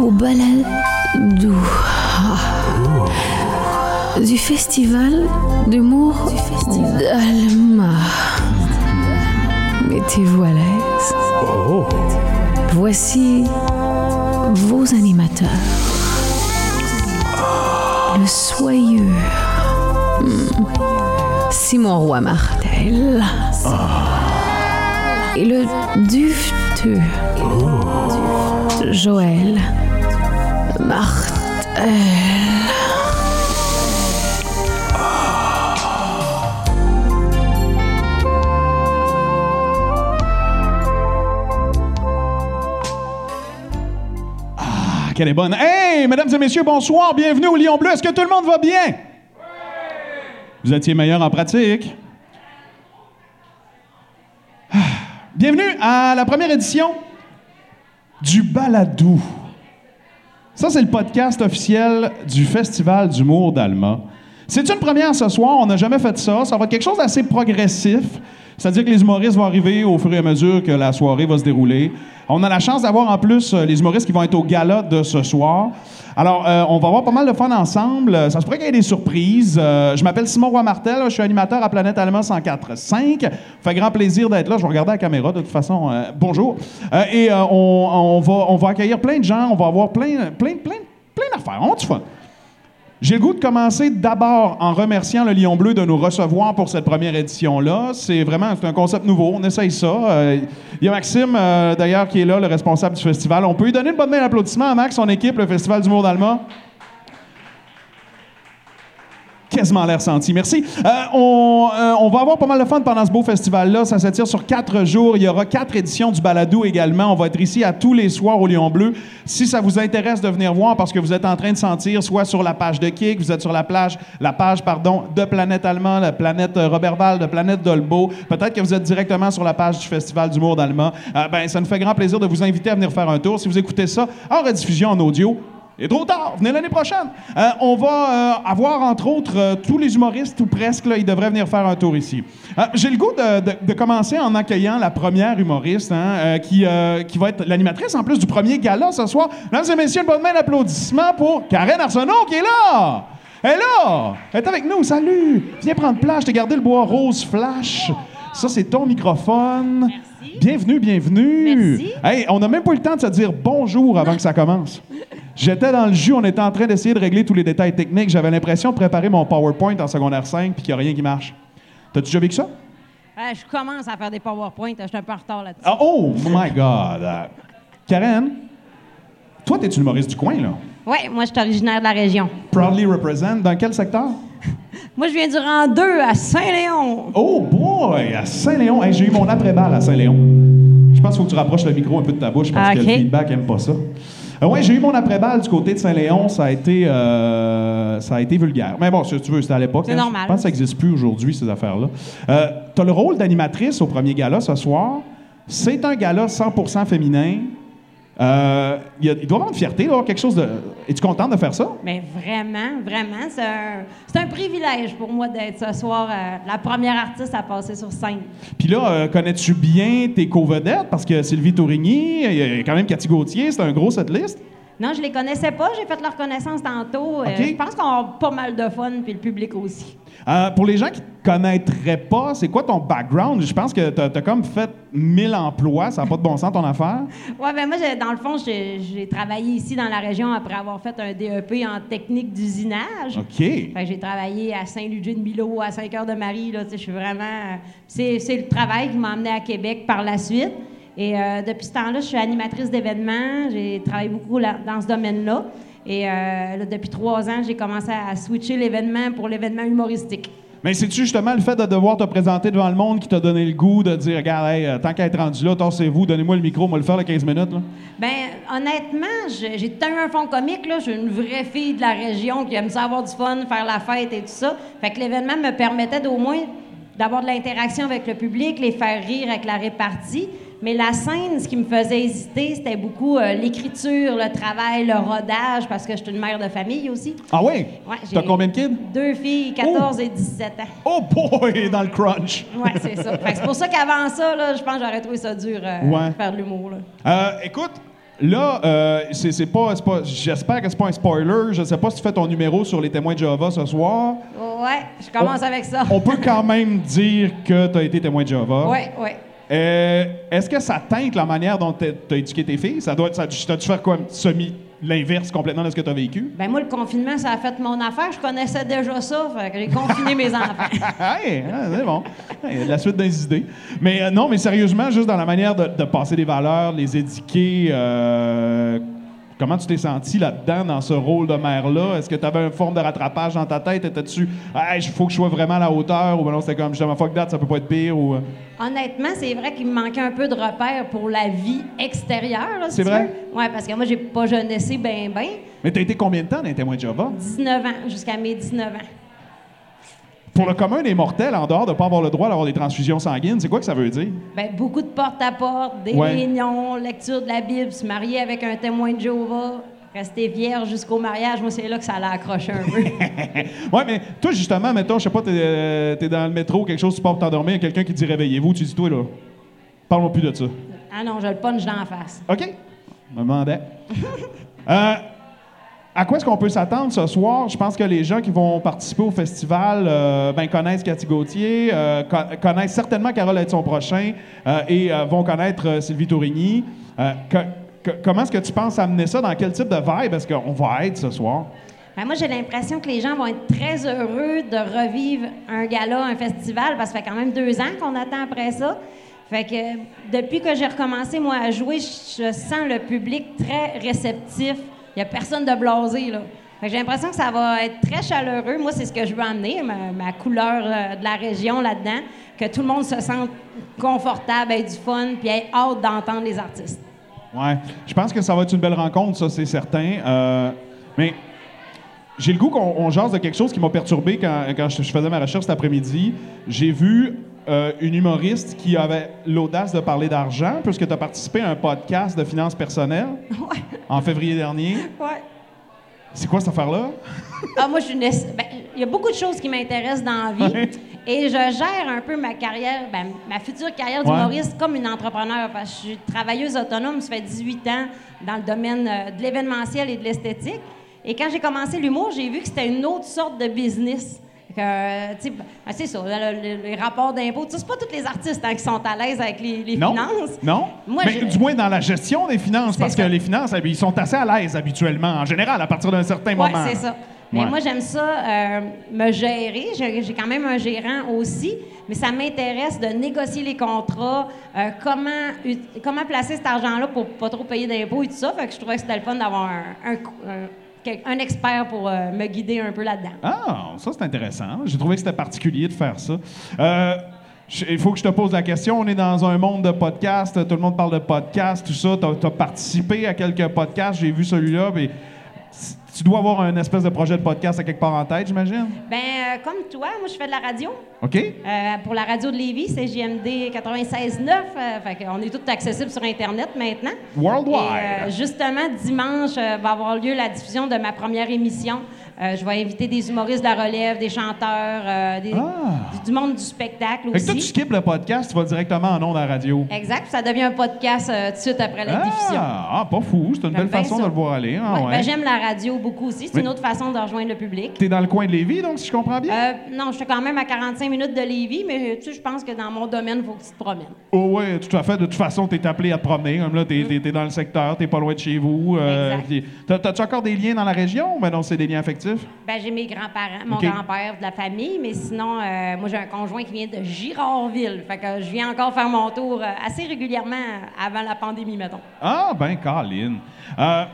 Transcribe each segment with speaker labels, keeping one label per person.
Speaker 1: au balado du festival d'humour d'Alma. Mettez-vous à l'aise.
Speaker 2: Oh.
Speaker 1: Voici vos animateurs. Le soyeux hmm, Simon Roy Martel. Et le dufteux Joël Martel.
Speaker 2: Ah, Quelle est bonne. Hey, mesdames et messieurs, bonsoir. Bienvenue au Lion Bleu. Est-ce que tout le monde va bien? Vous étiez meilleur en pratique. Ah, Bienvenue à la première édition du Baladou. Ça, c'est le podcast officiel du Festival d'humour d'Alma. C'est une première ce soir, on n'a jamais fait ça. Ça va être quelque chose d'assez progressif. C'est-à-dire que les humoristes vont arriver au fur et à mesure que la soirée va se dérouler. On a la chance d'avoir en plus euh, les humoristes qui vont être au gala de ce soir. Alors, euh, on va avoir pas mal de fun ensemble. Euh, Ça se pourrait qu'il y ait des surprises. Euh, je m'appelle Simon Roy-Martel, je suis animateur à Planète Allemand 104.5. Fait grand plaisir d'être là. Je vais regarder la caméra de toute façon. Euh, bonjour. Euh, et euh, on, on va, on va accueillir plein de gens, on va avoir plein, plein, plein, plein d'affaires. On a du fun. J'ai le goût de commencer d'abord en remerciant le Lion Bleu de nous recevoir pour cette première édition-là. C'est vraiment c'est un concept nouveau. On essaye ça. Euh, Il y a Maxime, euh, d'ailleurs, qui est là, le responsable du festival. On peut lui donner une bonne main d'applaudissement à Max, son équipe, le Festival d'humour d'Alma. quasiment l'air senti. Merci. Euh, on, euh, on va avoir pas mal de fun pendant ce beau festival-là. Ça s'étire sur quatre jours. Il y aura quatre éditions du Baladou également. On va être ici à tous les soirs au Lion Bleu. Si ça vous intéresse de venir voir parce que vous êtes en train de sentir, soit sur la page de Kick, vous êtes sur la plage, la page, pardon, de Planète Allemand, la planète euh, Robert Val, de Planète Dolbeau. Peut-être que vous êtes directement sur la page du Festival d'humour d'Allemand. Euh, ben, ça nous fait grand plaisir de vous inviter à venir faire un tour. Si vous écoutez ça en rediffusion en audio, et trop tard, venez l'année prochaine. Euh, on va euh, avoir, entre autres, euh, tous les humoristes, ou presque, là, ils devraient venir faire un tour ici. Euh, J'ai le goût de, de- de commencer en accueillant la première humoriste, hein, euh, qui, euh, qui va être l'animatrice, en plus, du premier gala ce soir. Mesdames et messieurs, une bonne main d'applaudissements pour Karen Arsenault, qui est là! Elle est là! Elle est avec nous, salut! Viens prendre place, je t'ai gardé le bois rose flash. Ça, c'est ton microphone.
Speaker 3: Merci.
Speaker 2: Bienvenue, bienvenue.
Speaker 3: Merci.
Speaker 2: Hey, on n'a même pas eu le temps de se dire bonjour avant que ça commence. J'étais dans le jus, on était en train d'essayer de régler tous les détails techniques. J'avais l'impression de préparer mon PowerPoint en secondaire 5 puis qu'il n'y a rien qui marche. T'as-tu déjà vécu ça?
Speaker 3: Ah, je commence à faire des PowerPoint. Je suis un peu en retard là-dessus.
Speaker 2: Ah, oh my God! Euh, Karen, toi, t'es une humoriste du coin, là.
Speaker 3: Ouais, moi, je suis originaire de la région.
Speaker 2: Proudly represent. Dans quel secteur?
Speaker 3: Moi, je viens du rang 2 à Saint-Léon.
Speaker 2: Oh boy! À Saint-Léon. Hey, J'ai eu mon après-balle à Saint-Léon. Je pense qu'il faut que tu rapproches le micro un peu de ta bouche parce
Speaker 3: Ah,
Speaker 2: que
Speaker 3: ok.
Speaker 2: le feedback aime pas ça. Euh, ouais, j'ai eu mon après-balle du côté de Saint-Léon. Ça a été, euh, ça a été vulgaire. Mais bon, si tu veux, c'était à l'époque. hein.
Speaker 3: C'est normal.
Speaker 2: Je pense que ça n'existe plus aujourd'hui, ces affaires-là. Euh, T'as le rôle d'animatrice au premier gala ce soir. C'est un gala 100% féminin. Euh, il y a- il doit y avoir une fierté, là, quelque chose de. Es-tu contente de faire ça?
Speaker 3: Mais vraiment, vraiment, c'est un, c'est un privilège pour moi d'être ce soir euh, la première artiste à passer sur scène.
Speaker 2: Puis là, euh, connais-tu bien tes co-vedettes? Parce que Sylvie Tourigny, il y a- il y a quand même Cathy Gauthier, c'est un gros setlist.
Speaker 3: Non, je les connaissais pas. J'ai fait leur connaissance tantôt. Euh,
Speaker 2: Ok.
Speaker 3: je pense qu'on a pas mal de fun, puis le public aussi.
Speaker 2: Euh, pour les gens qui te connaîtraient pas, c'est quoi ton background? Je pense que t'as as comme fait 1000 emplois, ça n'a pas de bon sens ton affaire.
Speaker 3: Ouais, ben moi, j'ai- dans le fond, j'ai j'ai travaillé ici dans la région après avoir fait un DEP en technique d'usinage.
Speaker 2: OK.
Speaker 3: Fait que j'ai travaillé à Saint-Luger de Milo, à Saint-Cœur-de-Marie. là, tu sais, Je suis vraiment. euh, C'est c'est le travail qui m'a amené à Québec par la suite. Et euh, depuis ce temps-là, je suis animatrice d'événements. J'ai travaillé beaucoup là- dans ce domaine-là. Et euh, là, depuis trois ans, j'ai commencé à switcher l'événement pour l'événement humoristique.
Speaker 2: Mais c'est-tu justement le fait de devoir te présenter devant le monde qui t'a donné le goût de dire, regarde, hey, euh, tant qu'à être rendu là, torsez-vous, donnez-moi le micro, on va le faire le 15 minutes. là.
Speaker 3: Ben honnêtement, je- j'ai tellement un fond comique là. Je suis une vraie fille de la région qui aime ça avoir du fun, faire la fête et tout ça. Fait que l'événement me permettait d'au moins d'avoir de l'interaction avec le public, les faire rire avec la répartie. Mais la scène, ce qui me faisait hésiter, c'était beaucoup euh, l'écriture, le travail, le rodage, parce que je suis une mère de famille aussi.
Speaker 2: Ah ouais?
Speaker 3: Ouais, j'ai-
Speaker 2: T'as combien de kids?
Speaker 3: Deux filles, 14 et 17 ans.
Speaker 2: Oh boy, dans le crunch!
Speaker 3: Ouais, c'est ça. Fait que c'est pour ça qu'avant ça, là, je pense que j'aurais trouvé ça dur euh,
Speaker 2: Ouais.
Speaker 3: faire de l'humour. là.
Speaker 2: Euh, écoute, Là, euh, c'est c'est pas, c'est pas- j'espère que c'est pas un spoiler. Je sais pas si tu fais ton numéro sur les témoins de Jéhovah ce soir.
Speaker 3: Ouais, je commence
Speaker 2: On-
Speaker 3: avec ça.
Speaker 2: On peut quand même dire que tu as été témoin de Jéhovah.
Speaker 3: Ah. Ouais, ouais.
Speaker 2: Euh, Est-ce que ça teinte la manière dont tu as éduqué tes filles? Ça doit être, ça, t'as-tu faire quoi, semi l'inverse complètement de ce que tu as vécu?
Speaker 3: Ben moi, le confinement, ça a fait mon affaire. Je connaissais déjà ça. Fait que j'ai confiné mes enfants.
Speaker 2: Hey, hein, c'est bon. Hey, il y a de la suite des idées. Mais euh, non, mais sérieusement, juste dans la manière de, de passer des valeurs, les éduquer, euh, comment tu t'es senti là-dedans, dans ce rôle de mère-là? Est-ce que tu avais une forme de rattrapage dans ta tête? Étais-tu, hey, il faut que je sois vraiment à la hauteur? Ou ben non, c'était comme, justement, fuck that, ça peut pas être pire? Ou, euh,
Speaker 3: Honnêtement, c'est vrai qu'il me manquait un peu de repères pour la vie extérieure. là, si
Speaker 2: C'est
Speaker 3: tu
Speaker 2: vrai?
Speaker 3: veux. Ouais, parce que moi, j'ai pas jeunessé ben ben.
Speaker 2: Mais t'as été combien de temps dans les témoins de Jéhovah?
Speaker 3: 19 ans, jusqu'à mes 19 ans.
Speaker 2: Pour le commun des mortels, en dehors de ne pas avoir le droit d'avoir des transfusions sanguines, c'est quoi que ça veut dire?
Speaker 3: Ben, beaucoup de porte-à-porte, des
Speaker 2: Ouais.
Speaker 3: réunions, lecture de la Bible, se marier avec un témoin de Jéhovah, rester vierge jusqu'au mariage. Moi, c'est là que ça l'a accroché un peu.
Speaker 2: Ouais, mais toi, justement, mettons, je sais pas, t'es euh, t'es dans le métro, quelque chose, tu pars pour t'endormir, il y a quelqu'un qui dit réveillez-vous, tu dis toi, là, parle-moi plus de ça.
Speaker 3: ah non, je le punch d'en face.
Speaker 2: OK? Je me demandais. Euh, à quoi est-ce qu'on peut s'attendre ce soir? Je pense que les gens qui vont participer au festival euh, ben, connaissent Cathy Gauthier, euh, con- connaissent certainement Carole et son prochain euh, et euh, vont connaître euh, Sylvie Tourigny. Euh, que- que- comment est-ce que tu penses amener ça? Dans quel type de vibe est-ce qu'on va être ce soir?
Speaker 3: Ben, moi, j'ai l'impression que les gens vont être très heureux de revivre un gala, un festival, parce que ça fait quand même deux ans qu'on attend après ça. Fait que euh, depuis que j'ai recommencé, moi, à jouer, je je sens le public très réceptif. Il n'y a personne de blasé, là. Fait que j'ai l'impression que ça va être très chaleureux. Moi, c'est ce que je veux amener, ma, ma couleur euh, de la région là-dedans, que tout le monde se sente confortable, ait du fun, puis ait hâte d'entendre les artistes.
Speaker 2: Ouais. Je pense que ça va être une belle rencontre, ça, c'est certain. Euh, mais j'ai le goût qu'on on jase de quelque chose qui m'a perturbé quand, quand je, je faisais ma recherche cet après-midi. J'ai vu euh, une humoriste qui avait l'audace de parler d'argent, puisque tu as participé à un podcast de finances personnelles en février dernier.
Speaker 3: Ouais.
Speaker 2: C'est quoi cette affaire-là?
Speaker 3: Ah, moi, je suis une es- ben, Il y a beaucoup de choses qui m'intéressent dans la vie.
Speaker 2: Ouais.
Speaker 3: Et je gère un peu ma carrière, ben, ma future carrière
Speaker 2: Ouais.
Speaker 3: d'humoriste comme une entrepreneur. Parce que je suis travailleuse autonome, ça fait 18 ans dans le domaine euh, de l'événementiel et de l'esthétique. Et quand j'ai commencé l'humour, j'ai vu que c'était une autre sorte de business. Fait que, euh, tu sais, ben, c'est ça, le- le- les rapports d'impôts. Tu sais, c'est pas tous les artistes hein, qui sont à l'aise avec les, les
Speaker 2: Non?
Speaker 3: finances.
Speaker 2: Non?
Speaker 3: Moi,
Speaker 2: Mais
Speaker 3: je-
Speaker 2: du moins dans la gestion des finances,
Speaker 3: C'est
Speaker 2: parce
Speaker 3: ça.
Speaker 2: que les finances, eh bien, ils sont assez à l'aise habituellement, en général, à partir d'un certain
Speaker 3: Oui,
Speaker 2: moment.
Speaker 3: c'est ça. Mais
Speaker 2: Ouais.
Speaker 3: moi, j'aime ça, euh, me gérer. J'ai j'ai quand même un gérant aussi, mais ça m'intéresse de négocier les contrats, euh, comment, ut- comment placer cet argent-là pour pas trop payer d'impôts et tout ça. Fait que je trouvais que c'était le fun d'avoir un, un cou- un- quel- un expert pour euh, me guider un peu là-dedans.
Speaker 2: Ah, ça c'est intéressant. J'ai trouvé que c'était particulier de faire ça. Euh, je- il faut que je te pose la question. On est dans un monde de podcasts. Tout le monde parle de podcasts, tout ça. Tu as, participé à quelques podcasts. J'ai vu celui-là. mais c- Tu dois avoir un espèce de projet de podcast à quelque part en tête, j'imagine.
Speaker 3: Ben, euh, comme toi, moi, je fais de la radio.
Speaker 2: OK?
Speaker 3: Euh, pour la radio de Lévis, c'est JMD 96.9. euh, fait qu'on est tout accessible sur Internet maintenant.
Speaker 2: Worldwide.
Speaker 3: Et, euh, justement, dimanche euh, va avoir lieu la diffusion de ma première émission. Euh, je vais inviter des humoristes de la relève, des chanteurs, euh, des-
Speaker 2: Ah.
Speaker 3: du, du monde du spectacle
Speaker 2: Fait que toi, tu
Speaker 3: aussi.
Speaker 2: skippes le podcast, tu vas directement en ondes à la radio.
Speaker 3: Exact. Ça devient un podcast euh, tout de suite après la diffusion.
Speaker 2: Ah, ah, pas fou. C'est une
Speaker 3: J'aime
Speaker 2: belle
Speaker 3: bien
Speaker 2: façon
Speaker 3: ça.
Speaker 2: de le voir aller. Ah,
Speaker 3: Ouais,
Speaker 2: ouais.
Speaker 3: ben, J'aime la radio beaucoup aussi. C'est
Speaker 2: Oui.
Speaker 3: une autre façon de rejoindre le public.
Speaker 2: T'es dans le coin de Lévis, donc, si je comprends bien?
Speaker 3: Euh, non, je suis quand même à 45 minutes de Lévis, mais tu sais, je pense que dans mon domaine, il faut que tu te promènes.
Speaker 2: Oh ouais, tout à fait. De toute façon, t'es appelé à te promener. Comme là, t'es, t'es- t'es dans le secteur, t'es pas loin de chez vous. euh,
Speaker 3: Exact.
Speaker 2: puis- t'as, tu encore des liens dans la région? Ben non, c'est des liens affectifs.
Speaker 3: Ben, j'ai mes grands-parents, mon
Speaker 2: OK.
Speaker 3: grand-père de la famille, mais sinon, euh, moi, j'ai un conjoint qui vient de Girardville. Fait que je viens encore faire mon tour euh, assez régulièrement avant la pandémie, mettons.
Speaker 2: Ah ben, Colin. Euh,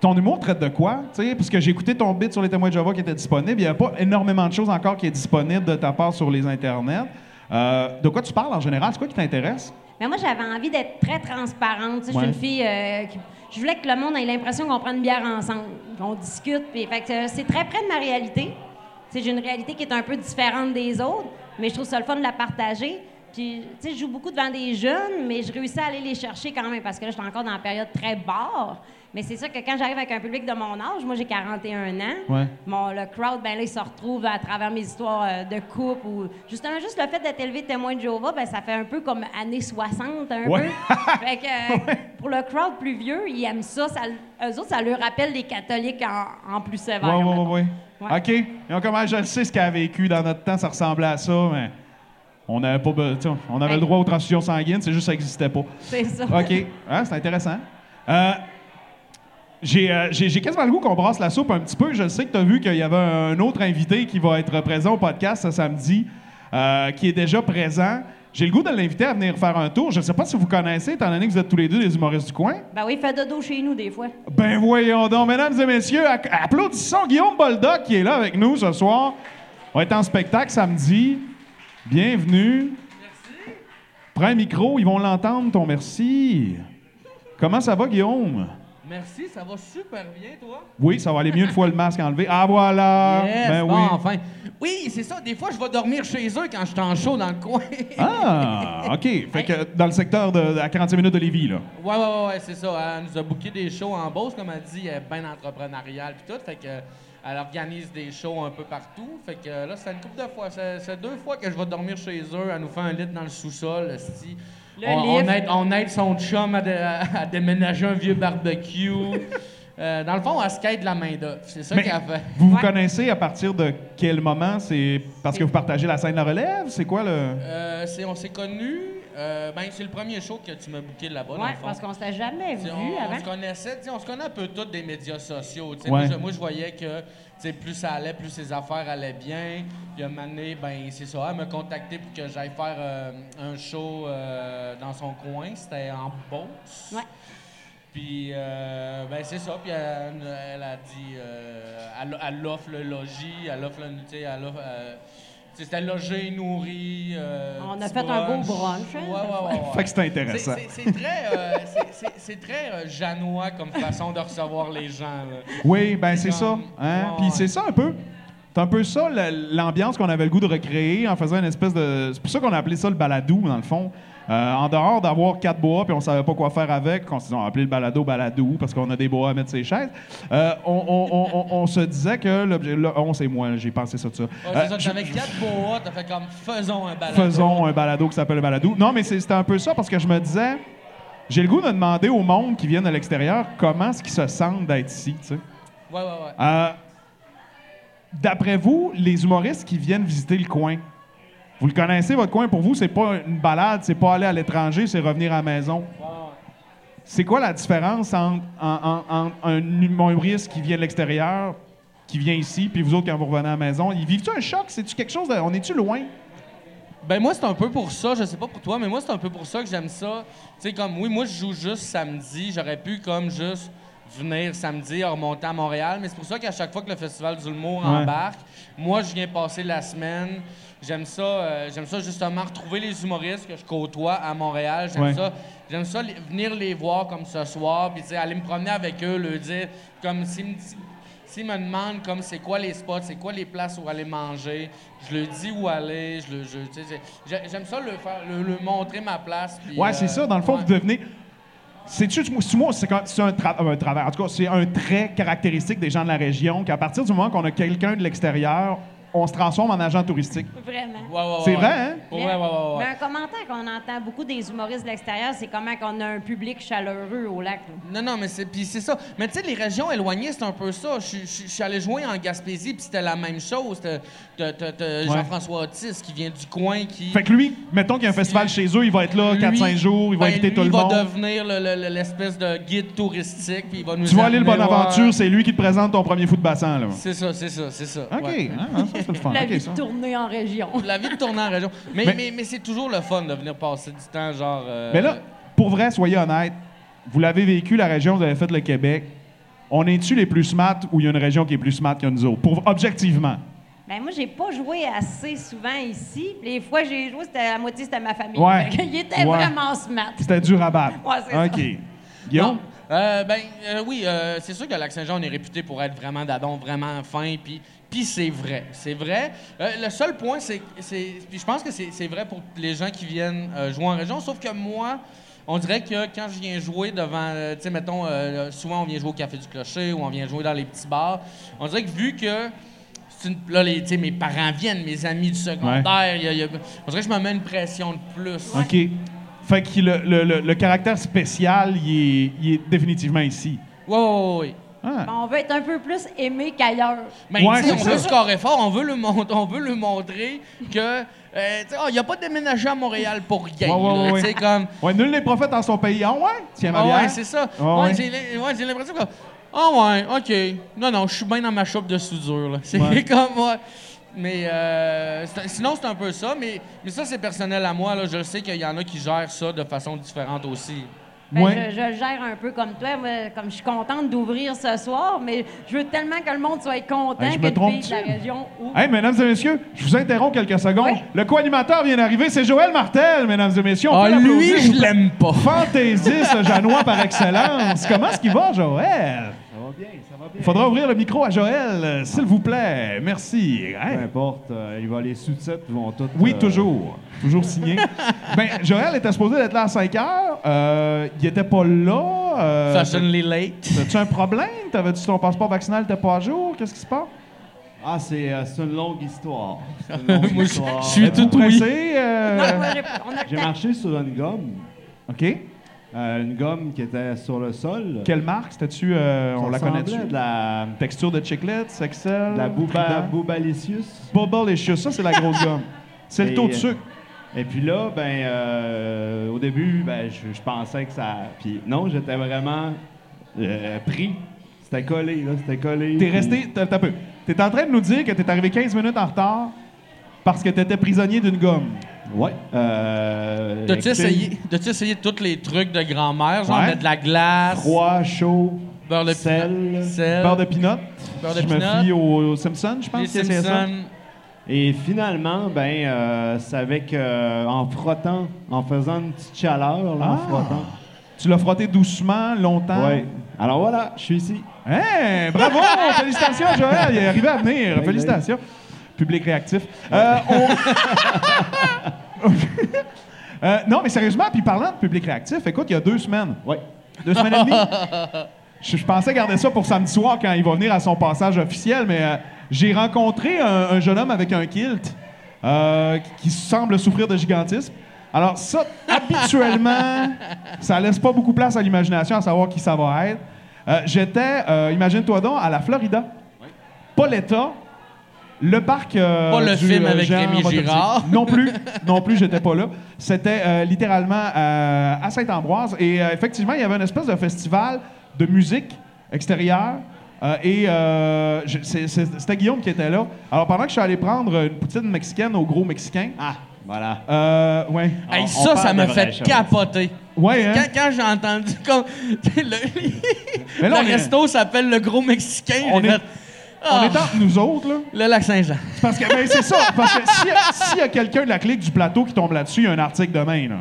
Speaker 2: ton humour traite de quoi? Tu sais, parce que j'ai écouté ton bit sur les témoins de Java qui était disponible. Il n'y a pas énormément de choses encore qui est disponible de ta part sur les internets. Euh, de quoi tu parles en général? C'est quoi qui t'intéresse?
Speaker 3: Mais moi, j'avais envie d'être très transparente. tu sais,
Speaker 2: Ouais.
Speaker 3: Je suis une fille euh, qui- Je voulais que le monde ait l'impression qu'on prend une bière ensemble, qu'on discute. puis- fait que, euh, c'est très près de ma réalité. Tu sais, J'ai une réalité qui est un peu différente des autres, mais je trouve ça le fun de la partager. Puis, tu sais, je joue beaucoup devant des jeunes, mais je réussis à aller les chercher quand même parce que là, je suis encore dans la période très barre. Mais c'est sûr que quand j'arrive avec un public de mon âge, moi, j'ai 41 ans.
Speaker 2: Ouais.
Speaker 3: Mon, le crowd, ben là, il se retrouve à travers mes histoires euh, de couple ou justement juste le fait d'être élevé témoin de Jéhovah, ben ça fait un peu comme années 60 un
Speaker 2: Ouais.
Speaker 3: peu. Fait que, euh, pour le crowd plus vieux, ils aiment ça. ça eux autres, ça leur rappelle les catholiques en, en plus sévère.
Speaker 2: Oui,
Speaker 3: mettons.
Speaker 2: oui, oui.
Speaker 3: Ouais.
Speaker 2: OK. Et on commence, je le sais ce qu'elle a vécu dans notre temps, ça ressemblait à ça, mais on n'avait pas. be- tu sais, On avait
Speaker 3: Hey.
Speaker 2: le droit aux transfusions sanguines, c'est juste que ça n'existait pas.
Speaker 3: C'est ça.
Speaker 2: OK. Hein, c'est intéressant. Euh, j'ai, euh, j'ai, j'ai quasiment le goût qu'on brasse la soupe un petit peu. Je sais que tu as vu qu'il y avait un autre invité qui va être présent au podcast ce samedi, euh, qui est déjà présent. J'ai le goût de l'inviter à venir faire un tour. Je ne sais pas si vous connaissez, étant donné que vous êtes tous les deux des humoristes du coin.
Speaker 3: Ben oui, fait dodo chez nous des fois.
Speaker 2: Ben voyons donc, mesdames et messieurs, acc- applaudissons Guillaume Boldoc qui est là avec nous ce soir. On est en spectacle samedi. Bienvenue. Merci. Prends un micro, ils vont l'entendre, ton merci. Comment ça va, Guillaume?
Speaker 4: Merci, ça va super bien, toi?
Speaker 2: Oui, ça va aller mieux une fois le masque enlevé. Ah voilà!
Speaker 4: Yes,
Speaker 2: ben
Speaker 4: bon,
Speaker 2: oui.
Speaker 4: enfin. Oui, c'est ça, des fois, je vais dormir chez eux quand je suis en chaud dans le coin.
Speaker 2: Ah, OK. Fait que dans le secteur de à 40 minutes de Lévis, là.
Speaker 4: Ouais, ouais, ouais, ouais, c'est ça. hein. Elle nous a booké des shows en Beauce, comme elle dit, elle est bien entrepreneuriale puis tout. Fait que, euh, elle organise des shows un peu partout. Fait que euh, là, c'est une couple de fois. C'est c'est deux fois que je vais dormir chez eux. Elle nous fait un lit dans le sous-sol, esti.
Speaker 3: Le
Speaker 4: on, on
Speaker 3: lift.
Speaker 4: aide, on aide son chum à, dé- à déménager un vieux barbecue. Euh, dans le fond, elle skate la main d'œuvre. C'est ça
Speaker 2: Mais
Speaker 4: qu'elle fait.
Speaker 2: vous vous
Speaker 3: Ouais.
Speaker 2: connaissez à partir de quel moment? C'est parce que vous partagez la scène de la relève? C'est quoi le...
Speaker 4: Euh, c'est- on s'est connus. euh, ben, c'est le premier show que tu m'as booké là-bas. dans
Speaker 3: Ouais,
Speaker 4: le fond.
Speaker 3: parce qu'on s'était jamais
Speaker 4: T'sais,
Speaker 3: vu
Speaker 4: on, on
Speaker 3: avant.
Speaker 4: se connaissait, t'sais, on se connaît un peu tous des médias sociaux. t'sais.
Speaker 2: Ouais.
Speaker 4: Moi, je, moi, je voyais que t'sais, plus ça allait, plus ses affaires allaient bien. Puis à un moment donné, ben, c'est ça, elle m'a contacté pour que j'aille faire euh, un show euh, dans son coin. C'était en Beauce.
Speaker 3: Ouais.
Speaker 4: Puis, euh, ben, c'est ça. Puis, elle, elle a dit. euh, elle, elle offre le logis, elle offre le. tu sais, elle offre, euh, tu sais, c'était logé, nourri. euh,
Speaker 3: On a
Speaker 4: petit
Speaker 3: fait un beau brunch, hein,
Speaker 4: Ouais,
Speaker 3: cette
Speaker 4: ouais,
Speaker 3: fois.
Speaker 4: ouais, ouais.
Speaker 2: Fait que c'est intéressant.
Speaker 4: C'est- C'est c'est très, euh, c'est- c'est- c'est très euh, janois comme façon de recevoir les gens. là.
Speaker 2: Oui, ben c'est ça.
Speaker 4: comme-
Speaker 2: Hein?
Speaker 4: Ouais,
Speaker 2: Puis
Speaker 4: ouais.
Speaker 2: c'est ça un peu. C'est un peu ça la- l'ambiance qu'on avait le goût de recréer en faisant une espèce de. C'est pour ça qu'on a appelé ça le baladou, dans le fond. Euh, en dehors d'avoir quatre bois, puis on savait pas quoi faire avec, qu'on s'est dit, on a appelé le balado baladou parce qu'on a des bois à mettre ses chaises. Euh, on, on- on- on- on se disait que l'objet. là, On, c'est moi, j'ai pensé ça de ça.
Speaker 4: Ouais,
Speaker 2: Euh,
Speaker 4: c'est ça,
Speaker 2: je-
Speaker 4: t'avais quatre boas, t'as fait comme faisons un balade.
Speaker 2: faisons un balado qui s'appelle le balado. Non, mais c'est- c'était un peu ça parce que je me disais, j'ai le goût de demander au monde qui vient de l'extérieur comment est-ce qu'ils se sentent d'être ici, tu sais.
Speaker 4: Ouais, ouais, ouais.
Speaker 2: Euh, D'après vous, les humoristes qui viennent visiter le coin, vous le connaissez, votre coin, pour vous, c'est pas une balade, c'est pas aller à l'étranger, c'est revenir à la maison. C'est quoi la différence entre, en- en- entre un humoriste qui vient de l'extérieur, qui vient ici, puis vous autres, quand vous revenez à la maison, ils vivent-tu un choc? C'est-tu quelque chose de... On est-tu loin?
Speaker 4: Ben moi, c'est un peu pour ça, je sais pas pour toi, mais moi, c'est un peu pour ça que j'aime ça. Tu sais, comme, oui, moi, je joue juste samedi. J'aurais pu, comme, juste venir samedi, remonter à Montréal, mais c'est pour ça qu'à chaque fois que le Festival du Humour
Speaker 2: Ouais.
Speaker 4: embarque, moi, je viens passer la semaine. J'aime ça, euh, j'aime ça justement retrouver les humoristes que je côtoie à Montréal. J'aime
Speaker 2: Ouais.
Speaker 4: ça, j'aime ça les- venir les voir comme ce soir, puis tu sais, aller me promener avec eux, leur dire, comme s'ils me di- s'ils me demandent comme c'est quoi les spots, c'est quoi les places où aller manger, je leur dis où aller, je le, je, tu sais, j'ai- j'aime ça leur faire, leur, leur montrer ma place. puis,
Speaker 2: Ouais,
Speaker 4: euh,
Speaker 2: c'est ça. Dans le fond,
Speaker 4: ouais.
Speaker 2: vous devenez. C'est-tu, c'est- moi, c'est, quand- c'est un, tra- un travail. En tout cas, c'est un trait caractéristique des gens de la région qu'à partir du moment qu'on a quelqu'un de l'extérieur, on se transforme en agent touristique.
Speaker 3: Vraiment.
Speaker 4: Ouais, ouais, ouais,
Speaker 2: C'est
Speaker 4: ouais.
Speaker 2: vrai, hein?
Speaker 4: Ouais, ouais, ouais, ouais,
Speaker 3: Mais
Speaker 4: ouais.
Speaker 3: un commentaire qu'on entend beaucoup des humoristes de l'extérieur, c'est comment qu'on a un public chaleureux au lac. là.
Speaker 4: Non, non, mais c'est puis c'est ça. Mais tu sais, les régions éloignées, c'est un peu ça. Je suis- je suis je suis allé jouer en Gaspésie, puis c'était la même chose. T'as- T'as t'as- t'as Jean-François Otis qui vient du coin, qui.
Speaker 2: Fait que lui, mettons qu'il y a un festival chez eux, il va être là
Speaker 4: Lui-
Speaker 2: 4-5 jours, il va
Speaker 4: ben,
Speaker 2: inviter
Speaker 4: lui,
Speaker 2: tout le monde.
Speaker 4: Il va devenir le- le- le- l'espèce de guide touristique, puis il va nous.
Speaker 2: Tu vas aller le
Speaker 4: amener,
Speaker 2: Bonaventure,
Speaker 4: ouais.
Speaker 2: c'est lui qui te présente ton premier foot de bassin, là.
Speaker 4: C'est ça, c'est ça, c'est ça.
Speaker 2: OK.
Speaker 4: ouais.
Speaker 2: Ah, ça, c'est le fun.
Speaker 3: La
Speaker 2: OK,
Speaker 3: vie
Speaker 2: ça.
Speaker 3: de tournée en région.
Speaker 4: La vie de tourner en région. Mais,
Speaker 2: Mais-
Speaker 4: mais, mais c'est toujours le fun de venir passer du temps, genre. euh,
Speaker 2: Mais là, pour vrai, soyez honnête, vous l'avez vécu, la région, vous avez fait le Québec. On est-tu les plus smart ou il y a une région qui est plus smart que nous autres? Pour, objectivement.
Speaker 3: Ben moi, j'ai pas joué assez souvent ici. Les fois que j'ai joué, c'était à moitié, c'était ma famille.
Speaker 2: Ouais.
Speaker 3: Il était
Speaker 2: Ouais.
Speaker 3: vraiment smart.
Speaker 2: C'était dur à battre.
Speaker 3: Ouais, c'est ça.
Speaker 2: OK. Guillaume?
Speaker 4: Non. Euh, ben euh, oui, euh, c'est sûr que Lac-Saint-Jean, on est réputé pour être vraiment d'adon, vraiment fin, puis puis c'est vrai, c'est vrai. Euh, le seul point, c'est, c'est- puis je pense que c'est, c'est vrai pour les gens qui viennent euh, jouer en région, sauf que moi, on dirait que quand je viens jouer devant, euh, tu sais, mettons, euh, souvent on vient jouer au Café du Clocher ou on vient jouer dans les petits bars, on dirait que vu que c'est une- là, les, tu sais, mes parents viennent, mes amis du secondaire, il y a- il y a- on dirait que je me mets une pression de plus.
Speaker 2: OK. Fait que le, le- le- le caractère spécial, il est, il est définitivement ici.
Speaker 4: Ouais, ouais, ouais, ouais.
Speaker 2: Ah.
Speaker 3: On veut être un peu plus aimé qu'ailleurs.
Speaker 4: Mais
Speaker 2: Ouais,
Speaker 4: tu sais, Ben, on
Speaker 2: c'est
Speaker 4: veut
Speaker 2: ça.
Speaker 4: scorer fort, on veut le, mon- on veut le montrer que. euh, tu sais, oh, il a pas déménagé à Montréal pour rien.
Speaker 2: Ouais, ouais,
Speaker 4: là.
Speaker 2: ouais.
Speaker 4: Tu sais, comme.
Speaker 2: Ouais, nul n'est prophète en son pays. Ah ouais? Tiens, ma
Speaker 4: Ah
Speaker 2: bière.
Speaker 4: ouais, c'est ça.
Speaker 2: Ah
Speaker 4: Ouais,
Speaker 2: ouais.
Speaker 4: J'ai l'im- ouais, j'ai l'impression que. Ah ouais, OK. Non, non, je suis bien dans ma chope de soudure. là. C'est
Speaker 2: Ouais.
Speaker 4: comme ouais. Mais euh, c'est un- sinon, c'est un peu ça. Mais, mais ça, c'est personnel à moi. Là. Je sais qu'il y en a qui gèrent ça de façon différente aussi.
Speaker 3: Ben,
Speaker 2: Ouais.
Speaker 3: je, je le gère un peu comme toi, moi, comme je suis contente d'ouvrir ce soir, mais je veux tellement que le monde soit content
Speaker 2: Hey, je
Speaker 3: que
Speaker 2: me
Speaker 3: les
Speaker 2: trompe-tu?
Speaker 3: filles de la région ouvrent.
Speaker 2: Hey, mesdames et messieurs, je vous interromps quelques secondes.
Speaker 3: Oui.
Speaker 2: Le co-animateur vient d'arriver, c'est Joël Martel, mesdames et messieurs. On
Speaker 4: Ah,
Speaker 2: peut l'applaudir.
Speaker 4: lui, je l'aime pas.
Speaker 2: Fantaisiste Janois par excellence. Comment est-ce qu'il va, Joël?
Speaker 5: Ça va bien, ça va bien.
Speaker 2: Il faudra ouvrir le micro à Joël, euh, s'il vous plaît. Merci. Hein?
Speaker 5: Peu importe, euh, il va les sous-titres vont tout.
Speaker 2: Oui,
Speaker 5: euh,
Speaker 2: toujours. Toujours signé. ben, Joël était supposé d'être là à 5 heures. Euh, il était pas là. Euh,
Speaker 4: Fashionly late.
Speaker 2: T'as-tu un problème? T'avais-tu ton passeport vaccinal n'était pas à jour? Qu'est-ce qui se passe?
Speaker 5: Ah, c'est euh, c'est une longue histoire. C'est une longue
Speaker 4: Moi, je-
Speaker 5: histoire.
Speaker 4: je suis
Speaker 5: Euh,
Speaker 4: tout-
Speaker 2: Pressé? euh,
Speaker 3: Non, moi, Ah, j'ai- on a le
Speaker 5: J'ai
Speaker 3: temps.
Speaker 5: marché sur une gomme,
Speaker 2: OK.
Speaker 5: euh, une gomme qui était sur le sol.
Speaker 2: Quelle marque? C'était-tu... euh,
Speaker 5: Ça
Speaker 2: on la
Speaker 5: ressemblait
Speaker 2: connaît-tu?
Speaker 5: De la,
Speaker 2: Texture de chiclets, Excel.
Speaker 5: de la bouba, de la boubalicious.
Speaker 2: Bubble et chieux, ça c'est la grosse gomme. C'est le
Speaker 5: Et,
Speaker 2: taux de
Speaker 5: euh,
Speaker 2: sucre.
Speaker 5: Et puis là, ben, euh, au début, ben, je, je pensais que ça. Puis non, j'étais vraiment euh, pris. C'était collé, là, c'était collé.
Speaker 2: T'es
Speaker 5: Puis-
Speaker 2: resté. T'as t'as peu. T'es en train de nous dire que t'es arrivé 15 minutes en retard parce que t'étais prisonnier d'une gomme.
Speaker 5: Ouais. Euh,
Speaker 4: T'as-tu
Speaker 5: écoutez,
Speaker 4: essayé, t'as-tu essayé tous les trucs de grand-mère? Genre
Speaker 2: Ouais.
Speaker 4: mettre de la glace,
Speaker 5: Froid, chaud,
Speaker 4: beurre de
Speaker 5: sel,
Speaker 4: sel,
Speaker 2: Beurre de peanut.
Speaker 4: Beurre de
Speaker 2: je me
Speaker 4: peanut.
Speaker 2: fie aux aux Simpsons, je
Speaker 4: les
Speaker 2: pense que c'est ça.
Speaker 4: Simpsons.
Speaker 5: Et finalement, ben, euh, c'est avec euh, en frottant, en faisant une petite chaleur, là, en
Speaker 2: Ah.
Speaker 5: frottant.
Speaker 2: Tu l'as frotté doucement, longtemps.
Speaker 5: Ouais. Alors voilà, je suis ici.
Speaker 2: Hein, bravo! Félicitations, Joël! Il est arrivé à venir.
Speaker 5: Ouais,
Speaker 2: Félicitations. Public réactif. Euh, on- Euh, non, mais sérieusement, puis parlant de public réactif, écoute, il y a deux semaines,
Speaker 5: Ouais.
Speaker 2: deux semaines et demie, je, je pensais garder ça pour samedi soir quand il va venir à son passage officiel, mais euh, j'ai rencontré un, un jeune homme avec un kilt euh, qui- qui semble souffrir de gigantisme. Alors ça, habituellement, ça laisse pas beaucoup place à l'imagination à savoir qui ça va être. Euh, J'étais, euh, imagine-toi donc, à la Florida. Pas l'État, le parc. euh,
Speaker 4: Pas le
Speaker 2: du,
Speaker 4: film
Speaker 2: euh,
Speaker 4: avec
Speaker 2: Jean
Speaker 4: Rémi
Speaker 2: Bottomsi.
Speaker 4: Girard.
Speaker 2: Non plus, non plus, j'étais pas là. C'était euh, littéralement euh, à Saint-Ambroise. Et euh, effectivement, il y avait une espèce de festival de musique extérieure. Euh, et euh, je- c'est- c'est- c'était Guillaume qui était là. Alors pendant que je suis allé prendre une poutine mexicaine au gros mexicain,
Speaker 5: Ah, voilà.
Speaker 2: euh, ouais,
Speaker 4: Hey,
Speaker 5: On- on
Speaker 4: ça, ça
Speaker 5: parle
Speaker 4: m'a
Speaker 5: de vraies
Speaker 4: fait
Speaker 5: choses.
Speaker 4: capoter.
Speaker 2: ouais, hein?
Speaker 4: Quand, quand j'ai entendu comme le,
Speaker 2: Mais là,
Speaker 4: le
Speaker 2: on est-
Speaker 4: resto s'appelle le gros mexicain,
Speaker 2: On
Speaker 4: j'ai
Speaker 2: est-
Speaker 4: fait,
Speaker 2: on
Speaker 4: Ah,
Speaker 2: est entre nous autres là.
Speaker 4: le lac Saint-Jean.
Speaker 2: C'est Parce que ben, c'est ça. Parce que s'il y a- s'il y a, quelqu'un de la clique du plateau qui tombe là-dessus, il y a un article demain là.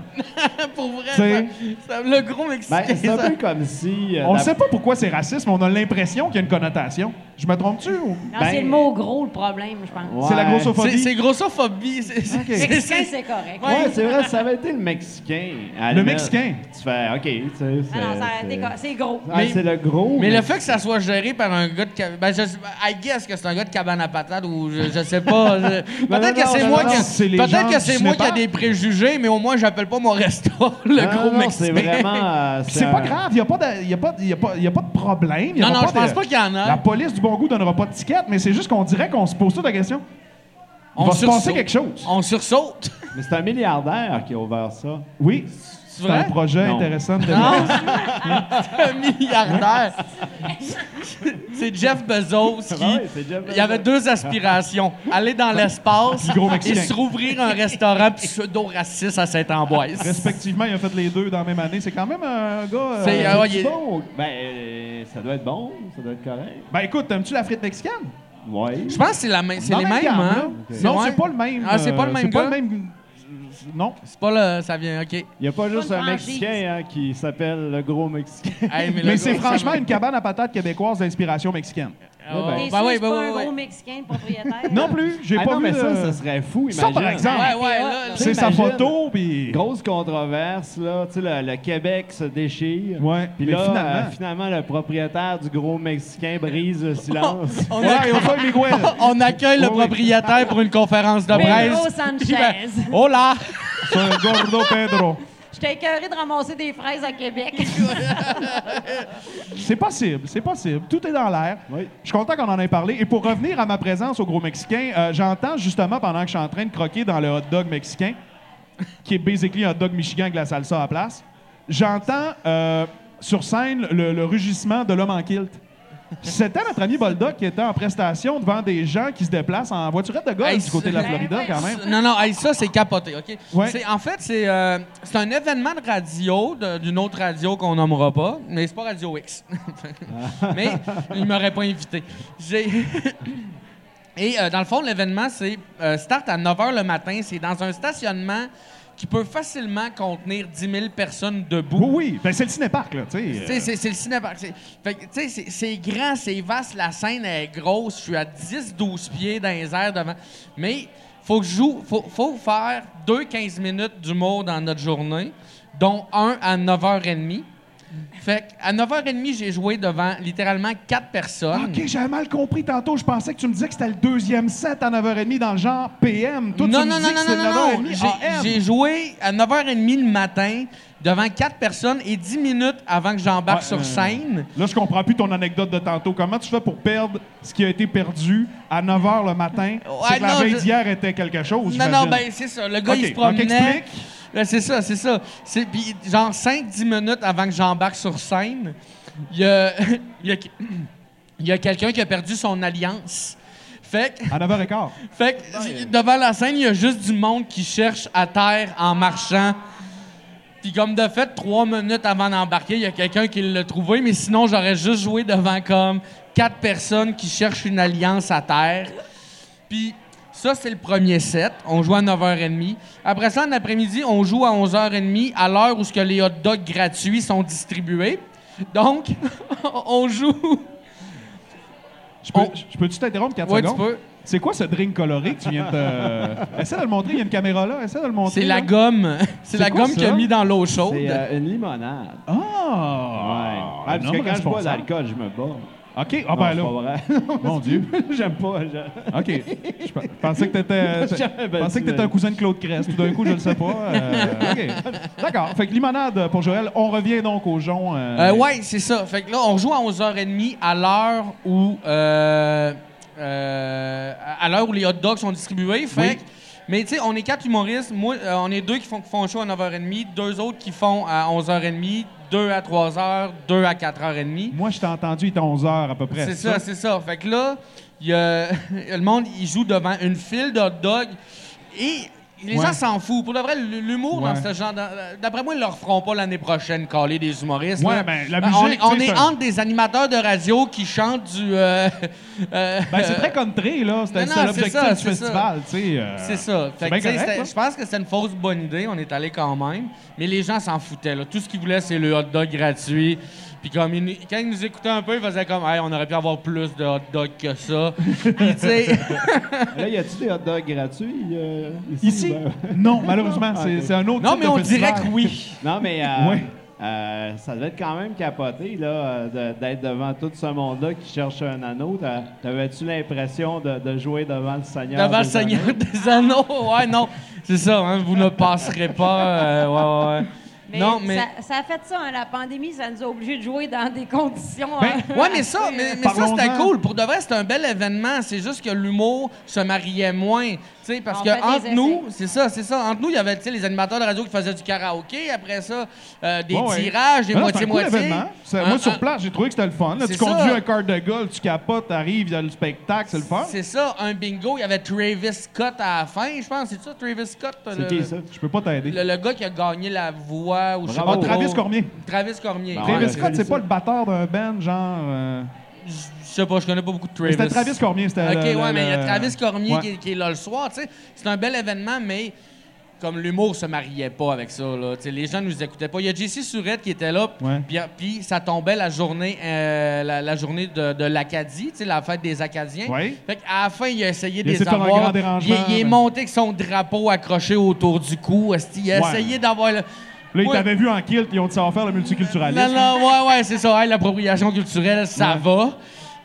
Speaker 4: Pour vrai,
Speaker 2: T'sais-
Speaker 4: ça- ça- le gros mexicain.
Speaker 5: Ben, c'est un
Speaker 4: ça-
Speaker 5: peu comme si. euh,
Speaker 2: On
Speaker 5: la-
Speaker 2: sait pas pourquoi c'est raciste, mais on a l'impression qu'il y a une connotation. Je me trompe-tu? ou-
Speaker 3: Non,
Speaker 5: Ben-
Speaker 3: c'est le mot gros le problème, je pense.
Speaker 5: Ouais.
Speaker 2: C'est la
Speaker 4: c'est,
Speaker 2: grossophobie.
Speaker 4: c'est grossophobie. C'est, c'est-
Speaker 2: Ok.
Speaker 4: c'est-
Speaker 3: Mexicain,
Speaker 4: c'est-
Speaker 3: c'est correct.
Speaker 5: Ouais, c'est vrai, ça avait été le Mexicain. à la
Speaker 2: Le
Speaker 5: limite.
Speaker 2: Mexicain.
Speaker 5: Tu fais, OK, tu sais.
Speaker 3: Ah non, ça a
Speaker 5: c'est-
Speaker 3: été co- c'est gros.
Speaker 5: Ah,
Speaker 4: Mais-
Speaker 5: c'est le gros.
Speaker 4: Mais le fait que ça soit géré par un gars de cabane. Ben, je, sais- I guess que c'est un gars de cabane à patates ou je, je sais pas. je-
Speaker 5: Non,
Speaker 4: peut-être
Speaker 5: non,
Speaker 4: que c'est
Speaker 5: non,
Speaker 4: moi
Speaker 5: non,
Speaker 4: qui.
Speaker 5: non,
Speaker 2: c'est les gens
Speaker 4: Peut-être que c'est
Speaker 2: du
Speaker 4: moi qui a
Speaker 2: cinépark.
Speaker 4: des préjugés, mais au moins j'appelle pas mon resto le
Speaker 5: Non,
Speaker 4: gros
Speaker 5: non, non,
Speaker 4: mexicain.
Speaker 5: C'est vraiment. euh,
Speaker 2: Puis C'est pas
Speaker 5: un-
Speaker 2: grave, il n'y a, pas de- y a, pas- y a, pas- y a pas de problème. y
Speaker 4: Non,
Speaker 2: aura
Speaker 4: non, je
Speaker 2: de-
Speaker 4: pense pas qu'il y en a.
Speaker 2: La police du bon goût donnera pas de ticket, mais c'est juste qu'on dirait qu'on se pose toute la question. Il
Speaker 4: On
Speaker 2: va se passer
Speaker 4: sursaute.
Speaker 2: quelque chose.
Speaker 4: On sursaute.
Speaker 5: Mais c'est un milliardaire qui a ouvert ça.
Speaker 2: Oui, c'est
Speaker 4: vrai?
Speaker 2: un projet
Speaker 5: Non.
Speaker 2: intéressant. De
Speaker 4: Non, un milliardaire. C'est Jeff Bezos
Speaker 2: Ah
Speaker 4: qui.
Speaker 5: Ouais, c'est Jeff
Speaker 4: il y avait deux aspirations. Aller dans l'espace
Speaker 2: gros
Speaker 4: et
Speaker 2: Mexicain.
Speaker 4: se rouvrir un restaurant pseudo-raciste à Saint-Amboise.
Speaker 2: Respectivement, il a fait les deux dans la même année. C'est quand même un gars... euh,
Speaker 4: C'est- ah ouais, il est-
Speaker 5: bon. Ben, euh, ça doit être bon, ça doit être correct.
Speaker 2: Ben écoute, aimes-tu la frite mexicaine?
Speaker 5: Ouais.
Speaker 4: Je pense que c'est la même- c'est
Speaker 2: Dans
Speaker 4: les
Speaker 2: la
Speaker 4: mêmes,
Speaker 2: gamme,
Speaker 4: hein?
Speaker 2: là. Non,
Speaker 4: ouais.
Speaker 2: c'est pas le même.
Speaker 4: Ah, c'est pas le
Speaker 2: euh,
Speaker 4: même
Speaker 2: C'est pas
Speaker 4: gars?
Speaker 2: le même... Non.
Speaker 4: C'est pas le. Ça vient, OK.
Speaker 5: Il n'y a pas juste
Speaker 3: Bonne
Speaker 5: un
Speaker 3: franchise.
Speaker 5: Mexicain hein, qui s'appelle le gros Mexicain.
Speaker 4: Hey, le
Speaker 2: Mais
Speaker 4: gros,
Speaker 2: c'est
Speaker 4: ça
Speaker 2: franchement
Speaker 4: me-
Speaker 2: une cabane à patates québécoise d'inspiration mexicaine.
Speaker 4: Ah,
Speaker 5: ben.
Speaker 4: ouais.
Speaker 3: T'es
Speaker 4: Ben oui,
Speaker 3: sûr que c'est
Speaker 4: ben
Speaker 3: pas
Speaker 4: oui,
Speaker 3: un
Speaker 4: oui.
Speaker 3: gros Mexicain, le propriétaire?
Speaker 2: Non plus, j'ai
Speaker 5: Ah
Speaker 2: pas
Speaker 5: non,
Speaker 2: vu
Speaker 5: mais
Speaker 2: de-
Speaker 5: ça, ça serait fou,
Speaker 2: Ça,
Speaker 5: imagine.
Speaker 2: par exemple.
Speaker 4: Ouais, ouais, là, là.
Speaker 2: C'est sa
Speaker 5: T'imagines?
Speaker 2: photo, puis...
Speaker 5: Grosse controverse, là. Tu sais, le, le Québec se déchire.
Speaker 2: Ouais,
Speaker 5: Puis
Speaker 2: mais
Speaker 5: là, euh,
Speaker 2: finalement-
Speaker 5: finalement... le propriétaire du gros Mexicain brise le silence.
Speaker 4: On a-
Speaker 2: Ouais, au fond, Miguel.
Speaker 4: On accueille le
Speaker 2: Oui, oui.
Speaker 4: propriétaire pour une conférence de
Speaker 3: Pedro
Speaker 4: presse. Oh
Speaker 3: Sanchez.
Speaker 4: Il fait, Hola!
Speaker 2: C'est un gordo Pedro. C'est
Speaker 3: J'étais écœurée de ramasser des fraises à Québec.
Speaker 2: C'est possible, c'est possible. Tout est dans l'air.
Speaker 5: Oui.
Speaker 2: Je suis content qu'on en ait parlé. Et pour revenir à ma présence au Gros Mexicain, euh, j'entends justement pendant que je suis en train de croquer dans le hot dog mexicain, qui est basically un hot dog Michigan avec la salsa à la place, j'entends euh, sur scène le, le rugissement de l'homme en kilt. C'était notre ami Boldoc qui était en prestation devant des gens qui se déplacent en voiturette de golf
Speaker 4: Hey,
Speaker 2: du côté de la
Speaker 4: c'est-
Speaker 2: Floride quand même.
Speaker 4: Non, non, hey, ça, c'est capoté, OK?
Speaker 2: Ouais.
Speaker 4: C'est- En fait, c'est euh, c'est un événement de radio, de- d'une autre radio qu'on nommera pas, mais c'est pas Radio X. mais il m'aurait pas invité. J'ai... Et euh, dans le fond, l'événement, c'est euh, start à 9 h le matin. C'est dans un stationnement qui peut facilement contenir 10 000 personnes debout.
Speaker 2: Oui, oui. Ben, c'est le cinéparc, là, tu
Speaker 4: Tu sais,
Speaker 2: sais.
Speaker 4: c'est- c'est le cinépark. C'est- fait que, tu sais, c'est- C'est grand, c'est vaste, la scène est grosse. Je suis à 10-12 pieds dans les airs devant. Mais faut que je joue, faut, faut faire 2-15 minutes d'humour dans notre journée, dont un à 9h30. Fait que, à 9h30, j'ai joué devant littéralement 4 personnes.
Speaker 2: Ok, j'avais mal compris tantôt. Je pensais que tu me disais que c'était le deuxième set à 9h30 dans le genre PM. Toi,
Speaker 4: non,
Speaker 2: tu me
Speaker 4: non,
Speaker 2: dis
Speaker 4: non,
Speaker 2: que
Speaker 4: non,
Speaker 2: c'était
Speaker 4: non, non,
Speaker 2: 9h30
Speaker 4: J'ai-
Speaker 2: AM.
Speaker 4: J'ai joué à 9h30 le matin devant 4 personnes et 10 minutes avant que j'embarque
Speaker 2: Ouais, euh,
Speaker 4: sur scène.
Speaker 2: Là, je comprends plus ton anecdote de tantôt. Comment tu fais pour perdre ce qui a été perdu à 9 h le matin? c'est que la
Speaker 4: non,
Speaker 2: veille
Speaker 4: je-
Speaker 2: d'hier était quelque chose.
Speaker 4: Non, non,
Speaker 2: j'imagine.
Speaker 4: ben c'est ça. Le gars,
Speaker 2: Ok,
Speaker 4: il se promenait.
Speaker 2: donc
Speaker 4: Là, c'est ça, c'est ça. C'est, puis, genre 5-10 minutes avant que j'embarque sur scène, il y a, il y a- il y a quelqu'un qui a perdu son alliance. Fait que,
Speaker 2: À 9h15.
Speaker 4: fait que, j'ai- devant la scène, il y a juste du monde qui cherche à terre en marchant. Puis comme de fait, trois minutes avant d'embarquer, il y a quelqu'un qui l'a trouvé, mais sinon, j'aurais juste joué devant comme quatre personnes qui cherchent une alliance à terre. Puis ça, c'est le premier set. On joue à 9h30. Après ça, en après-midi, on joue à 11h30, à l'heure où ce que les hot dogs gratuits sont distribués. Donc, on joue...
Speaker 2: Je peux-
Speaker 4: On-
Speaker 2: je peux-tu t'interrompre 4
Speaker 4: Oh. Ouais, tu
Speaker 2: secondes?
Speaker 4: peux.
Speaker 2: C'est quoi ce drink coloré que tu viens de te... Essaie de le montrer, il y a une caméra là. Essaie de le montrer.
Speaker 4: C'est la
Speaker 2: là.
Speaker 4: gomme. C'est la
Speaker 2: quoi
Speaker 4: gomme qu'il a
Speaker 2: ça?
Speaker 4: mis dans l'eau chaude.
Speaker 5: C'est euh, une limonade.
Speaker 2: oh, Ah!
Speaker 5: Ouais. Ah, parce que
Speaker 2: Un
Speaker 5: quand je
Speaker 2: homme
Speaker 5: bois de
Speaker 2: responsable.
Speaker 5: l'alcool, je me bats.
Speaker 2: OK, ah
Speaker 5: Non,
Speaker 2: ben
Speaker 5: c'est
Speaker 2: là.
Speaker 5: pas vrai.
Speaker 2: Mon Dieu.
Speaker 5: J'aime pas. je-
Speaker 2: OK. Je pe- pensais que t'étais
Speaker 5: J'avais
Speaker 2: je pensais que
Speaker 5: dit-
Speaker 2: t'étais un cousin de Claude Crest. Tout d'un coup, je le sais pas. Euh, OK. D'accord. Fait que limonade pour Joël. On revient donc au jonc. euh,
Speaker 4: Euh, ouais, c'est ça. Fait que là, on joue à 11h30 à l'heure où euh, euh, à l'heure où les hot dogs sont distribués. Fait
Speaker 2: Oui.
Speaker 4: que- mais tu sais, on est quatre humoristes. Moi, euh, on est deux qui font, qui font un show à 9h30, deux autres qui font à 11h30, deux à 3h, deux à 4h30.
Speaker 2: Moi, je t'ai entendu, il était 11h à peu près.
Speaker 4: C'est ça, c'est ça. Fait que là, il y a- le monde, il joue devant une file de hot dogs et les
Speaker 2: Ouais.
Speaker 4: gens s'en foutent. Pour de vrai, l- l'humour
Speaker 2: Ouais.
Speaker 4: dans ce genre. dans- D'après moi, ils ne leur feront pas l'année prochaine caler des humoristes.
Speaker 2: Ouais,
Speaker 4: là.
Speaker 2: ben, la
Speaker 4: Ben,
Speaker 2: musique,
Speaker 4: On, est- on
Speaker 2: tu sais,
Speaker 4: est
Speaker 2: c'est un-
Speaker 4: entre des animateurs de radio qui chantent du. euh, euh,
Speaker 2: Ben, c'est très country, là. C'était
Speaker 4: non,
Speaker 2: ça
Speaker 4: non,
Speaker 2: l'objectif
Speaker 4: c'est ça,
Speaker 2: du
Speaker 4: c'est ça.
Speaker 2: festival, tu sais. euh,
Speaker 3: Ah.
Speaker 4: C'est ça. Fait que,
Speaker 2: bien
Speaker 4: tu sais,
Speaker 2: correct,
Speaker 4: c'était-
Speaker 2: là.
Speaker 4: je pense que c'était une fausse bonne idée. On est allé quand même. Mais les gens s'en foutaient. Là. Tout ce qu'ils voulaient, c'est le hot dog gratuit. Puis comme ils nous- quand ils nous écoutaient un peu, ils faisaient comme Hey, on aurait pu avoir plus de hot dog que ça. Puis, tu sais,
Speaker 5: Là, y a-tu des hot dogs gratuits euh, ici?
Speaker 2: Ici?
Speaker 5: Ben,
Speaker 2: Non, malheureusement, c'est
Speaker 5: ok.
Speaker 2: c'est un autre
Speaker 4: non,
Speaker 2: type
Speaker 4: mais
Speaker 2: de
Speaker 4: on
Speaker 2: festival.
Speaker 4: dirait que oui.
Speaker 5: Non, mais euh,
Speaker 2: Ouais.
Speaker 5: euh, ça devait être quand même capoté là, euh, de- d'être devant tout ce monde-là qui cherche un anneau. T'a- T'avais-tu l'impression de, de jouer devant le Seigneur?
Speaker 4: Devant le
Speaker 5: des
Speaker 4: Seigneur
Speaker 5: anneaux?
Speaker 4: des Anneaux. Ouais, non. C'est ça, hein, vous ne passerez pas. euh, ouais, ouais, ouais.
Speaker 3: Mais
Speaker 4: non, mais.
Speaker 3: Ça, ça a fait ça, hein, la pandémie, ça nous a obligés de jouer dans des conditions.
Speaker 2: Ben,
Speaker 3: hein,
Speaker 4: Ouais, mais ça,
Speaker 3: assez,
Speaker 4: mais,
Speaker 3: euh,
Speaker 4: mais ça c'était
Speaker 2: Parlons-en.
Speaker 4: cool. Pour de vrai, c'était un bel événement. C'est juste que l'humour se mariait moins. Tu sais, parce
Speaker 3: On
Speaker 4: que
Speaker 3: fait des
Speaker 4: entre
Speaker 3: essais.
Speaker 4: nous, c'est ça, c'est ça. Entre nous, il y avait tu sais, les animateurs de radio qui faisaient du karaoké. Après ça, euh, des
Speaker 2: Ouais, ouais.
Speaker 4: tirages, des
Speaker 2: Ah, Non, c'est un cool
Speaker 4: moitié-moitié.
Speaker 2: événement. C'est-
Speaker 4: Un-
Speaker 2: Moi,
Speaker 4: un-
Speaker 2: sur place, j'ai trouvé que c'était le fun. là.
Speaker 4: C'est
Speaker 2: Tu conduis
Speaker 4: ça.
Speaker 2: un quart de gueule, tu capotes, t'arrives, il y a le spectacle, c'est le fun.
Speaker 4: C'est ça, un bingo. Il y avait Travis Scott à la fin, je pense. C'est ça, Travis Scott?
Speaker 5: C'est
Speaker 4: le,
Speaker 5: qui ça?
Speaker 2: Je peux pas t'aider.
Speaker 4: Le, le gars qui a gagné la voix ou je sais
Speaker 5: Bravo.
Speaker 4: pas
Speaker 2: Ah, Travis
Speaker 4: trop.
Speaker 2: Cormier.
Speaker 4: Travis Cormier.
Speaker 5: Bon. Ah,
Speaker 2: Travis
Speaker 5: ouais,
Speaker 2: Scott,
Speaker 5: j'ai
Speaker 2: c'est
Speaker 5: vu
Speaker 2: pas
Speaker 5: ça.
Speaker 2: le batteur d'un band, genre. euh,
Speaker 4: Je sais pas, je connais pas beaucoup de Travis.
Speaker 2: C'était Travis Cormier, c'était.
Speaker 4: OK,
Speaker 2: le-
Speaker 4: ouais,
Speaker 2: le-
Speaker 4: mais il y a Travis Cormier
Speaker 2: Ouais.
Speaker 4: qui, qui est là le soir, tu sais. C'est un bel événement, mais comme l'humour se mariait pas avec ça, là. Tu sais, les gens nous écoutaient pas. Il y a JC Surette qui était là,
Speaker 2: Ouais.
Speaker 4: puis- puis ça tombait la journée, euh, la, la journée de, de l'Acadie, tu sais, la fête des Acadiens.
Speaker 2: Ouais.
Speaker 4: Fait qu'à la fin, il a essayé
Speaker 2: Il a
Speaker 4: de les
Speaker 2: essayé de faire un grand
Speaker 4: avoir. il,
Speaker 2: dérangement,
Speaker 4: est- il est
Speaker 2: mais-
Speaker 4: monté avec son drapeau accroché autour du cou. esti. Il a
Speaker 2: Ouais.
Speaker 4: essayé d'avoir... le-
Speaker 2: Là, ils
Speaker 4: Moi-
Speaker 2: t'avaient vu en kilt, ils ont dit ça va faire le multiculturalisme.
Speaker 4: non, non, ouais, ouais, c'est ça. Hey, L'appropriation culturelle, ça
Speaker 2: Ouais.
Speaker 4: va.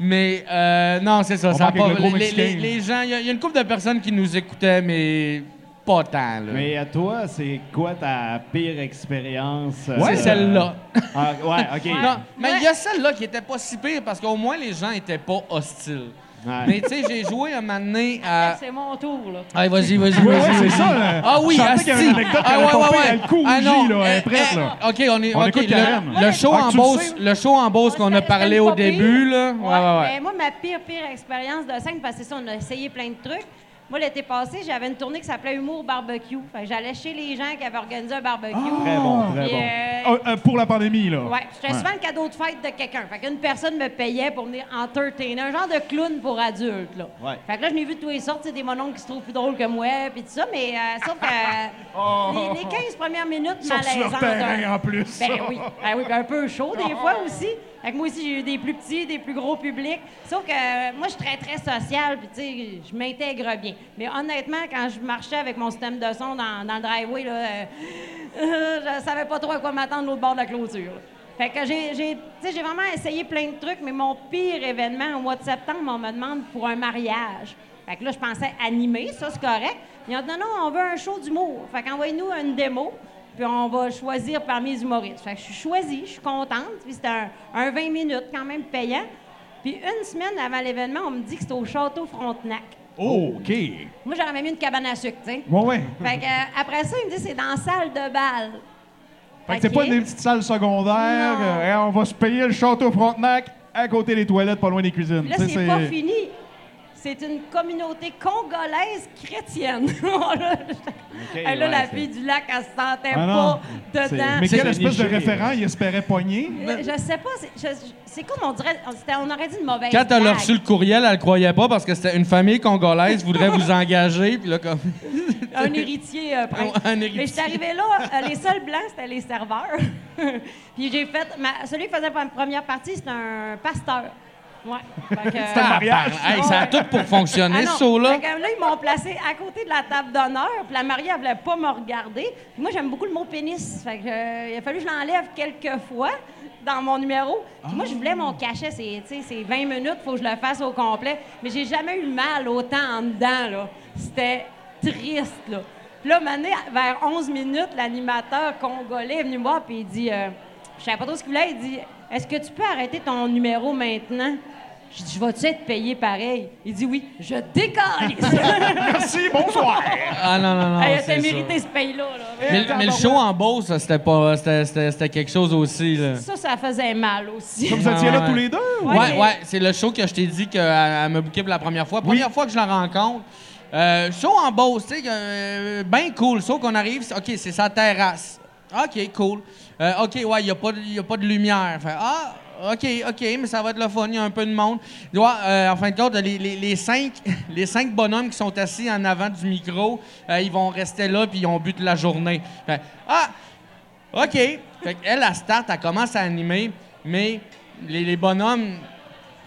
Speaker 4: Mais euh, non, c'est ça.
Speaker 2: On
Speaker 4: ça a
Speaker 2: manque avec
Speaker 4: pas-
Speaker 2: le gros
Speaker 4: les, les-
Speaker 2: Mexicain.
Speaker 4: les gens, il y, a- il y a une couple de personnes qui nous écoutaient, mais pas tant, là.
Speaker 5: Mais à toi, c'est quoi ta pire expérience? euh,
Speaker 4: C'est celle-là.
Speaker 5: Ah, ouais, OK.
Speaker 4: Non, mais il y a celle-là qui était pas si pire parce qu'au moins les gens étaient pas hostiles.
Speaker 5: Ouais.
Speaker 4: Mais tu sais, j'ai joué un moment donné à.
Speaker 3: C'est mon tour, là.
Speaker 4: Allez, vas-y, vas-y,
Speaker 2: Oui,
Speaker 4: vas-y.
Speaker 2: oui, c'est ça, là.
Speaker 4: Ah oui,
Speaker 2: Je sentais qu'il y avait une
Speaker 4: asti.
Speaker 2: anecdote qui
Speaker 4: Ah
Speaker 2: avait
Speaker 4: ouais,
Speaker 2: tombé,
Speaker 4: ouais, ouais.
Speaker 2: elle court
Speaker 4: Ah
Speaker 2: J,
Speaker 4: non,
Speaker 2: là, elle est
Speaker 4: eh,
Speaker 2: prête,
Speaker 4: eh,
Speaker 2: là.
Speaker 4: OK, on est
Speaker 2: On
Speaker 4: OK,
Speaker 2: écoute Karen.
Speaker 4: le, le show
Speaker 2: Ah,
Speaker 4: en
Speaker 2: tu le
Speaker 4: Beauce,
Speaker 2: sais,
Speaker 4: le show en Beauce qu'on a
Speaker 3: C'était-
Speaker 4: parlé
Speaker 3: c'était
Speaker 4: au
Speaker 3: pas pire.
Speaker 4: début là. Ouais, ouais, ouais.
Speaker 3: Ben, moi, ma pire, pire expérience de scène, parce que c'est ça, on a essayé plein de trucs. Moi, l'été passé, j'avais une tournée qui s'appelait Humour Barbecue. Fait que j'allais chez les gens qui avaient organisé un barbecue.
Speaker 4: Ah,
Speaker 5: Très bon,
Speaker 3: Puis,
Speaker 5: très bon.
Speaker 3: euh,
Speaker 2: Ah, euh, pour la pandémie, là.
Speaker 3: Ouais, j'étais souvent le cadeau de fête de quelqu'un. Fait qu'une personne me payait pour venir entertainer, un genre de clown pour adultes, là.
Speaker 5: Ouais.
Speaker 3: Fait que là, je n'ai vu de tous les sortes, c'est des mononcles qui se trouvent plus drôles que moi, puis tout ça, mais euh, sauf que euh, les, les 15 premières minutes
Speaker 2: Oh. Sur leur
Speaker 3: malaisantes.
Speaker 2: terrain,
Speaker 3: hein.
Speaker 2: en plus.
Speaker 3: Ben oui, ben oui, puis un peu chaud des fois aussi. Fait que moi aussi, j'ai eu des plus petits, des plus gros publics. Sauf que euh, moi, je suis très, très sociale, puis tu sais, je m'intègre bien. Mais honnêtement, quand je marchais avec mon système de son dans, dans le driveway, là, euh, je savais pas trop à quoi m'attendre de l'autre bord de la clôture. là. Fait que j'ai, j'ai- tu sais, j'ai vraiment essayé plein de trucs, mais mon pire événement au mois de septembre, on me demande pour un mariage. Fait que là, je pensais animer, ça c'est correct. Ils ont dit non, non, on veut un show d'humour. Fait qu'envoyez-nous une démo, puis on va choisir parmi les humoristes. Fait que je suis choisie, je suis contente. Puis c'était un, un 20 minutes, quand même payant. Puis une semaine avant l'événement, on me dit que c'était au Château Frontenac.
Speaker 2: Oh, OK. Ouais,
Speaker 3: Moi, j'aurais même mis une cabane à sucre, tu sais.
Speaker 2: ouais.
Speaker 3: Fait que, euh, après ça, ils me disent c'est dans la salle de bal.
Speaker 2: Fait que c'est pas
Speaker 3: Ok.
Speaker 2: des petites salles secondaires.
Speaker 3: Non.
Speaker 2: euh, hey, on va se payer le château Frontenac à côté des toilettes, pas loin des cuisines.
Speaker 3: Puis là,
Speaker 2: Tu sais,
Speaker 3: c'est pas fini. C'est une communauté congolaise chrétienne. là, Hey, là,
Speaker 5: ouais,
Speaker 3: la
Speaker 5: c'est-
Speaker 3: vie du lac, elle se sentait
Speaker 2: Ah non.
Speaker 3: pas
Speaker 5: C'est-
Speaker 3: dedans.
Speaker 2: Mais
Speaker 4: C'est
Speaker 2: quelle espèce de
Speaker 5: niché,
Speaker 2: référent il espérait pogner?
Speaker 3: Euh, Je sais pas, c'est- je- je- c'est comme on dirait, on, c'était- on aurait dit une mauvaise
Speaker 4: Quand elle a
Speaker 3: blague.
Speaker 4: reçu le courriel, elle le croyait pas parce que c'était une famille congolaise voudrait vous engager puis là comme
Speaker 3: un héritier euh, prince.
Speaker 4: Un héritier.
Speaker 3: Mais je suis arrivée là, euh, les seuls blancs, c'était les serveurs. Puis j'ai fait, ma- celui qui faisait ma première partie, c'était un pasteur. Ouais. Fait que-
Speaker 4: mariage. Ah, ça a tout pour fonctionner
Speaker 3: Ah
Speaker 4: ce
Speaker 3: non.
Speaker 4: show là.
Speaker 3: Fait que là, ils m'ont placé à côté de la table d'honneur, puis la mariée, elle voulait pas me regarder. Puis moi, j'aime beaucoup le mot pénis. Fait que, euh, il a fallu que je l'enlève quelques fois dans mon numéro. Puis moi, je voulais mon cachet. C'est, tu sais, c'est 20 minutes, faut que je le fasse au complet. Mais j'ai jamais eu mal autant en dedans, là. C'était triste, là. Puis là, un moment donné, vers 11 minutes, l'animateur congolais est venu me voir, puis il dit... euh, je savais pas trop ce qu'il voulait. Il dit Est-ce que tu peux arrêter ton numéro maintenant J'ai dit Je vais-tu être payé pareil Il dit Oui, je décolle
Speaker 2: Merci, bonsoir!
Speaker 4: Ah non non non.
Speaker 3: Elle
Speaker 4: c'est
Speaker 3: a mérité ce pays-là. là.
Speaker 4: Mais, mais le show en Beauce, ça, c'était pas c'était- c'était c'était quelque chose aussi là.
Speaker 3: Ça, ça faisait mal aussi.
Speaker 2: Vous étiez là
Speaker 4: Ah, Ouais.
Speaker 2: tous les deux? ou-
Speaker 4: Ouais,
Speaker 3: mais-
Speaker 4: ouais, c'est le show que je t'ai dit qu'elle elle m'a booké pour la première fois. Première fois que je la rencontre. Euh, show en Beauce, tu sais, euh, ben cool. Sauf qu'on arrive, c'est- OK, c'est sa terrasse. OK, cool. Euh, OK, ouais, il n'y a, pas de- y a pas de lumière. Fait, ah, OK, OK, mais ça va être le fun, il y a un peu de monde. Ouais, euh, en fin de compte, les, les- les cinq, les cinq bonhommes qui sont assis en avant du micro, euh, ils vont rester là, puis ils ont bu de la journée. Fait, ah, OK. Fait elle, la start, elle commence à animer, mais les, les bonhommes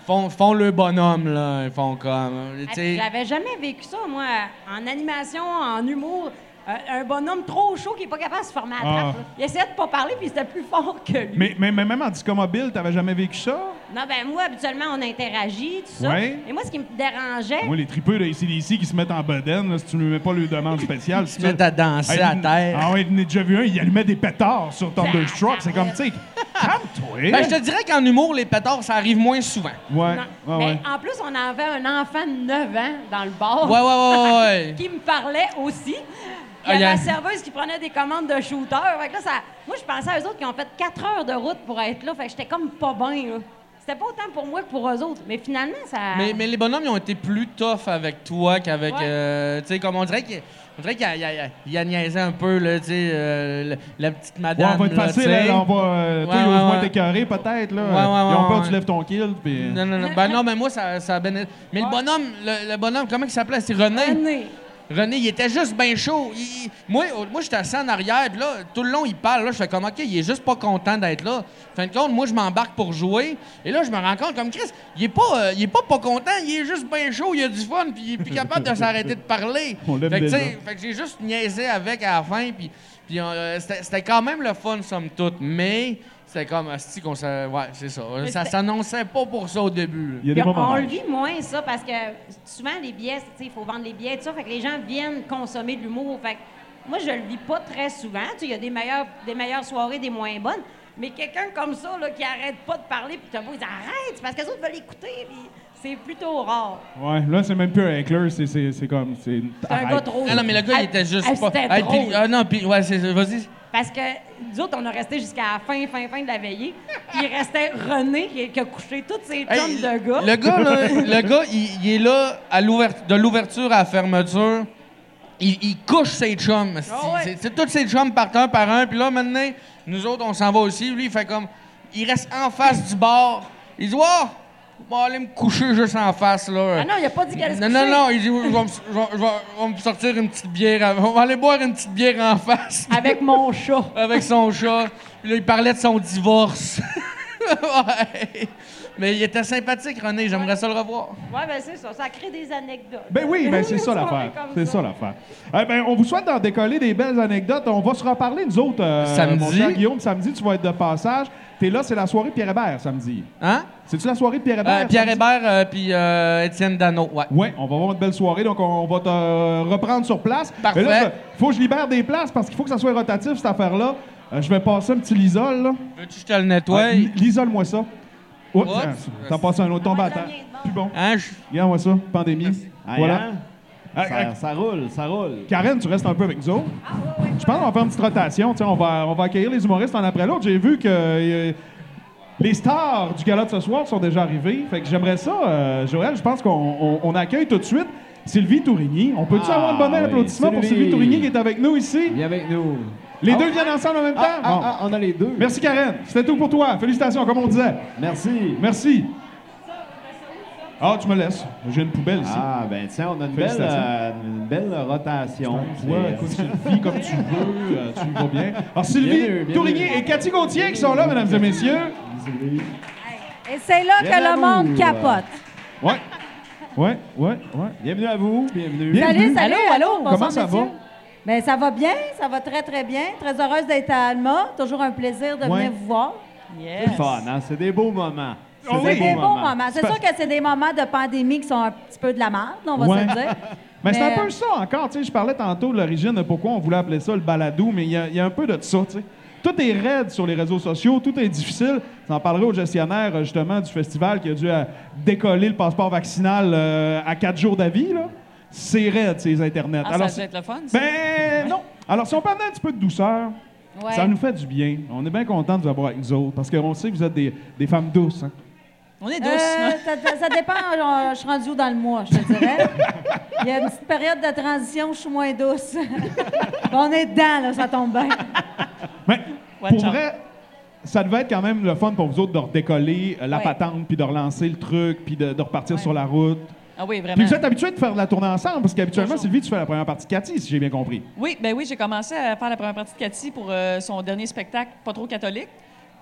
Speaker 4: font, font le bonhomme, là. Ils font comme. tu
Speaker 3: Ah,
Speaker 4: sais.
Speaker 3: puis J'avais jamais vécu ça, moi, en animation, en humour. Euh, Un, un bonhomme trop chaud qui est pas capable de se former à la trappe.
Speaker 2: Ah.
Speaker 3: là. Il essayait de pas parler, puis c'était plus fort que lui.
Speaker 2: Mais, mais, mais même en discomobile, t'avais jamais vécu ça?
Speaker 3: Non, ben moi, habituellement, on interagit, tout ça.
Speaker 2: Ouais.
Speaker 3: Et moi, ce qui me dérangeait,
Speaker 2: Moi, les tripeux de ici qui se mettent en bedaine, là, si tu ne mets pas le demande spéciale, si
Speaker 4: Ils se mettent à danser à terre.
Speaker 2: Ah ouais, j'en ai déjà vu un, il allumait des pétards sur Thunderstruck. C'est comme, tu sais, calme-toi.
Speaker 4: Ben, je te dirais qu'en humour, les pétards, ça arrive moins souvent.
Speaker 2: Ouais,
Speaker 3: Non.
Speaker 2: ouais,
Speaker 3: Mais
Speaker 2: ouais.
Speaker 3: en plus, on avait un enfant de 9 ans dans le bar
Speaker 4: Ouais, ouais, ouais, ouais.
Speaker 3: qui me parlait aussi. Il
Speaker 4: Ah,
Speaker 3: y avait
Speaker 4: y a-
Speaker 3: la serveuse qui prenait des commandes de shooter. Fait que là, ça... Moi, je pensais à eux autres qui ont fait 4 heures de route pour être là. Fait que j'étais comme pas bien. là. C'était pas autant pour moi que pour eux autres. Mais finalement, ça.
Speaker 4: Mais, mais les bonhommes, ils ont été plus tough avec toi qu'avec.
Speaker 3: Ouais.
Speaker 4: euh, tu sais, comme on dirait qu'il. On dirait qu'il a, il a- il a niaisé un peu, là, tu sais, euh, la, la petite
Speaker 2: Ouais,
Speaker 4: madame.
Speaker 2: on va être
Speaker 4: là,
Speaker 2: facile,
Speaker 4: tu sais.
Speaker 2: là, on va. euh, toi,
Speaker 4: Ouais,
Speaker 2: ils osent
Speaker 4: ouais,
Speaker 2: moins
Speaker 4: ouais.
Speaker 2: t'écœurer, peut-être, là.
Speaker 4: Ouais, ouais,
Speaker 2: ils ont
Speaker 4: ouais,
Speaker 2: peur que
Speaker 4: ouais.
Speaker 2: tu lèves ton kill, puis.
Speaker 4: Non, non, non. Ben non, mais moi, ça, ça a béné- Mais le bonhomme, le, le bonhomme, comment il s'appelait? C'est René?
Speaker 3: René.
Speaker 4: René, il était juste bien chaud. Il- il- moi, moi j'étais assis en arrière, puis là, tout le long, il parle. Là, je fais comme, OK, il est juste pas content d'être là. Fin de compte, moi, je m'embarque pour jouer. Et là, je me rends compte, comme Chris, il est pas, euh, il est pas pas content, il est juste bien chaud, il a du fun, puis il est plus capable de s'arrêter de parler.
Speaker 2: On l'aime
Speaker 4: fait que, tu sais,
Speaker 2: déjà.
Speaker 4: fait que j'ai juste niaisé avec à la fin, puis puis, euh, c'était c'était quand même le fun, somme toute. Mais C'était comme, asti qu'on se... Ouais, c'est ça. Ça
Speaker 3: c'était-
Speaker 4: s'annonçait pas pour ça au début.
Speaker 2: Il y a des
Speaker 3: Puis
Speaker 2: moments.
Speaker 3: on le
Speaker 2: rares.
Speaker 3: vit moins, ça, parce que souvent, les billets, tu sais, il faut vendre les billets, tout ça. Fait que les gens viennent consommer de l'humour. Fait que moi, je le vis pas très souvent. Tu sais, il y a des meilleures, des meilleures soirées, des moins bonnes. Mais quelqu'un comme ça, là, qui arrête pas de parler, puis t'as beau, ils arrête, c'est parce que les autres veulent écouter, puis c'est plutôt rare.
Speaker 2: Ouais, là, c'est même plus un heckler, c'est- c'est c'est comme. C'est
Speaker 3: C'est un
Speaker 2: Arrête.
Speaker 3: gars trop.
Speaker 4: Ah non, mais le gars, il
Speaker 3: Ah,
Speaker 4: était juste
Speaker 3: ah,
Speaker 4: pas...
Speaker 3: c'était
Speaker 4: Ah, puis-
Speaker 3: drôle.
Speaker 4: ah non, puis... Ouais, c'est... Vas-y.
Speaker 3: Parce que nous autres, on a resté jusqu'à la fin, fin, fin de la veillée. Puis il restait René qui, qui a couché toutes ses chums
Speaker 4: Hey,
Speaker 3: de gars.
Speaker 4: Le gars, là, le gars, il, il est là à l'ouvert- de l'ouverture à la fermeture. Il, il couche ses chums. esti.
Speaker 3: Ah ouais.
Speaker 4: C'est- c'est Tous ses chums partent un par un. Puis là, maintenant, nous autres, on s'en va aussi. Lui, il fait comme. Il reste en face du bar. Il dit Waouh, je vais aller me coucher juste en face. là.
Speaker 3: Ah non, il a pas dit qu'elle allait se
Speaker 4: Non, non,
Speaker 3: coucher.
Speaker 4: non, il dit, je vais, me- je vais- je vais- on va me sortir une petite bière. avant. On va aller boire une petite bière en face
Speaker 3: Avec mon chat.
Speaker 4: avec son chat. Puis là, il parlait de son divorce. Ouais. Mais il était sympathique, René. J'aimerais ça le revoir.
Speaker 3: Ouais, ben c'est ça. Ça crée des anecdotes.
Speaker 2: Ben oui, ben c'est
Speaker 3: Une
Speaker 2: ça
Speaker 3: soirée
Speaker 2: l'affaire.
Speaker 3: comme
Speaker 2: C'est ça l'affaire. Eh ben, on vous souhaite d'en décoller des belles anecdotes. On va se reparler, nous autres. euh,
Speaker 4: Samedi.
Speaker 2: Mon cher Guillaume, samedi, tu vas être de passage. T'es là, c'est la soirée Pierre Hébert, samedi.
Speaker 4: Hein?
Speaker 2: C'est-tu la soirée de Pierre Hébert?
Speaker 4: Euh, Pierre
Speaker 2: samedi?
Speaker 4: Hébert euh, puis euh, Étienne Dano. Ouais.
Speaker 2: Ouais, on va avoir une belle soirée, donc on, on va te euh, reprendre sur place.
Speaker 4: Parfait.
Speaker 2: Mais là, je- faut que je libère des places parce qu'il faut que ça soit rotatif, cette affaire-là. Euh, je vais passer un petit lisol, là.
Speaker 4: Veux-tu que je te le nettoie?
Speaker 2: Ah, li- Lisole-moi ça. Oups,
Speaker 4: Oups.
Speaker 2: hein, t'en passes un autre, tombe à
Speaker 3: Ah,
Speaker 2: terre.
Speaker 3: le mien est mort.
Speaker 2: Plus bon.
Speaker 4: Hein? je-
Speaker 2: Regarde-moi ça, pandémie.
Speaker 5: Aïe,
Speaker 2: Voilà.
Speaker 5: hein?
Speaker 2: Ah,
Speaker 5: Ça,
Speaker 2: ah,
Speaker 5: ça roule, ça roule.
Speaker 2: Karen, tu restes un peu avec nous autres.
Speaker 3: Ah, ouais, ouais,
Speaker 2: Je pense qu'on va faire une petite rotation. tu sais, On va, on va accueillir les humoristes un après l'autre. J'ai vu que euh, les stars du gala de ce soir sont déjà arrivés. Fait que j'aimerais ça, euh, Joël, je pense qu'on on- on accueille tout de suite Sylvie Tourigny. On peut-tu
Speaker 5: Ah,
Speaker 2: avoir un bon
Speaker 5: oui,
Speaker 2: applaudissement pour
Speaker 5: Sylvie.
Speaker 2: Sylvie Tourigny qui est avec nous ici?
Speaker 5: Viens avec nous.
Speaker 2: Les deux viennent ensemble en même temps?
Speaker 5: Ah, ah,
Speaker 2: Bon.
Speaker 5: ah, on a les deux.
Speaker 2: Merci, Karen. C'était tout pour toi. Félicitations, comme on disait.
Speaker 5: Merci.
Speaker 2: Merci. Ah, tu me laisses. J'ai une poubelle ici.
Speaker 5: Ah, ben tiens, on a une belle,
Speaker 2: Félicitations.
Speaker 5: euh, une belle rotation.
Speaker 2: Ouais, écoute, tu le vis comme tu veux, euh, tu vas bien. Alors,
Speaker 5: Bienvenue,
Speaker 2: Sylvie
Speaker 5: bienvenue.
Speaker 2: Tourigny et Cathy Gontier qui sont là, mesdames et messieurs.
Speaker 6: Et c'est là
Speaker 5: Bien
Speaker 6: que le
Speaker 5: à vous.
Speaker 2: euh.
Speaker 6: monde capote.
Speaker 2: Ouais. Ouais, ouais, ouais.
Speaker 5: Bienvenue à vous. Bienvenue.
Speaker 6: Salut,
Speaker 2: Bienvenue.
Speaker 6: salut, allô, bonsoir,
Speaker 2: Comment ça
Speaker 6: messieurs.
Speaker 2: va?
Speaker 6: Ben, ça va bien, ça va très, très bien. Très heureuse d'être à Alma. Toujours un plaisir de
Speaker 2: Ouais.
Speaker 6: venir vous voir.
Speaker 5: C'est le fun, hein? C'est des beaux moments. C'est
Speaker 2: Oh oui.
Speaker 6: C'est des
Speaker 2: beau
Speaker 6: beaux
Speaker 5: moments.
Speaker 6: moments. C'est sûr que c'est des moments de pandémie qui sont un petit peu de la merde, on va
Speaker 2: Ouais.
Speaker 6: se le dire.
Speaker 2: Mais Ben, c'est
Speaker 6: Mais-
Speaker 2: un
Speaker 7: euh,
Speaker 2: peu ça encore, tu sais, je parlais tantôt de l'origine de pourquoi on voulait appeler ça le baladou, mais il y, a- il y a un peu de ça, tu sais. Tout est raide sur les réseaux sociaux, tout est difficile. J'en parlerai au gestionnaire, euh, justement, du festival qui a dû euh, décoller le passeport vaccinal euh, à quatre jours d'avis, là. C'est raide, ces internets.
Speaker 7: Ah,
Speaker 2: Alors,
Speaker 7: ça
Speaker 2: si-
Speaker 7: doit être le fun, ça.
Speaker 2: ben non! Alors, si on peut amener un petit peu de douceur,
Speaker 6: Ouais.
Speaker 2: ça nous fait du bien. On est bien content de vous avoir avec nous autres, parce qu'on sait que vous êtes des, des femmes douces, hein.
Speaker 7: On est douce.
Speaker 6: Euh,
Speaker 7: hein.
Speaker 6: ça, ça dépend, on- je suis rendue où dans le mois, je te dirais. Il y a une petite période de transition, où je suis moins douce. on est dedans, là, ça tombe bien.
Speaker 2: Mais
Speaker 7: Watch
Speaker 2: pour
Speaker 7: out.
Speaker 2: vrai, ça devait être quand même le fun pour vous autres de redécoller euh, la
Speaker 6: Ouais.
Speaker 2: patente, puis de relancer le truc, puis de, de repartir sur la route.
Speaker 7: Ah oui,
Speaker 2: Puis
Speaker 7: vraiment.
Speaker 2: vous êtes habitués de faire de la tournée ensemble, parce qu'habituellement,
Speaker 7: Toujours.
Speaker 2: Sylvie, tu fais la première partie de Cathy, si j'ai bien compris.
Speaker 7: Oui, ben oui, j'ai commencé à faire la première partie de Cathy pour euh, son dernier spectacle, pas trop catholique.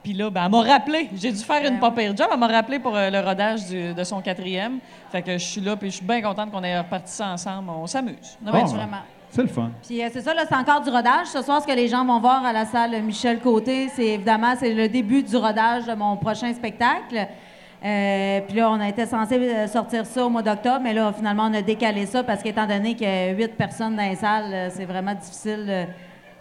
Speaker 7: Puis là, ben, elle m'a rappelé. J'ai dû faire
Speaker 2: Ben
Speaker 7: une pas pire job. Elle m'a rappelé pour euh, le rodage du- de son quatrième. Fait que je suis là, puis je suis bien contente qu'on ait reparti ça ensemble. On s'amuse. On a bien
Speaker 2: Ah,
Speaker 7: du fun.
Speaker 6: Vraiment.
Speaker 2: C'est le fun.
Speaker 6: Puis euh, c'est ça, là, c'est encore du rodage. Ce soir, ce que les gens vont voir à la salle Michel Côté, c'est évidemment c'est le début du rodage de mon prochain spectacle. Euh, puis là, on a été censé euh, sortir ça au mois d'octobre, mais là, finalement, on a décalé ça parce qu'étant donné qu'il y a huit personnes dans les salles, euh, c'est vraiment difficile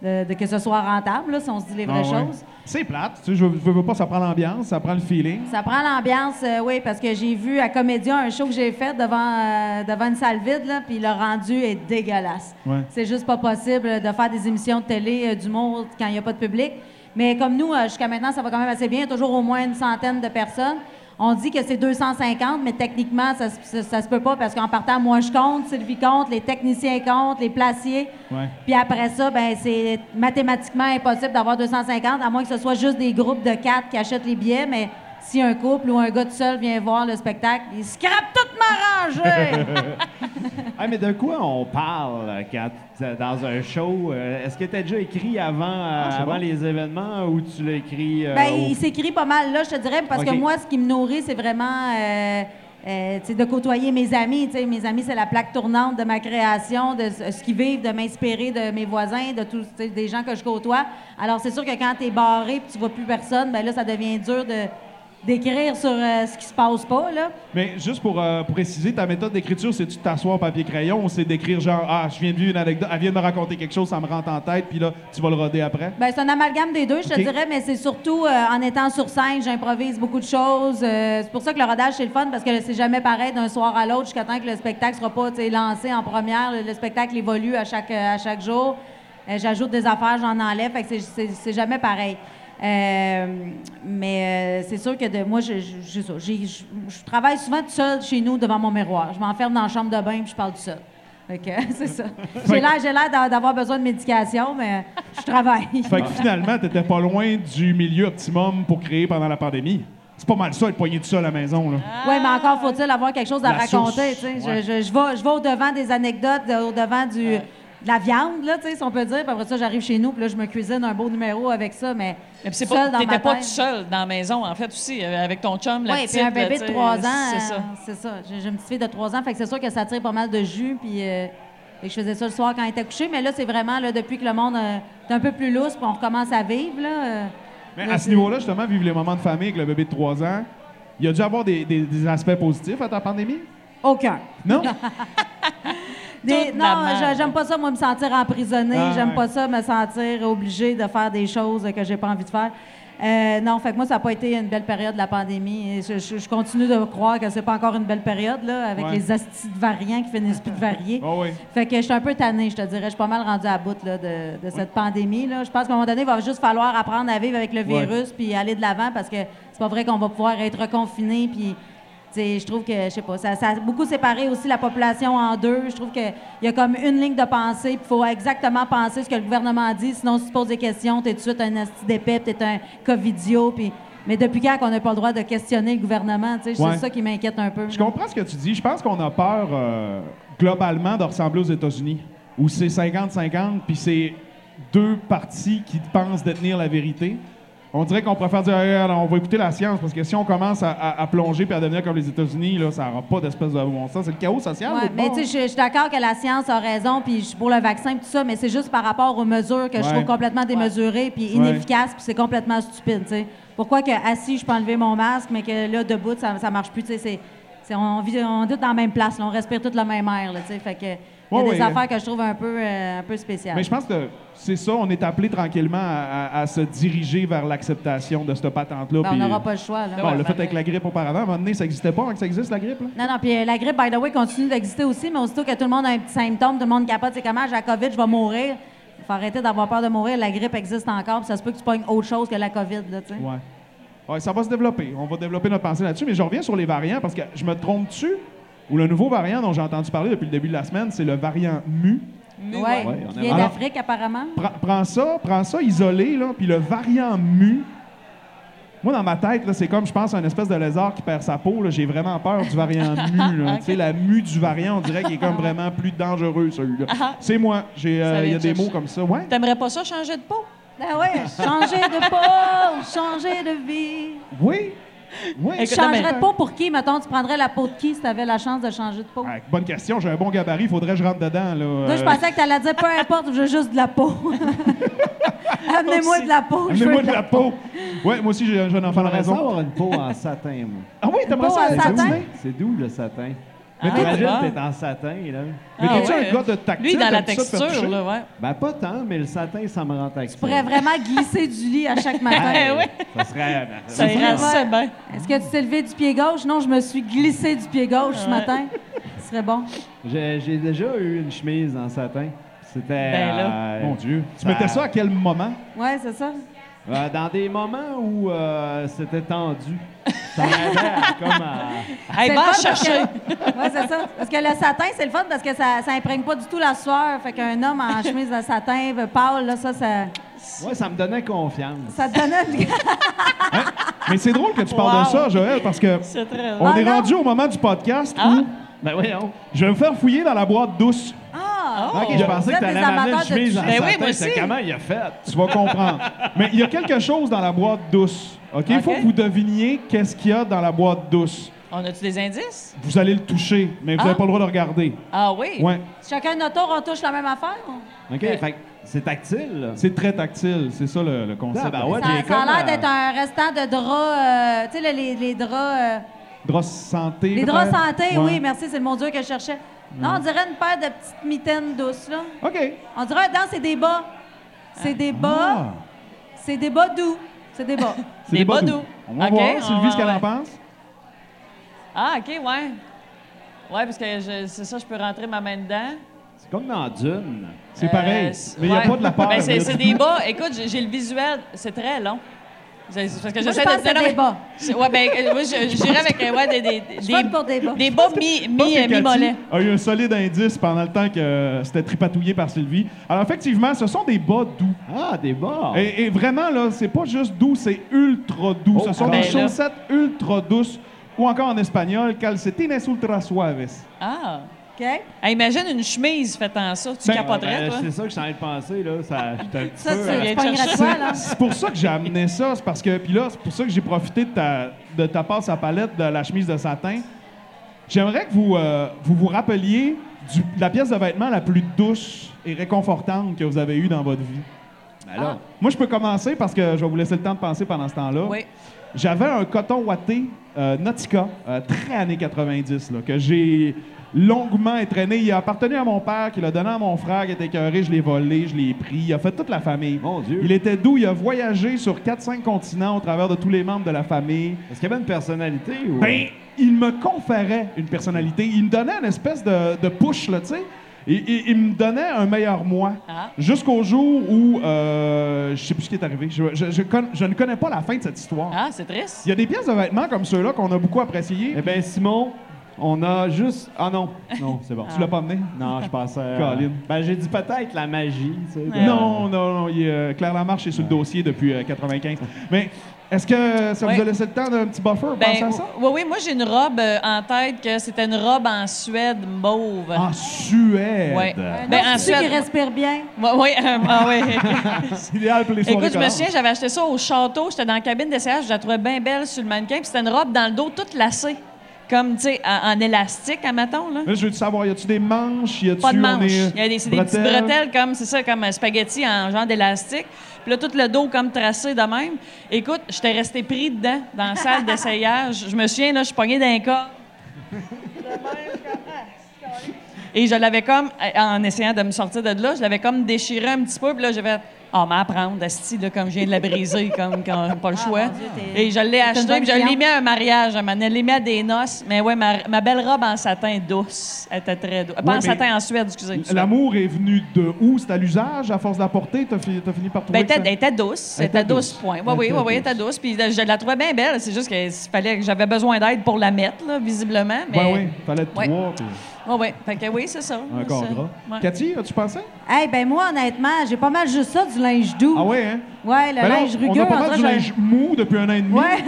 Speaker 6: euh, de, de que ce soit rentable, là, si on se dit les vraies
Speaker 2: Ah ouais.
Speaker 6: choses.
Speaker 2: C'est plate, tu sais, je, veux- je veux pas, ça prend l'ambiance, ça prend le feeling.
Speaker 6: Ça prend l'ambiance, euh, oui, parce que j'ai vu à Comédia un show que j'ai fait devant, euh, devant une salle vide, là, puis le rendu est dégueulasse.
Speaker 2: Ouais.
Speaker 6: C'est juste pas possible de faire des émissions de télé euh, d'humour quand il n'y a pas de public. Mais comme nous, euh, jusqu'à maintenant, ça va quand même assez bien. Il y a toujours au moins une centaine de personnes. On dit que c'est 250, mais techniquement, ça, se- ça- ça se peut pas parce qu'en partant, moi, je compte, Sylvie compte, les techniciens comptent, les placiers.
Speaker 2: Ouais.
Speaker 6: Puis après ça, ben c'est mathématiquement impossible d'avoir 250, à moins que ce soit juste des groupes de quatre qui achètent les billets, mais si un couple ou un gars tout seul vient voir le spectacle, il scrape toute ma rangée!
Speaker 5: Ah, mais de quoi on parle euh, quand t'es dans un show? Euh, Est-ce que t'as déjà écrit avant, euh,
Speaker 2: c'est
Speaker 5: avant
Speaker 2: bon.
Speaker 5: les événements ou tu l'as écrit? euh,
Speaker 6: Ben,
Speaker 5: au-
Speaker 6: il s'écrit pas mal là, je te dirais, parce
Speaker 5: Ok.
Speaker 6: que moi, ce qui me nourrit, c'est vraiment euh, euh, tu sais, de côtoyer mes amis. Tu sais, Mes amis, c'est la plaque tournante de ma création, de ce ce qu'ils vivent, de m'inspirer de mes voisins, de tous tu sais, des gens que je côtoie. Alors, c'est sûr que quand tu es barré et tu vois plus personne, ben là, ça devient dur de d'écrire sur euh, ce qui se passe pas. Là.
Speaker 2: Mais juste pour euh, préciser, ta méthode d'écriture, c'est-tu de t'asseoir au papier-crayon ou c'est d'écrire genre Ah, je viens de vivre une anecdote, elle vient de me raconter quelque chose, ça me rentre en tête, puis là, tu vas le roder après?
Speaker 6: Ben, c'est un amalgame des deux, je
Speaker 2: OK.
Speaker 6: te dirais, mais c'est surtout euh, en étant sur scène, j'improvise beaucoup de choses. Euh, c'est pour ça que le rodage, c'est le fun, parce que c'est jamais pareil d'un soir à l'autre jusqu'à temps que le spectacle sera pas tu sais, lancé en première. Le, le spectacle évolue à chaque, euh, à chaque jour. Euh, J'ajoute des affaires, j'en enlève, fait que c'est- c'est c'est jamais pareil. Euh, mais euh, c'est sûr que de, moi, je, je- c'est ça, j'ai- je- je travaille souvent toute seule chez nous devant mon miroir. Je m'enferme dans la chambre de bain et je parle tout seul. Fait que, c'est ça. J'ai l'air j'ai l'air d'a- d'avoir besoin de médication, mais je travaille.
Speaker 2: Fait que finalement, t'étais pas loin du milieu optimum pour créer pendant la pandémie. C'est pas mal ça, être poigné tout seul à la maison, là.
Speaker 6: Oui, mais encore faut-il avoir quelque chose à
Speaker 2: La
Speaker 6: raconter.
Speaker 2: source,
Speaker 6: tu sais.
Speaker 2: ouais.
Speaker 6: Je, je- je vais, je vais au-devant des anecdotes, de- au-devant du, de la viande, là, tu sais, si on peut dire. Puis après ça, j'arrive chez nous, puis là, je me cuisine un beau numéro avec ça, mais,
Speaker 7: Mais c'est
Speaker 6: seule
Speaker 7: pas,
Speaker 6: dans ma
Speaker 7: t'étais pas
Speaker 6: tête.
Speaker 7: tout seul dans la maison, en fait, aussi, euh, avec ton chum, la
Speaker 6: Oui,
Speaker 7: petite,
Speaker 6: puis un
Speaker 7: là,
Speaker 6: bébé
Speaker 7: tu
Speaker 6: de
Speaker 7: sais,
Speaker 6: 3 ans.
Speaker 7: C'est
Speaker 6: euh,
Speaker 7: ça.
Speaker 6: C'est ça. J'ai j'ai une petite fille de 3 ans, fait que c'est sûr que ça tire pas mal de jus, puis euh, fait que je faisais ça le soir quand elle était couchée. Mais là, c'est vraiment là, depuis que le monde euh, est un peu plus lousse, puis on recommence à vivre, là. euh,
Speaker 2: Mais
Speaker 6: là,
Speaker 2: à
Speaker 6: c'est-
Speaker 2: ce niveau-là, justement, vivre les moments de famille avec le bébé de 3 ans, il y a dû avoir des, des- des aspects positifs à ta pandémie?
Speaker 6: Aucun.
Speaker 2: Non?
Speaker 6: Des-
Speaker 7: Toute
Speaker 6: non,
Speaker 7: la merde.
Speaker 6: je- j'aime pas ça, moi, me sentir emprisonnée.
Speaker 2: Ah,
Speaker 6: j'aime
Speaker 2: ouais.
Speaker 6: pas ça, me sentir obligée de faire des choses que j'ai pas envie de faire. Euh, non, fait que moi, ça n'a pas été une belle période, la pandémie. Et Je, je- je continue de croire que c'est pas encore une belle période, là, avec
Speaker 2: Ouais.
Speaker 6: les astis de variants qui finissent plus de varier.
Speaker 2: Ah oui.
Speaker 6: Fait que je suis un peu tannée, je te dirais. Je suis pas mal rendue à bout là, de, de cette pandémie. Là. Je pense qu'à un moment donné, il va juste falloir apprendre à vivre avec le virus puis aller de l'avant parce que c'est pas vrai qu'on va pouvoir être confiné. Puis, tu sais, je trouve que, je sais pas, ça, ça a beaucoup séparé aussi la population en deux. Je trouve qu'il y a comme une ligne de pensée. puis Il faut exactement penser ce que le gouvernement dit. Sinon, si tu poses des questions, t'es tout de suite un asti d'épée, puis t'es un covidio. Puis... Mais depuis quand qu'on n'a pas le droit de questionner le gouvernement? Tu sais,
Speaker 2: Ouais.
Speaker 6: C'est ça qui m'inquiète un peu.
Speaker 2: Je comprends ce que tu dis. Je pense qu'on a peur, euh, globalement, de ressembler aux États-Unis, où c'est 50-50, puis c'est deux parties qui pensent détenir la vérité. On dirait qu'on préfère dire, Hey, alors, on va écouter la science, parce que si on commence à, à- à plonger puis à devenir comme les États-Unis, là, ça n'aura pas d'espèce de Ah, bon sens. C'est le chaos social.
Speaker 6: Ouais,
Speaker 2: l'autre
Speaker 6: mais
Speaker 2: bord.
Speaker 6: tu sais, je- je suis d'accord que la science a raison, puis je suis pour le vaccin, puis tout ça, mais c'est juste par rapport aux mesures que je
Speaker 2: Ouais.
Speaker 6: trouve complètement démesurées, puis inefficaces, puis c'est complètement stupide, tu sais. Pourquoi que assis, je peux enlever mon masque, mais que là, debout, ça, ça marche plus, tu sais, c'est... c'est- On vit on est tous dans la même place, là, on respire toute la même air, là, tu sais, fait que... Il y a
Speaker 2: Ouais,
Speaker 6: des
Speaker 2: ouais.
Speaker 6: affaires que je trouve un peu, euh, un peu spéciales.
Speaker 2: Mais je pense que c'est ça, on est appelé tranquillement à, à- à se diriger vers l'acceptation de cette patente-là.
Speaker 6: Ben, on
Speaker 2: puis-
Speaker 6: n'aura pas le choix, là.
Speaker 2: Bon, on l'a fait avec la grippe auparavant. À un moment donné, ça n'existait pas avant que ça existe, la grippe. là.
Speaker 6: Non, non, puis euh, la grippe, by the way, continue d'exister aussi, mais aussitôt que tout le monde a un petit symptôme, tout le monde capote, c'est comment, j'ai la COVID, je vais mourir. Il faut arrêter d'avoir peur de mourir. La grippe existe encore, puis ça se peut que tu pognes autre chose que la COVID, là, tu sais.
Speaker 2: Ouais. Ouais, ça va se développer. On va développer notre pensée là-dessus. Mais je reviens sur les variants parce que je me trompe-tu? Ou le nouveau variant dont j'ai entendu parler depuis le début de la semaine, c'est le variant mu.
Speaker 6: Ouais,
Speaker 5: ouais, on
Speaker 6: qui
Speaker 5: a-
Speaker 6: vient
Speaker 2: Alors-
Speaker 6: d'Afrique, apparemment.
Speaker 2: Prends, prends ça, prends ça isolé, là, puis le variant mu. Moi, dans ma tête, là, c'est comme, je pense, un espèce de lézard qui perd sa peau. là. J'ai vraiment peur du variant mu. là. Tu sais, la mue du variant, on dirait qu'il est comme
Speaker 6: Ah.
Speaker 2: vraiment plus dangereux, celui-là. C'est moi. J'ai, euh,
Speaker 7: Ça
Speaker 2: Il y
Speaker 7: vient
Speaker 2: a
Speaker 7: de
Speaker 2: des
Speaker 7: chercher.
Speaker 2: mots comme ça. Ouais.
Speaker 7: T'aimerais pas ça changer de peau?
Speaker 6: Ben ouais, changer de peau, changer de vie.
Speaker 2: Oui. Oui.
Speaker 7: Écoute,
Speaker 6: Tu changerais de peau pour qui, mettons? Tu prendrais la peau de qui si tu avais la chance de changer de peau?
Speaker 2: Ah, bonne question. J'ai un bon gabarit. Faudrait que je rentre dedans. Là,
Speaker 6: Toi, je
Speaker 2: Euh,
Speaker 6: pensais que tu allais dire, peu importe, je veux juste de la peau. Amenez-moi Ah, de la peau. je veux
Speaker 2: Amenez-moi de la peau. Ouais, moi aussi, j'ai un jeune enfant de
Speaker 5: J'aimerais ça
Speaker 2: raison.
Speaker 5: avoir une peau en satin, moi.
Speaker 2: Ah oui, t'aimerais
Speaker 6: Une peau
Speaker 2: ça
Speaker 6: en
Speaker 2: aller
Speaker 6: satin?
Speaker 2: dessiner?
Speaker 5: C'est doux, le satin.
Speaker 7: Mais
Speaker 5: Mais
Speaker 7: toi, t'es bon.
Speaker 5: t'imagines, t'es en satin, là.
Speaker 2: Mais
Speaker 7: Ah
Speaker 2: t'es-tu
Speaker 7: ouais.
Speaker 2: un gars de tactile?
Speaker 7: Lui, dans la
Speaker 2: T'aimes ça te faire
Speaker 7: texture,
Speaker 2: toucher?
Speaker 7: là, ouais.
Speaker 5: Ben, pas tant, mais le satin, ça me rend taxé. Ah,
Speaker 6: Tu pourrais vraiment glisser du lit à chaque matin.
Speaker 2: Ah,
Speaker 7: Eh oui,
Speaker 5: Ça serait... ben,
Speaker 7: ça
Speaker 5: c'est-
Speaker 7: irait assez
Speaker 6: Ouais.
Speaker 7: bien.
Speaker 6: Est-ce que tu t'es levé du pied gauche? Non, je me suis glissé du pied gauche ce matin. Ce serait bon.
Speaker 5: J'ai j'ai déjà eu une chemise en satin. C'était...
Speaker 7: Ben là.
Speaker 5: euh,
Speaker 2: Mon Dieu. Tu
Speaker 5: ça-
Speaker 2: mettais ça à quel moment?
Speaker 6: Ouais, c'est ça.
Speaker 5: Euh, dans des moments où euh, c'était tendu. Ça m'avait à- comme à...
Speaker 7: Hey, va
Speaker 6: C'est le
Speaker 7: en
Speaker 6: fun parce que-
Speaker 7: chercher.
Speaker 6: Ouais, c'est ça. Parce que le satin, c'est le fun parce que ça, ça imprègne pas du tout la sueur. Fait qu'un homme en chemise de satin euh, pâle, là, ça, ça,
Speaker 5: Ouais, ça me donnait confiance.
Speaker 6: ça te donnait du
Speaker 2: Mais c'est drôle que tu parles de
Speaker 7: Wow.
Speaker 2: ça, Joël, parce que
Speaker 7: C'est très
Speaker 2: on
Speaker 6: Ah
Speaker 2: est
Speaker 6: non.
Speaker 2: rendu au moment du podcast où
Speaker 5: Ben voyons.
Speaker 2: je vais me faire fouiller dans la boîte douce.
Speaker 6: Ah!
Speaker 5: Ok, je pensais que
Speaker 6: êtes
Speaker 5: t'allais
Speaker 6: des
Speaker 5: m'amener une
Speaker 6: amateurs de
Speaker 5: chemise en
Speaker 6: toucher.
Speaker 7: Ben oui,
Speaker 5: satin.
Speaker 7: moi
Speaker 5: c'est
Speaker 7: aussi.
Speaker 5: comment il a fait?
Speaker 2: Tu vas comprendre. Mais il y a quelque chose dans la boîte douce. OK? Il faut
Speaker 7: OK.
Speaker 2: que vous deviniez qu'est-ce qu'il y a dans la boîte douce.
Speaker 7: On a-tu des indices?
Speaker 2: Vous allez le toucher, mais vous
Speaker 7: Ah.
Speaker 2: n'avez pas le droit de regarder.
Speaker 7: Ah oui?
Speaker 2: Ouais.
Speaker 6: Chacun de notre tour, on touche la même affaire?
Speaker 5: OK, fait que c'est tactile. là.
Speaker 2: C'est très tactile, c'est ça le, le concept.
Speaker 5: Ah, bah ouais.
Speaker 6: Ça,
Speaker 5: puis
Speaker 6: ça
Speaker 5: comme,
Speaker 6: a l'air
Speaker 5: euh,
Speaker 6: d'être un restant de draps, euh, tu sais, le- les, les draps... euh,
Speaker 2: Drosse santé.
Speaker 6: les draps
Speaker 2: peut-être?
Speaker 6: santé,
Speaker 2: Ouais.
Speaker 6: oui, merci, c'est le mot Dieu que je cherchais. Non, on dirait une paire de petites mitaines douces, là.
Speaker 2: OK.
Speaker 6: On dirait, non, c'est des bas. C'est des bas,
Speaker 2: Ah,
Speaker 6: c'est des bas doux. C'est des bas.
Speaker 2: c'est des
Speaker 7: Des
Speaker 2: badous.
Speaker 7: badous.
Speaker 2: On va
Speaker 7: OK,
Speaker 2: voir,
Speaker 7: on
Speaker 2: Sylvie,
Speaker 7: va-
Speaker 2: ce qu'elle en
Speaker 7: ouais.
Speaker 2: pense.
Speaker 7: Ah, OK, ouais. Ouais, parce que je- c'est ça, je peux rentrer ma main dedans.
Speaker 5: C'est comme dans Dune.
Speaker 2: C'est pareil.
Speaker 7: Euh, c'est-
Speaker 2: mais il n'y a
Speaker 7: ouais.
Speaker 2: pas de la part.
Speaker 7: Ben, c'est,
Speaker 2: là.
Speaker 7: c'est des bas. Écoute, j'ai, j'ai le visuel. C'est très long. C'est- c'est Parce que
Speaker 6: Moi, je
Speaker 7: j'essaie
Speaker 6: pense
Speaker 7: de-
Speaker 6: que c'est
Speaker 7: non,
Speaker 6: des
Speaker 7: mais-
Speaker 6: bas.
Speaker 7: Je- Ouais, ben, euh, moi, je- j'irais avec euh, ouais, des, des, des,
Speaker 6: Je vote pour des bas.
Speaker 7: des bas mi,
Speaker 2: Je pense
Speaker 7: mi,
Speaker 2: que
Speaker 7: euh,
Speaker 2: Cathy
Speaker 7: mi-mollet.
Speaker 2: a eu un solide indice pendant le temps que euh, c'était tripatouillé par Sylvie. Alors, effectivement, ce sont des bas doux.
Speaker 5: Ah, des bords.
Speaker 2: Et, et vraiment, là, c'est pas juste doux, c'est ultra doux.
Speaker 5: Oh,
Speaker 2: ce sont
Speaker 7: ah
Speaker 2: des
Speaker 7: ben là.
Speaker 2: chaussettes ultra douces, ou encore en espagnol, calcetines ultra suaves.
Speaker 7: Ah.
Speaker 6: OK?
Speaker 7: Hey, imagine une chemise faite en ça. Tu
Speaker 2: Ben,
Speaker 7: capoterais,
Speaker 5: Ben,
Speaker 7: toi.
Speaker 5: c'est ça que je suis en train de penser, là. Ça, j'étais un petit
Speaker 6: Ça,
Speaker 5: peu,
Speaker 6: tu
Speaker 5: euh,
Speaker 6: tu
Speaker 7: viens
Speaker 6: pognerais
Speaker 7: chercher.
Speaker 6: toi, là.
Speaker 2: C'est pour ça que j'ai amené ça, c'est parce que, puis là, c'est pour ça que j'ai profité de ta, de ta passe à palette de la chemise de satin. J'aimerais que vous, euh, vous vous rappeliez du- de la pièce de vêtement la plus douce et réconfortante que vous avez eue dans votre vie. Ah.
Speaker 5: Alors,
Speaker 2: Moi, je peux commencer parce que je vais vous laisser le temps de penser pendant ce temps-là.
Speaker 7: Oui.
Speaker 2: J'avais un coton ouaté euh, Nautica, euh, très années 90, là, que j'ai longuement traîné. Il a appartenu à mon père, qui l'a donné à mon frère, qui était écœuré, je l'ai volé, je l'ai pris. Il a fait toute la famille.
Speaker 5: Mon Dieu.
Speaker 2: Il était doux, il a voyagé sur 4-5 continents au travers de tous les membres de la famille.
Speaker 5: est-ce qu'il y avait une personnalité ou.
Speaker 2: Ben, il me conférait une personnalité. Il me donnait une espèce de, de push, là, tu sais. Il, il- il me donnait un meilleur moi.
Speaker 7: Ah.
Speaker 2: Jusqu'au jour où. euh, je sais plus ce qui est arrivé. Je, je- je con- je ne connais pas la fin de cette histoire.
Speaker 7: Ah, c'est triste.
Speaker 2: Il y a des pièces de vêtements comme ceux-là qu'on a beaucoup appréciées.
Speaker 5: Eh ben, Simon, on a juste. Ah non. Non, c'est bon.
Speaker 2: Tu l'as pas amené?
Speaker 5: Non, je pensais. euh,
Speaker 2: Colin.
Speaker 5: Ben, j'ai dit peut-être la magie, tu sais. de-
Speaker 2: Non, non, non. il est, euh, Claire Lamarche est sur le dossier depuis euh, 95. Mais est-ce que ça vous
Speaker 7: Ouais.
Speaker 2: a laissé le temps d'un petit buffer? Pensez
Speaker 7: Ben,
Speaker 2: à ça?
Speaker 7: oui, oui, moi, j'ai une robe euh, en tête que c'était une robe en Suède mauve.
Speaker 2: En Ah, Suède.
Speaker 7: Ouais.
Speaker 6: Un
Speaker 7: Ben, en
Speaker 6: autre qui
Speaker 7: Suède.
Speaker 6: respire bien.
Speaker 7: Oui, oui. euh, ah, oui.
Speaker 2: C'est idéal pour les soirées
Speaker 7: Écoute, je me
Speaker 2: collantes.
Speaker 7: souviens, j'avais acheté ça au château. J'étais dans la cabine d'essayage. Je la trouvais bien belle sur le mannequin. Puis c'était une robe dans le dos toute lacée. Comme, tu sais, en, en élastique, à maton, là.
Speaker 2: Là, je veux savoir, y a-tu des manches? Y a-tu,
Speaker 7: Pas de
Speaker 2: on
Speaker 7: manche.
Speaker 2: est-
Speaker 7: Il y a des, c'est des petites bretelles comme, c'est ça, comme un spaghetti en genre d'élastique. Puis là, tout le dos comme tracé de même. Écoute, j'étais resté pris dedans, dans la salle d'essayage. Je me souviens, là, je pognais d'un corps. Et je l'avais comme, en essayant de me sortir de là, je l'avais comme déchiré un petit peu. Puis là, j'avais ah, mais apprendre, Asti, là, comme je viens de la briser, comme, comme pas le choix.
Speaker 6: Ah, mon Dieu, t'es-
Speaker 7: Et je l'ai
Speaker 6: une
Speaker 7: acheté,
Speaker 6: bonne
Speaker 7: puis je l'ai
Speaker 6: cliente.
Speaker 7: mis à un mariage, à un moment donné, je l'ai mis à des noces. Mais ouais, ma, ma belle robe en satin douce, elle était très douce. Pas
Speaker 2: Ouais,
Speaker 7: en
Speaker 2: mais-
Speaker 7: satin, en Suède, excusez. Ben,
Speaker 2: L'amour est venu de où? C'est à l'usage? À force de la porter, t'as fini, t'as fini par trouver
Speaker 7: Ben,
Speaker 2: que
Speaker 7: était,
Speaker 2: ça-
Speaker 7: elle était douce.
Speaker 2: Elle
Speaker 7: Elle
Speaker 2: était
Speaker 7: était douce,
Speaker 2: douce.
Speaker 7: point.
Speaker 2: Elle
Speaker 7: Oui, oui,
Speaker 2: était
Speaker 7: oui, oui, elle
Speaker 2: douce.
Speaker 7: était douce. Puis je la trouvais bien belle. C'est juste que s- fallait que j'avais besoin d'aide pour la mettre, là, visiblement. Mais...
Speaker 2: Ben oui, fallait être
Speaker 7: Ouais.
Speaker 2: trois, puis
Speaker 7: Oui, oui. Fait que oui, c'est ça.
Speaker 2: un corps
Speaker 7: C'est-
Speaker 2: gras.
Speaker 7: ouais.
Speaker 2: Cathy, as-tu pensé?
Speaker 6: Eh ben moi, honnêtement, j'ai pas mal juste ça, du linge doux.
Speaker 2: Ah ouais, hein?
Speaker 6: Ouais, le
Speaker 2: Ben là,
Speaker 6: linge rugueux.
Speaker 2: on a pas
Speaker 6: en
Speaker 2: mal
Speaker 6: vrai,
Speaker 2: du
Speaker 6: je-
Speaker 2: linge mou depuis un an et demi.
Speaker 6: Ouais.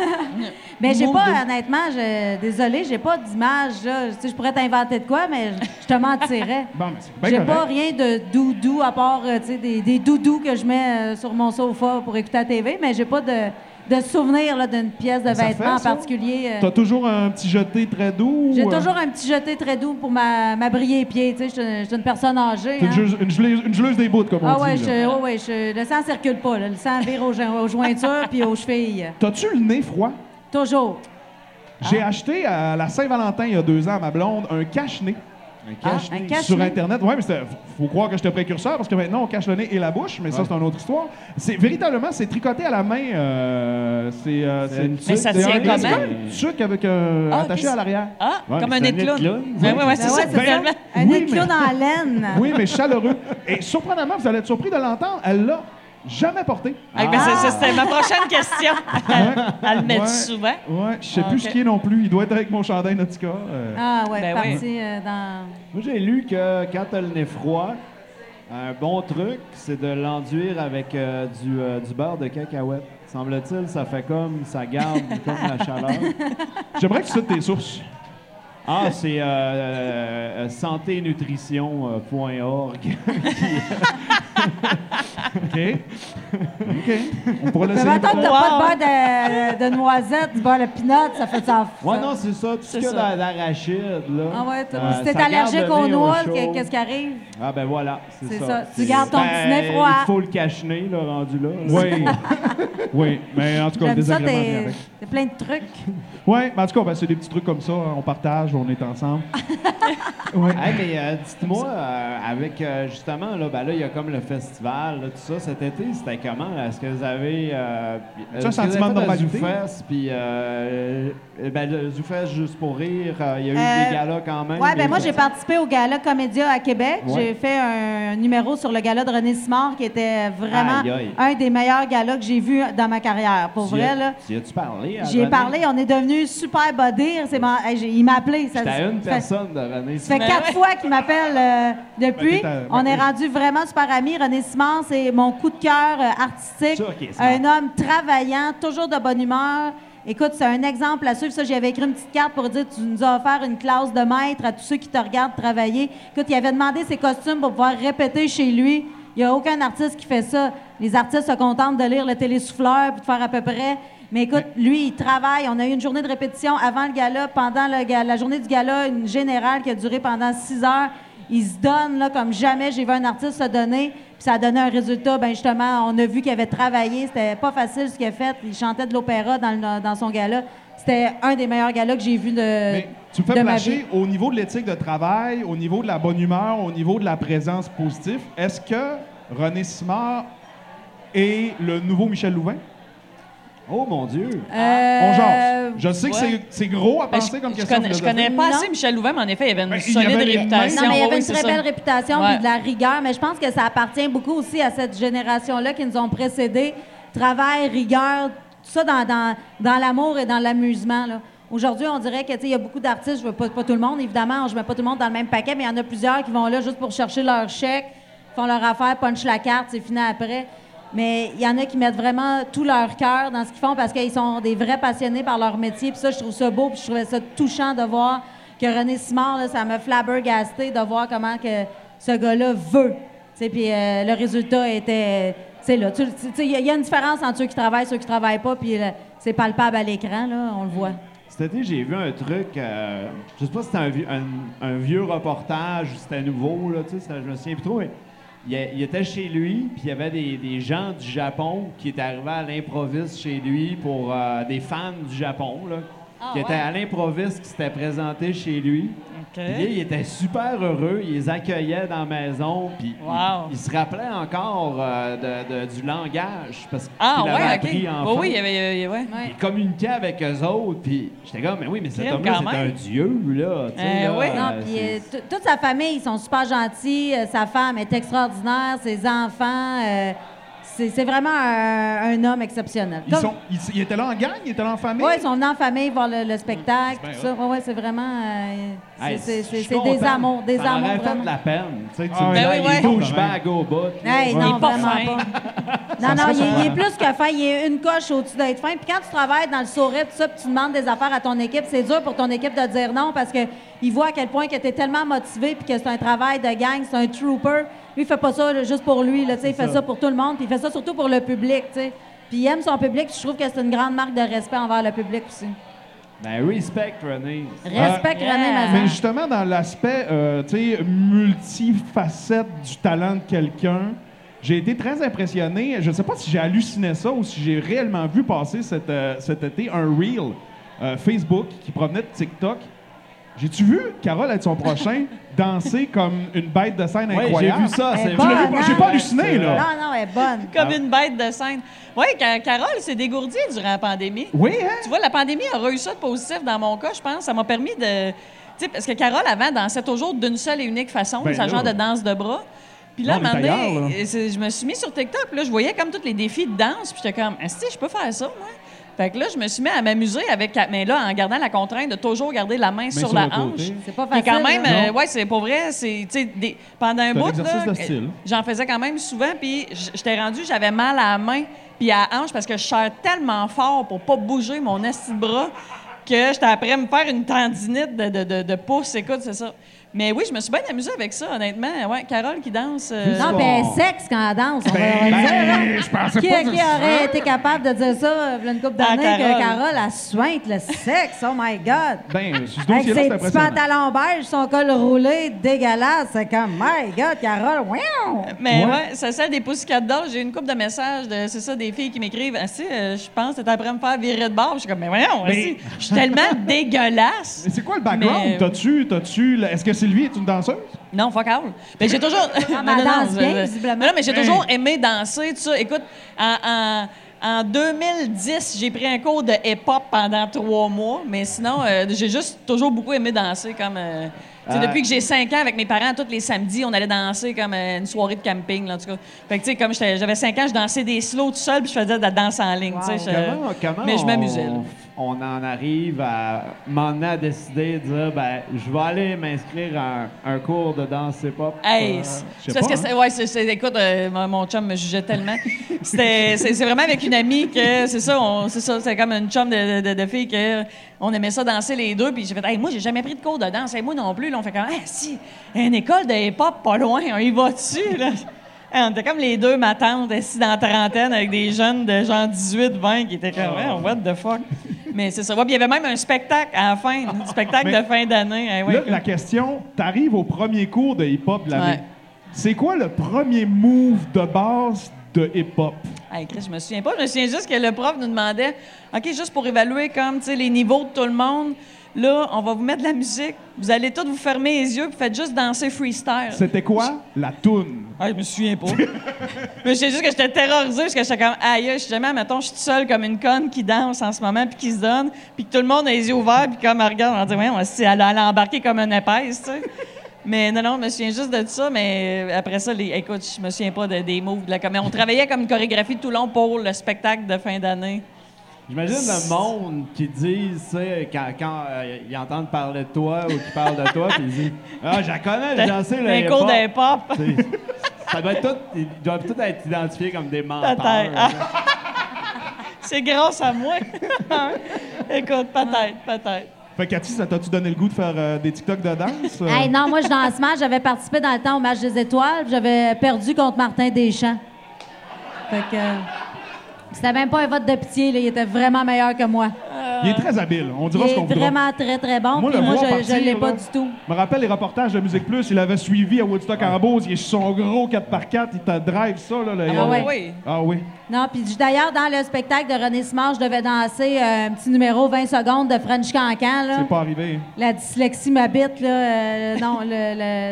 Speaker 6: mais j'ai
Speaker 2: Monde
Speaker 6: pas,
Speaker 2: de-
Speaker 6: honnêtement, je... désolée, j'ai pas d'image, là. Tu sais, je pourrais t'inventer de quoi, mais je- je te mentirais.
Speaker 2: Bon, mais c'est bien
Speaker 6: j'ai
Speaker 2: correct.
Speaker 6: pas rien de doudou à part, euh, tu sais, des, des doudous que je mets euh, sur mon sofa pour écouter la TV, mais j'ai pas de, de souvenir, là, d'une pièce de
Speaker 2: ça
Speaker 6: vêtement
Speaker 2: fait,
Speaker 6: en
Speaker 2: ça?
Speaker 6: particulier. euh.
Speaker 2: T'as toujours un petit jeté très doux?
Speaker 6: J'ai
Speaker 2: euh,
Speaker 6: toujours un petit jeté très doux pour ma, m'abrier les pieds, tu sais, je suis une- je suis une personne âgée.
Speaker 2: t'es une
Speaker 6: hein.
Speaker 2: geleuse- une, geleuse, une geleuse des bouts, comme
Speaker 6: Ah
Speaker 2: on
Speaker 6: ouais,
Speaker 2: dit.
Speaker 6: je,
Speaker 2: là.
Speaker 6: ouais, ouais, je- le sang circule pas. là. Le sang vire aux, jo- aux jointures puis aux chevilles.
Speaker 2: T'as-tu le nez froid?
Speaker 6: Toujours.
Speaker 2: J'ai acheté à la Saint-Valentin, il y a deux ans, à ma blonde, un cache-nez.
Speaker 5: Un
Speaker 6: Ah,
Speaker 5: cache.
Speaker 6: un cache
Speaker 2: Sur Internet, oui, mais c'était- faut croire que j'étais précurseur parce que maintenant on cache le nez et la bouche, mais ça
Speaker 5: Ouais.
Speaker 2: c'est une autre histoire. C'est véritablement c'est tricoté à la main. euh, c'est euh,
Speaker 5: C'est
Speaker 2: c'est-
Speaker 5: une
Speaker 2: c'est-
Speaker 5: tuque.
Speaker 7: ça
Speaker 2: c'est
Speaker 7: tient
Speaker 2: un-
Speaker 7: comment?
Speaker 2: c'est comme une tuque avec un
Speaker 7: Ah,
Speaker 2: attaché
Speaker 7: qu'est-ce-
Speaker 2: à l'arrière.
Speaker 7: Ah,
Speaker 5: Ouais,
Speaker 7: comme
Speaker 5: mais
Speaker 7: un
Speaker 5: c'est
Speaker 7: nez de
Speaker 5: un nez de
Speaker 7: clown.
Speaker 5: clown.
Speaker 7: Ben oui, oui,
Speaker 6: Ben
Speaker 7: c'est ça,
Speaker 6: ouais, c'est ça.
Speaker 7: finalement.
Speaker 6: Un
Speaker 2: Oui,
Speaker 6: nez de clown
Speaker 2: mais-
Speaker 6: en laine.
Speaker 2: Oui, mais chaleureux. Et surprenamment, vous allez être surpris de l'entendre, elle l'a jamais porté.
Speaker 7: Ah, ben, c'est- c'est- C'était ma prochaine question. Elle le met
Speaker 2: Ouais.
Speaker 7: souvent.
Speaker 2: Ouais, je sais
Speaker 7: Ah,
Speaker 2: plus
Speaker 7: ok.
Speaker 2: ce qu'il est non plus. Il doit être avec mon chandail Nautica. euh.
Speaker 6: Ah ouais,
Speaker 7: Ben
Speaker 6: parti
Speaker 7: oui.
Speaker 6: euh, dans.
Speaker 5: Moi, j'ai lu que quand t'as le nez froid, un bon truc, c'est de l'enduire avec euh, du, euh, du beurre de cacahuète. Semble-t-il, ça fait comme, ça garde comme la chaleur.
Speaker 7: Ah.
Speaker 2: J'aimerais que tu cites tes sources.
Speaker 5: Ah, c'est euh, euh, euh, santé-nutrition.org.
Speaker 2: OK. On pourrait
Speaker 6: Mais
Speaker 2: l'essayer.
Speaker 6: maintenant que t'as
Speaker 7: Wow.
Speaker 6: pas de beurre de, de noisette, du beurre de peanut, ça fait ça.
Speaker 5: Ouais, non, c'est ça. Tout ce
Speaker 7: C'est
Speaker 5: qu'il y a
Speaker 7: ça.
Speaker 5: d'a- d'arachide, là.
Speaker 6: Ah ouais, t'as-
Speaker 5: euh,
Speaker 6: si t'es
Speaker 5: ça garde
Speaker 6: allergique
Speaker 5: le
Speaker 6: aux
Speaker 5: nez au
Speaker 6: noix,
Speaker 5: chaud.
Speaker 6: qu'est- qu'est-ce qui arrive?
Speaker 5: Ah ben voilà, c'est
Speaker 6: C'est
Speaker 5: ça.
Speaker 6: ça. Tu gardes ton petit nez froid.
Speaker 5: Il faut le cache-nez, là, rendu là.
Speaker 2: Oui. oui, mais en tout cas, le
Speaker 6: J'aime ça,
Speaker 2: désagrément vient
Speaker 6: t'es
Speaker 2: avec.
Speaker 6: t'es plein de trucs.
Speaker 2: Oui, mais en tout cas, ben, c'est des petits trucs comme ça. hein, On partage, on est ensemble. Ouais.
Speaker 5: Hey, mais euh, dites-moi, euh, avec euh, justement, là, ben là, il y a comme le festival, là, tout ça, cet été, c'était comment? là? Est-ce que vous avez. Euh,
Speaker 2: un sentiment de normalité?
Speaker 5: Zoufest, puis. Euh, euh, ben, le Zoufest juste pour rire, euh, il y a eu des
Speaker 6: Euh,
Speaker 5: galas quand même.
Speaker 6: Ouais, ben
Speaker 5: des-
Speaker 6: moi, j'ai participé au gala Comédia à Québec.
Speaker 5: Ouais.
Speaker 6: J'ai fait un numéro sur le gala de René Simard qui était vraiment
Speaker 5: Aïe, aïe.
Speaker 6: un des meilleurs galas que j'ai vu dans ma carrière. Pour
Speaker 5: Tu y
Speaker 6: vrai,
Speaker 5: as-
Speaker 6: là.
Speaker 5: Tu y as-tu parlé? à
Speaker 6: J'y ai
Speaker 5: René?
Speaker 6: parlé, on est devenus super buddies. C'est mon- hey, j'ai- il m'a appelé. Ça,
Speaker 5: J'étais à une
Speaker 6: ça-
Speaker 5: personne de René.
Speaker 6: ça fait quatre fois qu'il m'appelle euh, depuis.
Speaker 2: Ben, t'es à- ben,
Speaker 6: on est
Speaker 2: oui.
Speaker 6: rendu vraiment super amis. René Simard, c'est mon coup de cœur euh, artistique.
Speaker 5: Sûr qu'il est
Speaker 6: Un
Speaker 5: smart.
Speaker 6: homme travaillant, toujours de bonne humeur. Écoute, c'est un exemple à suivre. Ça, j'avais écrit une petite carte pour dire tu nous as offert une classe de maître à tous ceux qui te regardent travailler. Écoute, il avait demandé ses costumes pour pouvoir répéter chez lui. Il n'y a aucun artiste qui fait ça. Les artistes se contentent de lire le télésouffleur puis de faire à peu près. Mais écoute, lui, il travaille. On a eu une journée de répétition avant le gala, pendant le ga- la journée du gala, une générale qui a duré pendant six heures. Il se donne là, comme jamais j'ai vu un artiste se donner. Puis ça a donné un résultat. Ben justement, on a vu qu'il avait travaillé. C'était pas facile ce qu'il a fait. Il chantait de l'opéra dans, le- dans son gala. C'était un des meilleurs galas que j'ai vu de,
Speaker 2: Mais tu me fais
Speaker 6: de ma
Speaker 2: flasher
Speaker 6: vie.
Speaker 2: au niveau de l'éthique de travail, au niveau de la bonne humeur, au niveau de la présence positive. Est-ce que René Simard est le nouveau Michel Louvain?
Speaker 5: Oh mon Dieu!
Speaker 2: On
Speaker 6: Euh,
Speaker 2: jase. Je sais que
Speaker 7: ouais.
Speaker 2: c'est- c'est gros à
Speaker 7: Ben,
Speaker 2: penser
Speaker 7: je,
Speaker 2: comme
Speaker 7: je
Speaker 2: question.
Speaker 7: connais, je connais pas
Speaker 6: Non.
Speaker 7: assez Michel Louvain, mais en effet, il avait une
Speaker 2: Ben, il y
Speaker 7: solide
Speaker 2: avait-
Speaker 7: réputation.
Speaker 6: Non, mais il y avait
Speaker 7: Oui,
Speaker 6: une
Speaker 7: c'est
Speaker 6: très
Speaker 7: ça.
Speaker 6: belle réputation
Speaker 7: Ouais.
Speaker 6: puis de la rigueur, mais je pense que ça appartient beaucoup aussi à cette génération-là qui nous ont précédés. Travail, rigueur, tout ça dans, dans, dans l'amour et dans l'amusement. là. Aujourd'hui, on dirait que tu sais, il y a beaucoup d'artistes, je veux pas, pas tout le monde, évidemment, je mets pas tout le monde dans le même paquet, mais il y en a plusieurs qui vont là juste pour chercher leur chèque, font leur affaire, punch la carte, c'est fini après. Mais il y en a qui mettent vraiment tout leur cœur dans ce qu'ils font parce qu'ils sont des vrais passionnés par leur métier. Puis ça, je trouve ça beau, puis je trouvais ça touchant de voir que René Simard, là, ça me flabbergasté de voir comment que ce gars-là veut. Tu sais, Puis euh, le résultat était. tu sais, là, tu- tu- tu sais, Il y, a- il y a une différence entre ceux qui travaillent et ceux qui travaillent pas, puis euh, c'est palpable à l'écran, là, on le voit.
Speaker 5: Cet été, j'ai vu un truc, euh, je sais pas si c'était un, vieux- un- un vieux reportage ou c'était nouveau, là, tu sais, ça- je me souviens plus trop, mais il, a- il était chez lui, puis il y avait des, des gens du Japon qui étaient arrivés à l'improviste chez lui pour euh, des fans du Japon, là,
Speaker 6: Ah,
Speaker 5: qui étaient
Speaker 6: ouais.
Speaker 5: à l'improviste, qui s'étaient présentés chez lui.
Speaker 7: OK.
Speaker 5: Puis là, il était super heureux, il les accueillait dans la maison, puis il-
Speaker 7: Wow.
Speaker 5: il, se rappelait encore euh, de- de- du langage, parce qu'il
Speaker 7: Ah,
Speaker 5: l'avait
Speaker 7: ouais,
Speaker 5: appris
Speaker 7: OK.
Speaker 5: enfant.
Speaker 7: Oh, oui, il y avait. il y avait- ouais.
Speaker 5: Il communiquait avec eux autres, puis j'étais comme, mais oui, mais cet
Speaker 7: Crème,
Speaker 5: homme-là,
Speaker 7: quand
Speaker 5: c'est un
Speaker 7: même.
Speaker 5: dieu, là. tu sais,
Speaker 7: Eh
Speaker 5: là,
Speaker 7: oui.
Speaker 5: euh,
Speaker 6: Non, puis euh,
Speaker 5: c'est-
Speaker 6: t- toute sa famille, ils sont super gentils. Euh, sa femme est extraordinaire, ses enfants. euh, c'est c'est vraiment un, un homme exceptionnel.
Speaker 2: Ils, sont, ils, ils étaient là en gang, ils étaient là en famille.
Speaker 6: Oui, ils sont venus en famille voir
Speaker 5: Hmm,
Speaker 6: le, le spectacle.
Speaker 2: C'est bien
Speaker 6: tout ça. Ouais, ouais, c'est vraiment. euh, c'est-
Speaker 5: Hey,
Speaker 6: c'est
Speaker 5: je suis
Speaker 6: c'est- c'est
Speaker 5: content.
Speaker 6: des amours. Des
Speaker 5: Ça
Speaker 6: amours,
Speaker 5: m'aurait fait
Speaker 6: vraiment.
Speaker 5: de la peine. Tu sais, tu
Speaker 2: Ah,
Speaker 5: me
Speaker 2: ben
Speaker 5: disais,
Speaker 7: oui, ouais.
Speaker 5: il bouge back au bout.
Speaker 6: Hey,
Speaker 5: Ouais.
Speaker 6: non,
Speaker 7: pas
Speaker 6: vraiment
Speaker 7: fin.
Speaker 6: pas. Non, non,
Speaker 2: serait
Speaker 6: il, est- il est
Speaker 2: ça.
Speaker 6: plus que fin. Il est une coche au-dessus d'être fin. Puis quand tu travailles dans le sourire, tout ça, puis tu demandes des affaires à ton équipe, c'est dur pour ton équipe de dire non parce qu'ils voient à quel point que tu es tellement motivé puis que c'est un travail de gang, c'est un trooper. Lui, il fait pas ça là, juste pour lui. Là, tu sais, il fait ça. pour tout le monde. Puis il fait ça surtout pour le public. tu sais. Puis il aime son public. puis Je trouve que c'est une grande marque de respect envers le public aussi.
Speaker 5: Ben, respect, René.
Speaker 2: Euh,
Speaker 6: Respect,
Speaker 7: Yeah.
Speaker 6: René Mazan.
Speaker 2: Mais justement, dans l'aspect, euh, tu sais, multifacette du talent de quelqu'un, j'ai été très impressionné. Je ne sais pas si j'ai halluciné ça ou si j'ai réellement vu passer cet, euh, cet été un reel euh, Facebook qui provenait de TikTok. J'ai-tu vu Carole être son prochain danser comme une bête de scène
Speaker 5: Ouais, j'ai
Speaker 2: incroyable?
Speaker 5: vu ça.
Speaker 6: Eh
Speaker 5: c'est
Speaker 6: ben,
Speaker 5: vrai.
Speaker 6: Je l'ai vu,
Speaker 2: J'ai pas halluciné,
Speaker 5: C'est vrai.
Speaker 2: là.
Speaker 6: Non, non, elle est bonne.
Speaker 7: Comme une bête de scène. Oui, Carole s'est dégourdie durant la pandémie.
Speaker 2: Oui, hein?
Speaker 7: Tu vois, la pandémie a réussi de positif dans mon cas, je pense. Ça m'a permis de. Tu sais, parce que Carole, avant, dansait toujours d'une seule et unique façon,
Speaker 2: Ben
Speaker 7: sa
Speaker 2: là.
Speaker 7: genre de danse de bras. Puis là, à un
Speaker 2: Non,
Speaker 7: moment
Speaker 2: mais
Speaker 7: donné,
Speaker 2: d'ailleurs, là.
Speaker 7: et c'est- je me suis mis sur TikTok, puis là, je voyais comme tous les défis de danse, puis j'étais comme, ah, si, je peux faire ça, moi. Fait que là, je me suis mis à m'amuser avec. Mais là, en gardant la contrainte de toujours garder la main sur,
Speaker 2: sur
Speaker 7: la
Speaker 2: le côté.
Speaker 7: hanche.
Speaker 6: C'est pas
Speaker 7: Mais
Speaker 6: facile.
Speaker 7: quand même,
Speaker 6: hein.
Speaker 7: euh, ouais, c'est pas vrai. C'est, tu sais, des- pendant un
Speaker 2: C'est un
Speaker 7: bout,
Speaker 2: exercice
Speaker 7: là,
Speaker 2: de style.
Speaker 7: j'en faisais quand même souvent, puis j- j'étais rendue, j'avais mal à la main puis à la hanche parce que je serre tellement fort pour pas bouger mon esti de bras que j'étais après me faire une tendinite de, de, de- de pouce. Écoute, c'est ça. Mais oui, je me suis bien amusée avec ça, honnêtement. Ouais, Carole qui danse. euh,
Speaker 5: Non.
Speaker 6: Non, ben sexe quand elle danse, on va- on va le dire, là.
Speaker 2: Ben, je pensais
Speaker 6: Qui,
Speaker 2: pas
Speaker 6: qui
Speaker 2: que ça-
Speaker 6: aurait été capable de dire ça euh, il y a une couple
Speaker 7: Ah,
Speaker 6: d'années que
Speaker 7: Carole.
Speaker 6: Carole a sointe le sexe? Oh my God!
Speaker 2: Ben, sur ce
Speaker 6: Avec
Speaker 2: dossier-là,
Speaker 6: ses
Speaker 2: c'est
Speaker 6: petits
Speaker 2: impressionnant.
Speaker 6: pantalons beige, son col roulé, dégueulasse. C'est comme, my God, Carole, wow!
Speaker 7: Mais
Speaker 2: Ouais.
Speaker 7: ouais, ça sert des poussicates d'or. J'ai une couple de messages de, c'est ça, des filles qui m'écrivent. Ah, si, euh, je pense que t'es après me faire virer de bord. Je suis comme, mais voyons,
Speaker 2: Mais-
Speaker 7: si, je suis tellement dégueulasse.
Speaker 2: Mais c'est quoi le background?
Speaker 7: Mais-
Speaker 2: T'as-tu, t'as-tu, la- est-ce que Sylvie est une danseuse?
Speaker 7: Non, fuck all. Mais j'ai toujours.
Speaker 6: Ah, mais elle danse bien,
Speaker 7: je-
Speaker 6: visiblement.
Speaker 7: Mais non, mais j'ai
Speaker 2: Hey.
Speaker 7: toujours aimé danser, tout ça. Écoute, en, en- en 2010, j'ai pris un cours de hip-hop pendant trois mois, mais sinon, euh, j'ai juste toujours beaucoup aimé danser. comme euh, tu sais,
Speaker 5: Ah.
Speaker 7: Depuis que j'ai cinq ans, avec mes parents, tous les samedis, on allait danser comme euh, une soirée de camping, là, en tout cas. Fait que, tu sais, comme j'étais- j'avais cinq ans, je dansais des slow tout seul, puis je faisais de la danse en ligne, tu sais. je-
Speaker 5: Comment- comment
Speaker 7: Euh, mais je
Speaker 5: on-
Speaker 7: m'amusais, là.
Speaker 5: On en arrive à m'en à décider de dire ben, je vais aller m'inscrire à un, un cours de danse hip-hop.
Speaker 7: Hey,
Speaker 5: Euh,
Speaker 7: c'est-
Speaker 2: je sais
Speaker 7: c'est parce
Speaker 2: pas, hein.
Speaker 7: que c'est- ouais, c'est- c'est- écoute, euh, mon- mon chum me jugeait tellement. C'était- c'est c'est vraiment avec une amie que c'est ça, on- c'est ça, c'est comme une chum de, de, de fille que on aimait ça danser les deux. Puis j'ai fait, hey, moi j'ai jamais pris de cours de danse, et moi non plus. Là, on fait comme, ah si, une école de hip-hop pas loin, on y va dessus là. Hey, on était comme les deux, ma tante, assis dans la trentaine avec des jeunes de genre 18, 20 qui étaient comme, Hey, what the fuck. Mais c'est ça. Ouais, puis il y avait même un spectacle à la fin, un spectacle
Speaker 2: Mais-
Speaker 7: de fin d'année. Hey, ouais,
Speaker 2: Là, la question, t'arrives au premier cours de hip-hop de l'année.
Speaker 7: Ouais.
Speaker 2: C'est quoi le premier move de base de hip-hop?
Speaker 7: Hey, Chris, je me souviens pas. Je me souviens juste que le prof nous demandait, OK, juste pour évaluer comme tu sais, les niveaux de tout le monde, là, on va vous mettre de la musique. Vous allez tous vous fermer les yeux puis faites juste danser freestyle.
Speaker 2: C'était quoi? La toune.
Speaker 7: Ah, je me souviens pas. Mais je sais juste que j'étais terrorisée parce que j'étais comme, aïe, aïe, je suis jamais, mettons, je suis toute seule comme une conne qui danse en ce moment puis qui se donne, puis que tout le monde a les yeux ouverts puis comme, elle regarde, on dit, ouais, on- si elle allait embarquer comme une épaisse, tu sais. Mais non, non, je me souviens juste de ça, mais euh, après ça, les, écoute, je me souviens pas de- des moves. De la, com- mais on travaillait comme une chorégraphie tout le long pour le spectacle de fin d'année.
Speaker 5: J'imagine le monde qui dit, tu sais, quand, quand euh, ils entendent parler de toi ou qui parlent de toi, puis ils disent Ah, je la connais, j'ai dansé le
Speaker 7: Un cours
Speaker 5: hip-hop.
Speaker 7: d'impop.
Speaker 5: Tu sais, Ça doit être tout, ils doivent tous être identifiés comme des menteurs.
Speaker 7: Peut-être.
Speaker 5: là.
Speaker 7: C'est grâce à moi. écoute, peut-être, peut-être.
Speaker 2: Fait que, Cathy, ça t'a-tu donné le goût de faire euh, des TikTok de danse? Euh,
Speaker 6: Hey, non, moi, je danse mal. J'avais participé dans le temps au match des étoiles. puis J'avais perdu contre Martin Deschamps. Fait que. euh, C'était même pas un vote de pitié, là. Il était vraiment meilleur que moi.
Speaker 2: Euh, Il est très habile. On
Speaker 6: Il
Speaker 2: dira ce qu'on
Speaker 6: est
Speaker 2: voudra.
Speaker 6: vraiment très, très bon. Moi,
Speaker 2: le
Speaker 6: moi
Speaker 2: voir
Speaker 6: je,
Speaker 2: partir,
Speaker 6: je l'ai pas
Speaker 2: là,
Speaker 6: du tout.
Speaker 2: Je me rappelle les reportages de Musique Plus. Il avait suivi à Woodstock en Beauce. Il est sur son gros 4x4. Il te drive ça. Là, le-
Speaker 7: Ah
Speaker 6: ouais.
Speaker 7: oui.
Speaker 2: Ah oui.
Speaker 6: Non, puis j- d'ailleurs, dans le spectacle de René Simard, je devais danser euh, un petit numéro 20 secondes de French Cancan. Là.
Speaker 2: C'est pas arrivé. hein.
Speaker 6: La dyslexie m'habite, là. euh, non, le,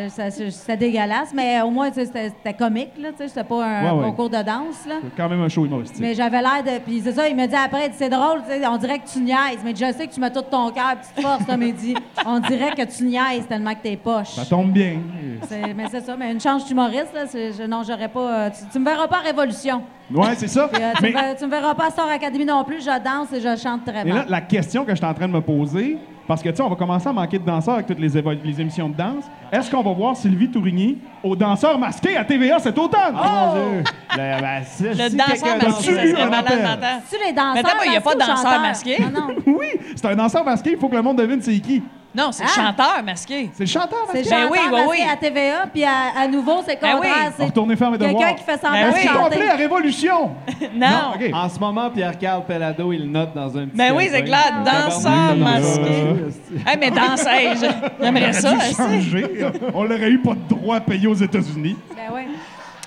Speaker 6: le- ça- ça- c'était dégueulasse, mais au moins, tu sais, c'était c'était comique, là. tu sais, C'était pas un
Speaker 2: Ouais, ouais.
Speaker 6: concours de danse, là.
Speaker 2: C'est quand même un show humoristique.
Speaker 6: Mais j'avais l'air de. Puis c'est ça, il me dit après, il dit, c'est drôle, tu sais, on dirait que tu niaises, mais je sais que tu mets tout ton cœur, puis tu te forces, là, mais il dit, on dirait que tu niaises tellement que t'es poche.
Speaker 2: Ça tombe bien.
Speaker 6: C'est- Mais c'est ça, mais une chance d'humoriste, là, c'est- je- non, j'aurais pas. euh, tu, tu me verras pas à Révolution.
Speaker 2: Ouais, c'est ça.
Speaker 6: Puis, euh, tu,
Speaker 2: mais,
Speaker 6: me, ver- tu me verras pas à Star Academy non plus, je danse et je chante très
Speaker 2: mais
Speaker 6: bien.
Speaker 2: là, la question que je suis en train de me poser, parce que tu sais, on va commencer à manquer de danseurs avec toutes les, évo- les émissions de danse. Est-ce qu'on va voir Sylvie Tourigny aux danseurs masqués à TVA cet automne?
Speaker 5: Mon Dieu. Le, ben, si-
Speaker 7: Le
Speaker 5: si
Speaker 7: danseur
Speaker 5: quelqu'un
Speaker 7: masqué, ça
Speaker 2: As-tu lu
Speaker 7: serait
Speaker 2: un
Speaker 7: malade
Speaker 2: rappel?
Speaker 7: mental.
Speaker 6: Tu les danseurs.
Speaker 7: Mais attends, il y a
Speaker 6: masqués
Speaker 7: pas de
Speaker 6: ou
Speaker 7: danseurs
Speaker 6: chanteurs?
Speaker 7: masqués.
Speaker 6: Non, non.
Speaker 2: Oui, c'est un danseur masqué. Il faut que le monde devine c'est qui.
Speaker 7: Non, c'est le
Speaker 6: Ah.
Speaker 7: chanteur masqué.
Speaker 2: C'est le chanteur
Speaker 6: C'est
Speaker 2: masqué.
Speaker 7: Ben
Speaker 6: chanteur
Speaker 7: oui, ben
Speaker 6: masqué
Speaker 7: oui.
Speaker 6: à TVA, puis à, à nouveau, c'est le
Speaker 7: Ben oui.
Speaker 6: contraire.
Speaker 2: On
Speaker 6: C'est
Speaker 2: va retourner faire mes devoirs.
Speaker 6: quelqu'un qui fait semblant
Speaker 7: Ben
Speaker 6: de
Speaker 7: oui.
Speaker 2: Est-ce qu'on
Speaker 6: chanter.
Speaker 2: plaît à Révolution?
Speaker 7: Non.
Speaker 2: OK.
Speaker 5: En ce moment, Pierre-Carl Pelado, il note dans un petit.
Speaker 7: Ben oui,
Speaker 5: calepin.
Speaker 7: c'est clair, danseur
Speaker 5: Tabarnak,
Speaker 7: masqué.
Speaker 5: euh,
Speaker 7: Hey, mais danse, hey, je- j'aimerais ça.
Speaker 2: dû
Speaker 7: aussi.
Speaker 2: changer. On l'aurait eu pas de droit à payer aux États-Unis.
Speaker 6: Ben oui.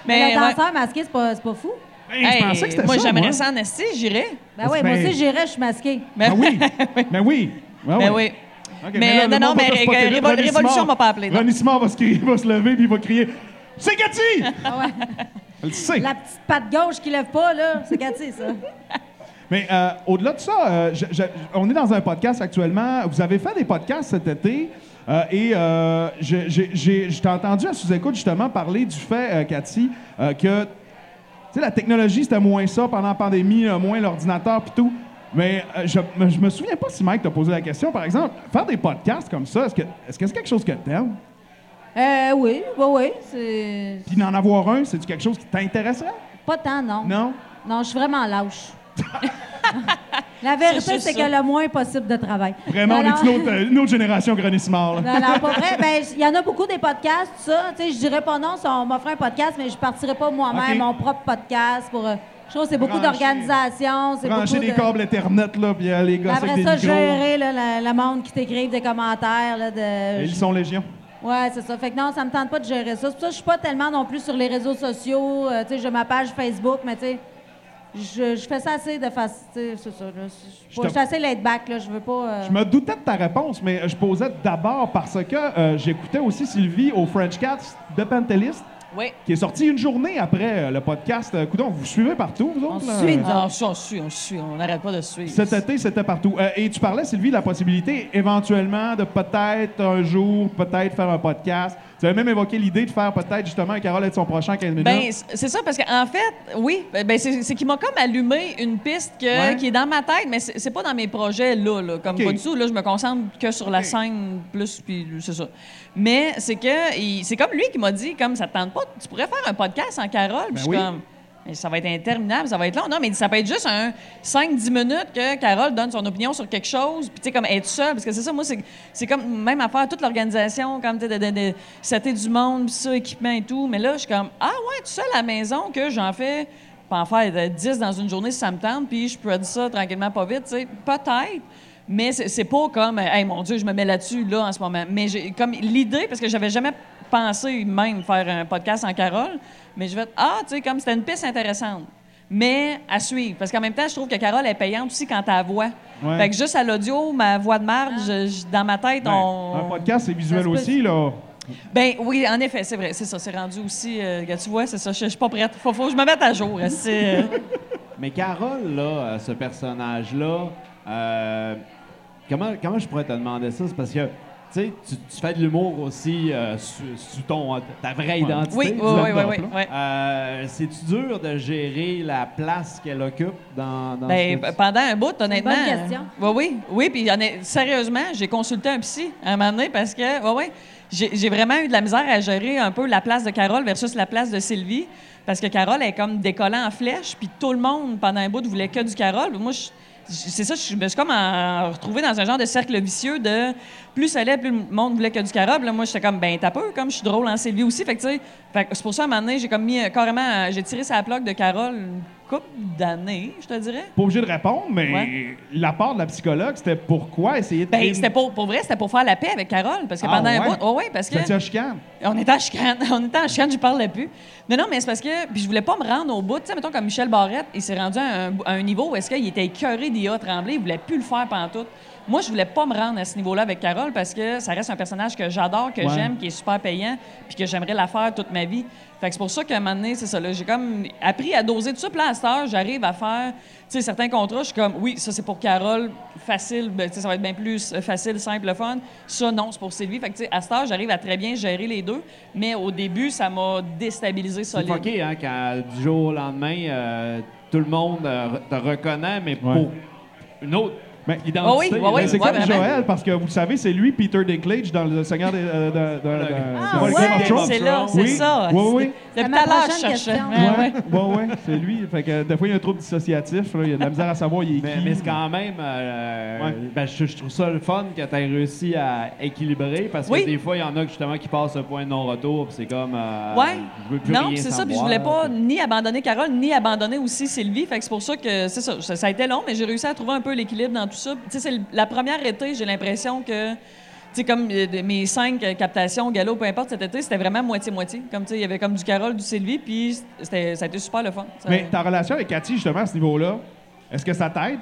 Speaker 6: Mais,
Speaker 7: Mais
Speaker 6: le
Speaker 7: ouais.
Speaker 6: danseur masqué, c'est pas, c'est pas fou.
Speaker 2: Hey, je pensais que c'était
Speaker 7: moi,
Speaker 2: ça,
Speaker 7: j'aimerais
Speaker 2: moi.
Speaker 7: ça en esti, j'irais.
Speaker 6: Ben oui,
Speaker 2: Ben-
Speaker 6: moi aussi, j'irais, je suis masquée.
Speaker 7: Mais
Speaker 2: Ben oui. Ben oui. Ben
Speaker 7: Ben oui.
Speaker 2: OK,
Speaker 7: Mais
Speaker 2: là, le
Speaker 7: non, non,
Speaker 2: monde va
Speaker 7: mais
Speaker 2: te
Speaker 7: Ré-
Speaker 2: spotter vite.
Speaker 7: Révol-
Speaker 2: René
Speaker 7: Révolution
Speaker 2: Simard-
Speaker 7: m'a pas appelé, non.
Speaker 2: René Simard va se, crier- va se lever puis il va crier C'est Cathy
Speaker 6: Ah ouais.
Speaker 2: Elle le sait.
Speaker 6: La petite patte gauche qui lève pas, là, c'est Cathy, ça.
Speaker 2: Mais euh, au-delà de ça, euh, je- je- on est dans un podcast actuellement. Vous avez fait des podcasts cet été. euh, et euh, je- j'ai- j'ai- je t'ai entendu à sous-écoute justement parler du fait, euh, Cathy, euh, que tu sais, la technologie, c'était moins ça pendant la pandémie, euh, moins l'ordinateur puis tout. Mais euh, je, me- je me souviens pas si Mike t'a posé la question. Par exemple, faire des podcasts comme ça, est-ce que est-ce que c'est quelque chose que t'aimes?
Speaker 6: Euh, oui, oui, oui. C'est
Speaker 2: Puis d'en avoir un, c'est-tu quelque chose qui t'intéresserait?
Speaker 6: pas tant, non.
Speaker 2: Non?
Speaker 6: Non, je suis vraiment lâche. La vérité,
Speaker 7: juste
Speaker 6: c'est
Speaker 7: ça.
Speaker 6: que le moins possible de travail.
Speaker 2: Vraiment, on
Speaker 6: Alors-
Speaker 2: est une autre, euh, une autre génération granissimard.
Speaker 6: Non,
Speaker 2: là.
Speaker 6: non, pas vrai. Ben, il y en a beaucoup des podcasts, tout ça. Tu sais, je dirais pas non si on m'offrait un podcast, mais je partirais pas moi-même
Speaker 2: Ok.
Speaker 6: mon propre podcast pour. euh, je trouve que c'est beaucoup
Speaker 2: Brancher.
Speaker 6: d'organisation, c'est beaucoup
Speaker 2: Brancher des
Speaker 6: de-
Speaker 2: câbles Internet, là, puis euh, les gars avec
Speaker 6: Après
Speaker 2: des
Speaker 6: ça,
Speaker 2: micros.
Speaker 6: gérer là, le, le monde qui t'écrive des commentaires. Là, de...
Speaker 2: Et Ils sont légion.
Speaker 6: Ouais, c'est ça. Fait que non, ça me tente pas de gérer ça. C'est pour ça que je suis pas tellement non plus sur les réseaux sociaux. Euh, tu sais, j'ai ma page Facebook, mais tu sais, je, je fais ça assez de façon. Tu sais, c'est ça. là. Je suis
Speaker 2: te-
Speaker 6: pas- je suis assez laid back, là. Je veux pas. euh,
Speaker 2: Je me doutais de ta réponse, mais je posais d'abord parce que euh, j'écoutais aussi Sylvie au French Cats de Pantelist,
Speaker 7: Oui.
Speaker 2: qui est sorti une journée après euh, le podcast. Euh, Coudon, vous vous suivez partout, vous
Speaker 6: On
Speaker 2: autres? là?
Speaker 6: suit, nous
Speaker 7: Ah,
Speaker 6: autres.
Speaker 7: on suit, on suit, on suit, on n'arrête pas de suivre.
Speaker 2: Cet été, c'était partout. Euh, et tu parlais, Sylvie, de la possibilité éventuellement de peut-être un jour, peut-être faire un podcast. Tu avais même évoqué l'idée de faire peut-être justement un Carole et son prochain 15 minutes.
Speaker 7: Ben, c- c'est ça, parce qu'en fait, oui, ben c'est c'est qu'il m'a comme allumé une piste que-
Speaker 2: Ouais.
Speaker 7: qui est dans ma tête, mais c'est c'est pas dans mes projets là, là, comme
Speaker 2: Ok.
Speaker 7: pas du tout. Là, je me concentre que sur la scène plus, puis c'est ça. Mais c'est que, il- c'est comme lui qui m'a dit, comme ça te tente pas, tu pourrais faire un podcast en Carole. Puis je suis
Speaker 2: oui.
Speaker 7: comme, Mais ça va être interminable, ça va être long. Non, mais il dit, ça peut être juste un 5-10 minutes que Carole donne son opinion sur quelque chose, puis tu sais, comme être seule, parce que c'est ça, moi, c'est c'est comme même à faire toute l'organisation, comme tu sais, de, de, de setter du monde, puis ça, équipement et tout. Mais là, je suis comme, ah ouais, tout seul à la maison, que j'en fais, pas en faire euh, 10 dans une journée si ça me tente, puis je peux dire ça tranquillement, pas vite, tu sais, peut-être. Mais c'est c'est pas comme, euh, hey, mon Dieu, je me mets là-dessus, là, en ce moment. Mais j'ai comme l'idée, parce que j'avais jamais pensé même faire un podcast en Carole, mais je vais être, ah, tu sais, comme c'était une piste intéressante. Mais à suivre. Parce qu'en même temps, je trouve que Carole est payante aussi quand à voix.
Speaker 2: Ouais.
Speaker 7: Fait que juste à l'audio, ma voix de marde, je- je- dans ma tête,
Speaker 2: Ben,
Speaker 7: on.
Speaker 2: Un podcast, c'est visuel
Speaker 6: Ça se peut-
Speaker 2: aussi, là.
Speaker 7: Ben oui, en effet, c'est vrai. C'est ça, c'est rendu aussi. euh, regarde, tu vois, c'est ça. Je je suis pas prête. Faut, faut que je me mette à jour. C'est. euh,
Speaker 5: Mais Carole, là, euh, ce personnage-là, euh, comment, comment je pourrais te demander ça? C'est parce que, tu sais, tu- tu fais de l'humour aussi euh, sous, sous ton, ta vraie identité.
Speaker 7: oui, oui,
Speaker 5: du
Speaker 7: oui, oui.
Speaker 5: stand-up,
Speaker 7: oui,
Speaker 5: là.
Speaker 7: oui.
Speaker 5: Euh, C'est-tu dur de gérer la place qu'elle occupe dans, dans
Speaker 7: Ben,
Speaker 5: ce que tu-
Speaker 7: pendant un bout, honnêtement.
Speaker 6: bonne question.
Speaker 7: euh, oui, oui. Oui, puis honn- sérieusement, j'ai consulté un psy à un moment donné parce que, oui, oui, j'ai j'ai vraiment eu de la misère à gérer un peu la place de Carole versus la place de Sylvie parce que Carole est comme décollant en flèche, puis tout le monde, pendant un bout, voulait que du Carole. Moi, je- je- c'est ça, je me suis comme en- retrouvée dans un genre de cercle vicieux de plus ça allait, plus le monde voulait que du Carole. Là, moi, j'étais comme, ben, t'as peu, comme je suis drôle en Sylvie aussi. Fait que, tu sais, fait que c'est pour ça, à un moment donné, j'ai comme mis euh, carrément, euh, j'ai tiré sa plaque de Carole une couple d'années, je te dirais.
Speaker 2: Pas obligé de répondre, mais
Speaker 7: Ouais.
Speaker 2: la part de la psychologue, c'était pourquoi essayer de.
Speaker 7: Ben,
Speaker 2: créer-
Speaker 7: c'était pour, pour vrai, c'était pour faire la paix avec Carole. Parce que
Speaker 2: Ah,
Speaker 7: pendant un
Speaker 2: ouais?
Speaker 7: bout. Oh, ouais, parce que.
Speaker 2: Ça tient à chicane.
Speaker 7: On était en chicane. On était en chicane, je parlais plus. Non, non, mais c'est parce que. Puis je voulais pas me rendre au bout. Tu sais, mettons, comme Michel Barrette, il s'est rendu à un, à un niveau où est-ce qu'il était écœuré d'IA Tremblay. Il voulait plus le faire pantoute. Moi, je voulais pas me rendre à ce niveau-là avec Carole parce que ça reste un personnage que j'adore, que j'aime, qui est super payant, puis que j'aimerais la faire toute ma vie. Fait que c'est pour ça qu'à un moment donné, c'est ça, là, j'ai comme appris à doser tout ça. Puis là, à cette heure, j'arrive à faire, tu sais, certains contrats, je suis comme, oui, ça, c'est pour Carole, facile, ben, tu sais, ça va être bien plus euh, facile, simple, fun. Ça, non, c'est pour Sylvie. Fait que, tu sais, à cette heure, j'arrive à très bien gérer les deux, mais au début, ça m'a déstabilisé
Speaker 5: C'est
Speaker 7: solide.
Speaker 5: fucké, hein, quand du jour au lendemain, euh, tout le monde euh, re- te reconnaît, mais pour une autre
Speaker 2: Ben,
Speaker 7: Ah oui, ouais,
Speaker 5: identité.
Speaker 7: ouais,
Speaker 2: Ben, c'est
Speaker 7: ouais,
Speaker 2: comme
Speaker 7: vraiment.
Speaker 2: Joël, parce que vous le savez, c'est lui, Peter Dinklage, dans Le Seigneur des. euh, de- de- de-
Speaker 5: Ah,
Speaker 2: dans
Speaker 5: ouais,
Speaker 2: Game of Thrones.
Speaker 7: C'est là, c'est
Speaker 2: Oui,
Speaker 7: ça.
Speaker 2: oui, oui.
Speaker 7: C'est- Depuis
Speaker 6: C'est
Speaker 7: tout
Speaker 6: ma
Speaker 7: à l'heure, je
Speaker 6: prochaine
Speaker 7: cherchais.
Speaker 6: question.
Speaker 7: Ouais, ouais.
Speaker 2: Ouais, ouais, ouais, c'est lui. Fait que des fois, il y a un trouble dissociatif. là, Il y a de la misère à savoir il est
Speaker 5: Mais,
Speaker 2: qui.
Speaker 5: mais c'est quand même. euh,
Speaker 2: Ouais.
Speaker 5: ben, je, je trouve ça le fun que tu réussi à équilibrer parce que
Speaker 7: Oui.
Speaker 5: des fois, il y en a justement qui passent un point de non-retour. puis c'est comme. euh,
Speaker 7: Ouais.
Speaker 5: Je veux plus
Speaker 7: Non,
Speaker 5: rien
Speaker 7: c'est ça.
Speaker 5: savoir.
Speaker 7: Puis je voulais pas ni abandonner Carole, ni abandonner aussi Sylvie. Fait que c'est pour ça que c'est ça, ça. ça a été long, mais j'ai réussi à trouver un peu l'équilibre dans tout ça. Tu sais, c'est le- la première été, j'ai l'impression que. Tu sais, comme euh, de- mes cinq euh, captations, galop, peu importe, cet été, c'était vraiment moitié-moitié. Comme, tu sais, il y avait comme du Carole, du Sylvie, puis c'était, ça a été super le fun. Ça-
Speaker 2: Mais ta relation avec Cathy, justement, à ce niveau-là, est-ce que ça t'aide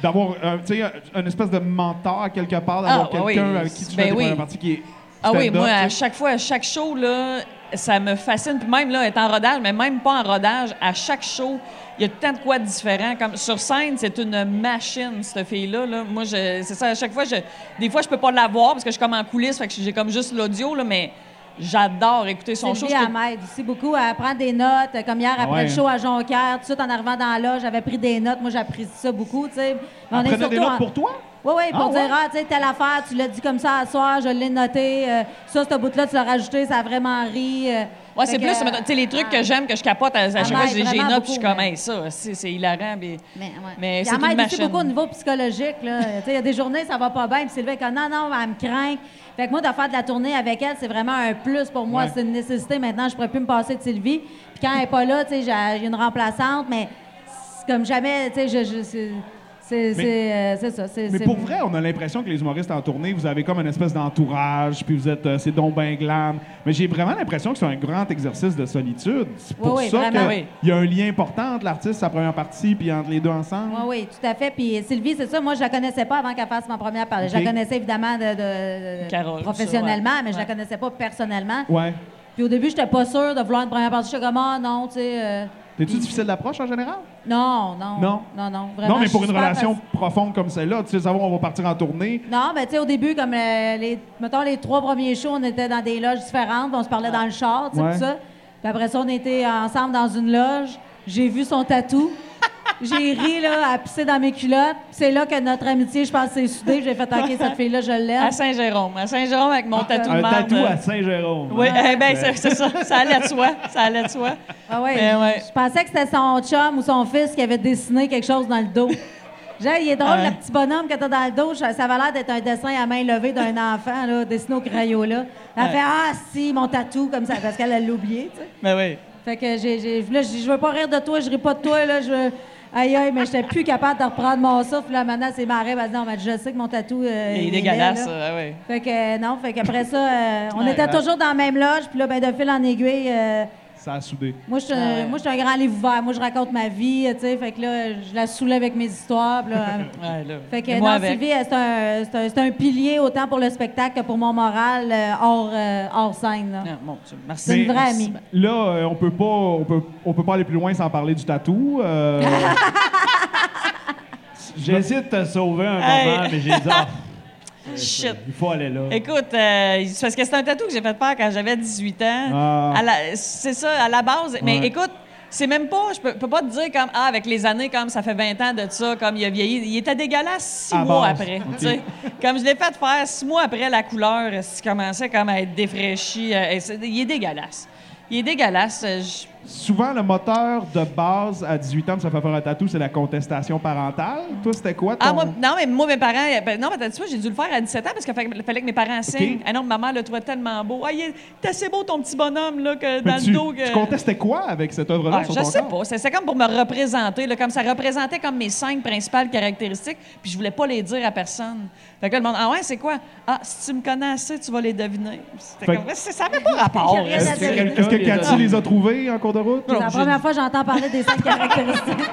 Speaker 2: d'avoir un- tu sais, un- une espèce de mentor quelque part, d'avoir
Speaker 7: Ah, ouais,
Speaker 2: quelqu'un
Speaker 7: oui.
Speaker 2: avec qui tu
Speaker 7: Ben
Speaker 2: fais des
Speaker 7: oui.
Speaker 2: premières parties qui est
Speaker 7: Ah oui,
Speaker 2: stand-up,
Speaker 7: moi, à
Speaker 2: tu sais?
Speaker 7: chaque fois, à chaque show, là, ça me fascine. Puis même, là, être en rodage, mais même pas en rodage, à chaque show, il y a tant de quoi de différent. Comme sur scène, c'est une machine, cette fille-là. là. Moi, je- c'est ça, à chaque fois, je, des fois, je peux pas la voir parce que je suis comme en coulisses, fait que j'ai comme juste l'audio, là, mais j'adore écouter son show.
Speaker 6: Sylvie,
Speaker 7: Je peux-
Speaker 6: elle m'aide aussi beaucoup à prendre des notes. Euh, Comme hier, après
Speaker 2: Ah ouais,
Speaker 6: le show à Jonquière, tout de suite, en arrivant dans la loge, j'avais pris des notes. Moi, j'apprécie ça beaucoup, tu sais. Mais on
Speaker 2: Elle prenait des notes
Speaker 6: en-
Speaker 2: pour toi?
Speaker 6: Oui, oui, pour
Speaker 2: Ah,
Speaker 6: dire,
Speaker 2: ouais?
Speaker 6: ah, tu sais, telle affaire, tu l'as dit comme ça à soir, je l'ai noté. euh, ça, ce bout-là, tu l'as rajouté, ça a vraiment ri. euh,
Speaker 7: Ouais, c'est
Speaker 6: que,
Speaker 7: plus,
Speaker 6: euh,
Speaker 7: mettons, tu sais, les trucs que j'aime, que je capote à, à chaque
Speaker 6: m'aide
Speaker 7: fois, j'ai j'ai
Speaker 6: vraiment
Speaker 7: notes, puis je suis
Speaker 6: beaucoup,
Speaker 7: comme,
Speaker 6: mais-
Speaker 7: Hey, ça, c'est c'est hilarant. puis-
Speaker 6: Mais, ouais.
Speaker 7: Mais
Speaker 6: Puis
Speaker 7: c'est
Speaker 6: elle
Speaker 7: une
Speaker 6: m'aide aussi
Speaker 7: machine.
Speaker 6: beaucoup au niveau psychologique. là. Tu sais, Il y a des journées, ça va pas bien. Puis Sylvain, est comme, non, non, elle me craint. Fait que moi, de faire de la tournée avec elle, c'est vraiment un plus pour moi.
Speaker 2: Ouais.
Speaker 6: C'est une nécessité. Maintenant, je pourrais plus me passer de Sylvie. Puis quand elle est pas là, tu sais, j'ai j'ai une remplaçante, mais c'est comme jamais, tu sais, je- je- c'est- c'est c'est, euh, c'est ça. c'est-
Speaker 2: Mais
Speaker 6: c'est-
Speaker 2: pour vrai, on a l'impression que les humoristes en tournée, vous avez comme une espèce d'entourage, puis vous êtes, euh, c'est donc ben glam. Mais j'ai vraiment l'impression que c'est un grand exercice de solitude. C'est pour
Speaker 6: Oui, oui,
Speaker 2: ça
Speaker 6: vraiment,
Speaker 2: que
Speaker 7: oui.
Speaker 2: il y a un lien important entre l'artiste, sa première partie, puis entre les deux ensemble.
Speaker 6: Oui, oui, tout à fait. Puis Sylvie, c'est ça, moi, je la connaissais pas avant qu'elle fasse ma première partie. Je
Speaker 2: Ok.
Speaker 6: la connaissais évidemment de, de- de-
Speaker 7: Carole,
Speaker 6: professionnellement,
Speaker 7: ça, ouais.
Speaker 6: mais je la
Speaker 7: Ouais.
Speaker 6: connaissais pas personnellement.
Speaker 2: Ouais.
Speaker 6: Puis au début, j'étais pas sûre de vouloir une première partie. J'étais comme, ah, non, tu sais. euh,
Speaker 2: T'es-tu difficile d'approche en général?
Speaker 6: Non, non.
Speaker 2: Non.
Speaker 6: Non, non, vraiment.
Speaker 2: non, mais pour
Speaker 6: je
Speaker 2: une
Speaker 6: suis super
Speaker 2: relation
Speaker 6: faci-
Speaker 2: profonde comme celle-là, tu sais, savoir, on va partir en tournée.
Speaker 6: Non, mais tu sais, au début, comme euh, les, mettons, les trois premiers shows, on était dans des loges différentes, puis on se parlait dans le char, tu sais,
Speaker 2: Ouais.
Speaker 6: tout ça. Puis après ça, on était ensemble dans une loge. J'ai vu son tatou. J'ai ri, là, à pisser dans mes culottes. C'est là que notre amitié, je pense, s'est soudée. J'ai fait, OK, cette fille-là, je l'aime.
Speaker 7: À Saint-Jérôme. À Saint-Jérôme, avec mon tatou de
Speaker 5: Un
Speaker 7: marde,
Speaker 5: tatou
Speaker 7: euh,
Speaker 5: à Saint-Jérôme.
Speaker 7: Oui, eh ben, c'est c'est ça. Ça allait de soi. Ça allait de soi.
Speaker 6: Ah ouais,
Speaker 7: Mais
Speaker 6: je-
Speaker 7: ouais.
Speaker 6: Je pensais que c'était son chum ou son fils qui avait dessiné quelque chose dans le dos. Genre, il est drôle,
Speaker 7: Ah ouais.
Speaker 6: le petit bonhomme que t'as dans le dos, ça ça avait l'air d'être un dessin à main levée d'un enfant, là, dessiné au crayon, là. Elle
Speaker 7: Ouais.
Speaker 6: fait « Ah, si, mon tatou », comme ça, parce qu'elle l'a oublié, tu sais.
Speaker 7: Mais oui.
Speaker 6: Fait que j'ai, j'ai- là, je dis, je veux pas rire de toi, je ris pas de toi, là, je veux... Aïe, aïe, mais j'étais plus capable de reprendre mon souffle, là, maintenant, c'est marré, elle dit « Non, mais je sais que mon tatou, euh,
Speaker 7: Il est
Speaker 6: laid,
Speaker 7: dégueulasse,
Speaker 6: là.
Speaker 7: ah ouais.
Speaker 6: Fait que euh, non, fait qu'après ça, euh, on
Speaker 7: Ouais,
Speaker 6: était
Speaker 7: ouais.
Speaker 6: toujours dans la même loge, puis là, ben, de fil en aiguille... euh,
Speaker 2: Ça a soudé.
Speaker 6: moi, je suis
Speaker 7: Ah ouais.
Speaker 6: un, moi, je suis un grand livre ouvert. Moi, je raconte ma vie, euh, tu sais. Fait que là, je la soulève avec mes histoires. puis là, euh,
Speaker 7: Ouais, là.
Speaker 6: fait que
Speaker 7: Et
Speaker 6: euh,
Speaker 7: moi
Speaker 6: non,
Speaker 7: avec.
Speaker 6: Sylvie, euh, c'est un, c'est un- c'est un pilier autant pour le spectacle que pour mon moral euh, hors, euh, hors scène. là.
Speaker 7: Ah, mon Dieu, merci.
Speaker 6: C'est une
Speaker 2: Mais-
Speaker 6: vraie amie.
Speaker 2: Là, euh, on peut pas, on peut, on peut pas aller plus loin sans parler du tatou. euh,
Speaker 5: J'ai essayé de te sauver un
Speaker 7: Hey.
Speaker 5: moment, mais j'ai dit, ah,
Speaker 7: Shit.
Speaker 5: il faut aller là.
Speaker 7: Écoute, euh, c'est parce que c'est un tatou que j'ai fait faire quand j'avais 18 ans.
Speaker 2: Ah.
Speaker 7: À la- C'est ça, à la base. Mais
Speaker 2: Ouais.
Speaker 7: écoute, c'est même pas, je peux, peux pas te dire comme, ah, avec les années, comme ça fait 20 ans de ça, comme il a vieilli. Il était dégueulasse six
Speaker 2: À
Speaker 7: mois
Speaker 2: base.
Speaker 7: après.
Speaker 2: Ok.
Speaker 7: tu sais. Comme je l'ai fait faire six mois après, la couleur euh, s- commençait comme à être défraîchie. euh, et c'est- il est dégueulasse. Il est dégueulasse. euh, je-
Speaker 2: souvent, le moteur de base à 18 ans, pour ça fait faire un tatou, c'est la contestation parentale. Toi, c'était quoi ton...
Speaker 7: Ah, moi, non, mais moi, mes parents. euh, ben, non, mais t'as- tu vois, j'ai dû le faire à 17 ans parce qu'il fallait, fallait que mes parents signent. Ah non, maman le trouvait tellement beau. Ah, il est t'es assez beau, ton petit bonhomme, là, que
Speaker 2: Mais
Speaker 7: dans
Speaker 2: tu,
Speaker 7: le dos. que-
Speaker 2: tu contestais quoi avec cette œuvre-là
Speaker 7: Ah,
Speaker 2: sur
Speaker 7: je
Speaker 2: ton
Speaker 7: sais
Speaker 2: corps?
Speaker 7: pas. C'est c'est comme pour me représenter. là, comme ça représentait comme mes cinq principales caractéristiques, puis je voulais pas les dire à personne. Fait que là, le monde, ah ouais, c'est quoi? Ah, si tu me connais assez, tu vas les deviner. C'était
Speaker 2: Fait
Speaker 7: comme, c'est- ça n'avait pas rapport.
Speaker 6: J'ai rien
Speaker 7: là.
Speaker 6: à
Speaker 5: Est-ce que
Speaker 6: dire.
Speaker 5: quelqu'un
Speaker 2: Est-ce que
Speaker 5: les a
Speaker 2: Cathy les a trouvés en cours de route?
Speaker 6: C'est la première fois que j'entends parler des cinq caractéristiques.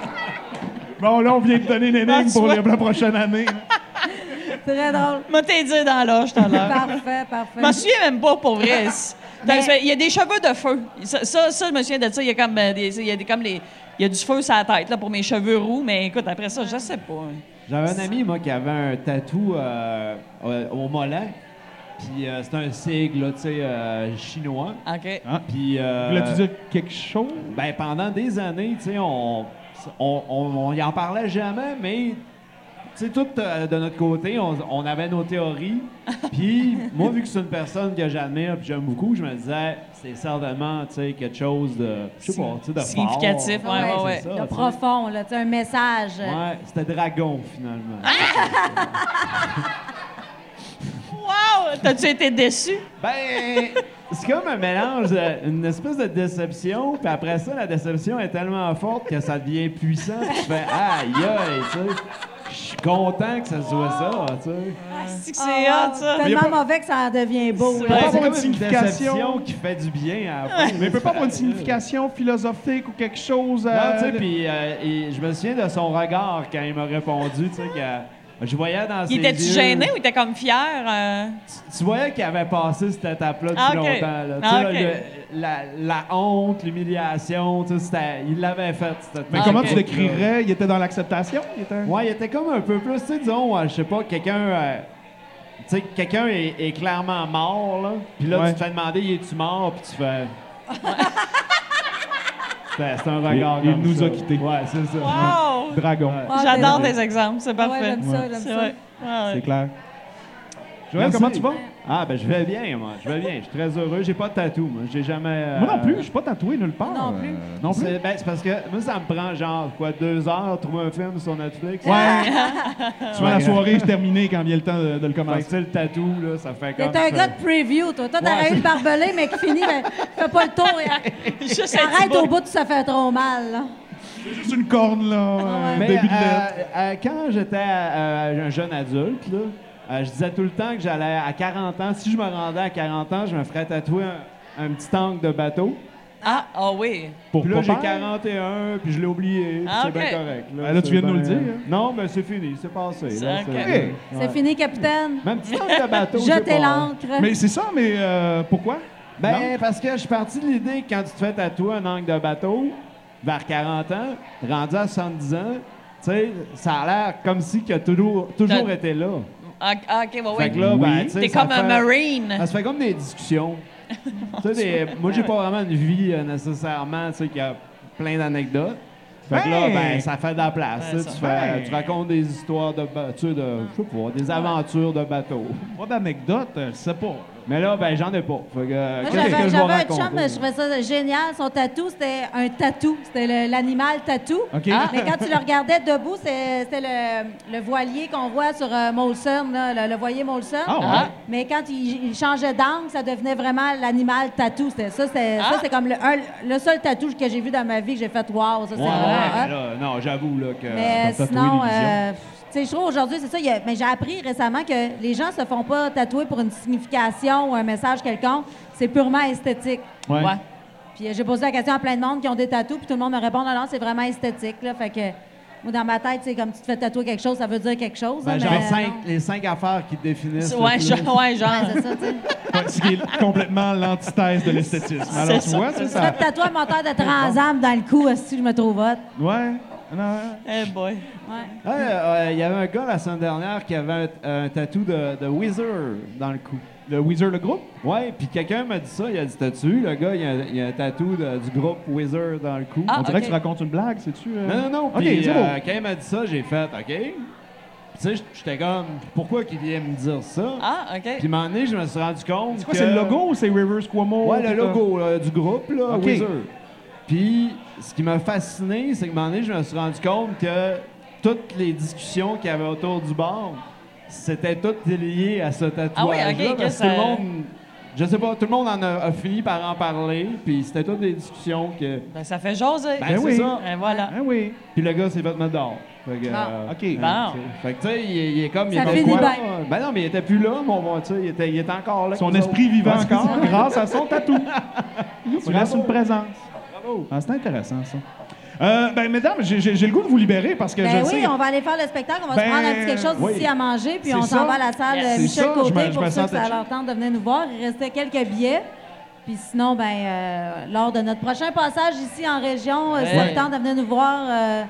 Speaker 2: Bon, là, on vient de donner
Speaker 7: Ah,
Speaker 2: l'énigme
Speaker 7: tu
Speaker 2: pour
Speaker 7: vois.
Speaker 2: les- la prochaine année.
Speaker 6: Très drôle.
Speaker 7: M'a t'ai dit dans l'âge tout à l'heure.
Speaker 6: Parfait, parfait.
Speaker 7: Je m'en souviens même pas pour vrai. C'est-
Speaker 6: Mais-
Speaker 7: Parce que Il y a des cheveux de feu. Ça, ça, ça, je me souviens de ça. Il y a comme, euh, des, il y a des- comme les, il y a du feu sur la tête là, pour mes cheveux roux, mais écoute, après ça, je sais pas. hein.
Speaker 5: J'avais un ami, moi, qui avait un tatou euh, euh, au mollet. Puis euh, c'était un sigle, là, tu sais, euh, chinois.
Speaker 7: OK.
Speaker 2: Ah.
Speaker 5: Puis. euh,
Speaker 2: Voulais-tu dire quelque chose?
Speaker 5: Ben, pendant des années, tu sais, on, on, on- on y en parlait jamais, mais, tu sais, tout euh, de notre côté, on, on avait nos théories. Puis, moi, vu que c'est une personne que j'admire puis j'aime beaucoup, je me disais, c'est certainement, tu sais, quelque chose de, je sais pas, tu sais, de fort.
Speaker 7: Significatif, ouais, ouais, ouais. euh,
Speaker 5: c'est ça,
Speaker 6: Le
Speaker 5: tu sais.
Speaker 6: profond, là, tu sais, un message.
Speaker 5: Ouais, c'était dragon,
Speaker 7: Ah,
Speaker 5: finalement.
Speaker 7: Wow! T'as-tu été déçu?
Speaker 5: Ben, c'est comme un mélange, de- une espèce de déception, puis après ça, la déception est tellement forte que ça devient puissant. puis Tu fais aïe aïe, tu sais. Je suis content que ça soit ça, tu sais.
Speaker 7: C'est que
Speaker 6: Ah,
Speaker 7: c'est
Speaker 6: wow,
Speaker 7: hot, ça.
Speaker 6: tellement mauvais que ça en devient beau.
Speaker 2: pas
Speaker 6: là.
Speaker 2: avoir
Speaker 5: c'est
Speaker 2: une
Speaker 5: comme une
Speaker 2: signification.
Speaker 5: déception qui fait du bien à la fin.
Speaker 2: Mais il peut pas avoir une signification philosophique ou quelque chose...
Speaker 5: Non,
Speaker 2: euh,
Speaker 5: tu sais, puis euh, et je me souviens de son regard quand il m'a répondu, tu sais, que je voyais dans ses
Speaker 7: Il
Speaker 5: yeux...
Speaker 7: était-tu gêné ou il était comme fier? euh?
Speaker 5: Tu voyais qu'il avait passé cette étape-là depuis
Speaker 7: Ah, ok.
Speaker 5: longtemps. Là. Tu
Speaker 7: Ah,
Speaker 5: sais,
Speaker 7: ok.
Speaker 5: le- la, la honte, l'humiliation, tu sais, c'était- il l'avait fait, cette
Speaker 2: Mais
Speaker 7: Ah,
Speaker 2: comment
Speaker 7: ok.
Speaker 2: tu décrirais? Il était dans l'acceptation? Il était...
Speaker 5: Ouais, il était comme un peu plus, tu sais, disons, euh, je sais pas, quelqu'un. euh, tu sais, quelqu'un est, est clairement mort, là. Puis là,
Speaker 2: Ouais.
Speaker 5: tu te fais demander, es-tu mort? Puis tu fais. C'est c'est un regard.
Speaker 2: Il- il
Speaker 5: comme
Speaker 2: nous
Speaker 5: ça.
Speaker 2: a quittés.
Speaker 5: Ouais, c'est ça.
Speaker 7: Wow!
Speaker 2: Dragon,
Speaker 5: Ouais.
Speaker 6: Ah,
Speaker 7: Oh! J'adore
Speaker 6: t'es-
Speaker 7: tes exemples, c'est
Speaker 6: Ah
Speaker 7: parfait.
Speaker 6: ouais, j'aime ça, j'aime
Speaker 7: C'est
Speaker 6: ça.
Speaker 7: vrai. Ouais, ouais.
Speaker 2: c'est clair.
Speaker 5: Je
Speaker 2: Joël,
Speaker 5: Merci.
Speaker 2: comment tu vas?
Speaker 5: Ah, ben je vais bien, moi. Je vais bien. Je suis très heureux. J'ai pas de tatou, moi. J'ai jamais. euh,
Speaker 2: Moi non plus, je suis pas tatoué nulle part.
Speaker 6: Non plus.
Speaker 2: euh, non plus.
Speaker 5: C'est ben, c'est parce que moi, ça me prend genre, quoi, deux heures, trouver un film sur Netflix.
Speaker 2: Ouais. Souvent, la
Speaker 5: grave.
Speaker 2: soirée est terminée quand vient le temps de, de
Speaker 5: Fait
Speaker 2: le
Speaker 5: que, tu
Speaker 2: commencer.
Speaker 5: sais, le tatou, là, ça fait
Speaker 6: T'es
Speaker 5: comme.
Speaker 6: un
Speaker 5: ça.
Speaker 6: gars de preview, toi. Toi, t'aurais
Speaker 5: Ouais,
Speaker 6: eu le barbelé, mais qui finit, ben, fais pas le tour. Et
Speaker 7: Juste un petit
Speaker 6: arrête
Speaker 7: bout.
Speaker 6: au bout, tu ça fait trop mal. là.
Speaker 2: Juste une corne, là, un
Speaker 5: Mais,
Speaker 2: début de
Speaker 5: euh,
Speaker 2: lettre.
Speaker 5: euh, quand j'étais euh, un jeune adulte, là, euh, je disais tout le temps que j'allais à 40 ans, si je me rendais à 40 ans, je me ferais tatouer un, un petit angle de bateau.
Speaker 7: Ah, ah oui.
Speaker 2: Pour
Speaker 5: Puis là,
Speaker 2: pas
Speaker 5: j'ai
Speaker 2: peur.
Speaker 5: 41, puis je l'ai oublié. puis
Speaker 7: Ah,
Speaker 5: c'est
Speaker 7: ok.
Speaker 5: bien correct.
Speaker 2: Ah, là, tu
Speaker 5: c'est
Speaker 2: viens de nous
Speaker 5: bien-
Speaker 2: le dire, hein?
Speaker 5: Non, mais c'est fini, c'est passé. là,
Speaker 7: C'est
Speaker 5: c'est-
Speaker 7: ok.
Speaker 2: Eh,
Speaker 5: ouais.
Speaker 6: C'est fini, capitaine.
Speaker 5: Mais un petit angle de bateau. c'est
Speaker 6: Jetez
Speaker 5: pas-
Speaker 6: l'encre.
Speaker 2: Mais c'est ça, mais euh, pourquoi?
Speaker 5: Ben,
Speaker 2: Non?
Speaker 5: parce que je suis parti de l'idée que quand tu te fais tatouer un angle de bateau, vers 40 ans, rendu à 70 ans, tu sais, ça a l'air comme si que toujours, toujours
Speaker 7: T'as-
Speaker 5: été là.
Speaker 7: Ah, ah, OK, ouais,
Speaker 5: Fait
Speaker 7: ouais.
Speaker 5: que là, ben,
Speaker 2: Oui.
Speaker 5: tu sais,
Speaker 7: T'es
Speaker 5: ça
Speaker 7: comme un
Speaker 5: fait- Ça
Speaker 7: marine.
Speaker 5: se fait comme des discussions. Tu sais, des- moi, j'ai pas vraiment une vie euh, nécessairement, tu sais, qui a plein d'anecdotes. Fait que là,
Speaker 2: Ben!
Speaker 5: ben, ça fait de la place.
Speaker 7: Ouais,
Speaker 5: tu sais,
Speaker 7: ça.
Speaker 5: tu, fais- tu racontes des histoires de, ba- tu sais, de, je sais pas, des aventures de bateau.
Speaker 2: Pas d'anecdote, euh, je sais pas.
Speaker 5: Mais là, ben, j'en ai pas. Fait que, euh,
Speaker 6: Moi,
Speaker 5: qu'est-ce que
Speaker 6: j'avais
Speaker 5: je vais
Speaker 6: j'avais un
Speaker 5: raconter?
Speaker 6: chum, je trouvais ça génial. Son tatou, c'était un tatou. C'était le- l'animal tatou. Ah.
Speaker 2: OK.
Speaker 6: Mais quand tu le regardais debout, c'est- c'était le, le voilier qu'on voit sur euh, Molson, là, le, le voilier Molson.
Speaker 2: Ah ouais?
Speaker 6: Mais quand il, il changeait d'angle, ça devenait vraiment l'animal tatou. C'était Ça, c'est ça, c'est comme le, un- le seul tatou que j'ai vu dans ma vie que j'ai fait « wow ». Ça, c'est
Speaker 5: Ouais,
Speaker 6: vraiment
Speaker 5: ouais,
Speaker 6: hot.
Speaker 5: mais là, non, j'avoue, là, que...
Speaker 6: Mais
Speaker 2: comme tatouer
Speaker 6: sinon,
Speaker 2: l'illusion.
Speaker 6: euh, pff, tu sais, je trouve aujourd'hui, c'est ça. il y a- mais j'ai appris récemment que les gens se font pas tatouer pour une signification ou un message quelconque. C'est purement esthétique.
Speaker 2: Ouais.
Speaker 7: Ouais.
Speaker 6: Puis euh, j'ai posé la question à plein de monde qui ont des tatous, puis tout le monde me répond non, non, c'est vraiment esthétique. Là, fait que moi, dans ma tête, c'est comme tu te fais tatouer quelque chose, ça veut dire quelque chose. hein,
Speaker 5: Ben,
Speaker 6: mais,
Speaker 5: genre
Speaker 6: euh,
Speaker 5: cinq-
Speaker 6: non.
Speaker 5: les cinq affaires qui te définissent. le
Speaker 7: Ouais,
Speaker 5: plus.
Speaker 7: genre, ouais, genre.
Speaker 6: Ouais, c'est ça, tu sais.
Speaker 2: Ouais, Ce qui est complètement l'antithèse de l'esthétisme. Alors, tu vois, c'est
Speaker 6: Tu te
Speaker 2: ça.
Speaker 6: fais tatouer un moteur de transam dans le cou, si je me trouve hot.
Speaker 2: Ouais. Non.
Speaker 7: Eh boy.
Speaker 5: Ouais, euh, Il y avait un gars la semaine dernière qui avait un, un tatou de, de Weezer dans le cou.
Speaker 2: Le Weezer, le groupe?
Speaker 5: Ouais, puis quelqu'un m'a dit ça, il a dit T'as-tu vu, le gars, il a, il a un tatou de- du groupe Weezer dans le cou.
Speaker 7: Ah,
Speaker 2: On dirait que
Speaker 7: ok.
Speaker 2: tu racontes une blague, sais-tu? euh?
Speaker 5: Non, non, non.
Speaker 2: Ok,
Speaker 5: Puis
Speaker 2: c'est beau.
Speaker 5: euh, quand il m'a dit ça, j'ai fait OK. Puis tu sais, j'étais comme Pourquoi qu'il vient me dire ça
Speaker 7: Ah, OK.
Speaker 5: Puis un moment donné, je me suis rendu compte.
Speaker 2: C'est quoi,
Speaker 5: que-
Speaker 2: c'est le logo ou c'est Rivers Cuomo?
Speaker 5: Ouais,
Speaker 2: puis, euh,
Speaker 5: le logo là, du groupe, là,
Speaker 2: Ok.
Speaker 5: Weezer. Puis, ce qui m'a fasciné, c'est que un moment donné, je me suis rendu compte que toutes les discussions qu'il y avait autour du bar, c'était toutes liées à ce tatouage.
Speaker 7: Ah oui, ok, que
Speaker 5: parce que tout
Speaker 7: ça-
Speaker 5: le monde, je sais pas, tout le monde en a, a fini par en parler, puis c'était toutes des discussions que.
Speaker 7: Ben, ça fait jaser.
Speaker 5: Ben,
Speaker 2: Ben
Speaker 5: c'est
Speaker 2: oui.
Speaker 5: ça.
Speaker 7: Ben, voilà.
Speaker 2: Ah oui.
Speaker 5: Puis le gars s'est fait mettre dehors. Fait que, euh,
Speaker 2: OK.
Speaker 7: Bon.
Speaker 5: Fait que, tu sais, il, est- il est comme. il
Speaker 6: Ça
Speaker 5: est comme
Speaker 6: finit
Speaker 5: quoi,
Speaker 6: bien.
Speaker 5: là? Ben non, mais il était plus là, mon bon, tu sais, il était, il était encore là.
Speaker 2: Son
Speaker 5: nous
Speaker 2: esprit
Speaker 5: autres.
Speaker 2: vivant
Speaker 5: Ouais, c'est
Speaker 2: encore
Speaker 5: ça.
Speaker 2: grâce à son tatou. grâce à une présence.
Speaker 5: Bravo.
Speaker 2: Ah, c'est intéressant, ça. Euh, ben, mesdames, j'ai- j'ai j'ai le goût de vous libérer parce que
Speaker 6: Ben
Speaker 2: je
Speaker 6: oui,
Speaker 2: sais...
Speaker 6: on va aller faire le spectacle, on va
Speaker 2: Ben,
Speaker 6: se prendre un petit quelque chose
Speaker 2: oui.
Speaker 6: ici à manger, puis
Speaker 2: C'est
Speaker 6: on
Speaker 2: ça.
Speaker 6: s'en va à la salle
Speaker 7: Yes.
Speaker 6: euh, Michel
Speaker 2: C'est ça, je
Speaker 6: Côté
Speaker 2: me- je me
Speaker 6: pour ceux
Speaker 2: sens
Speaker 6: que ça
Speaker 2: touché.
Speaker 6: leur tente de venir nous voir. Il restait quelques billets. Puis sinon, ben, euh, lors de notre prochain passage ici en région, euh, si ça
Speaker 7: Ouais.
Speaker 6: vous tente de venir nous voir, euh,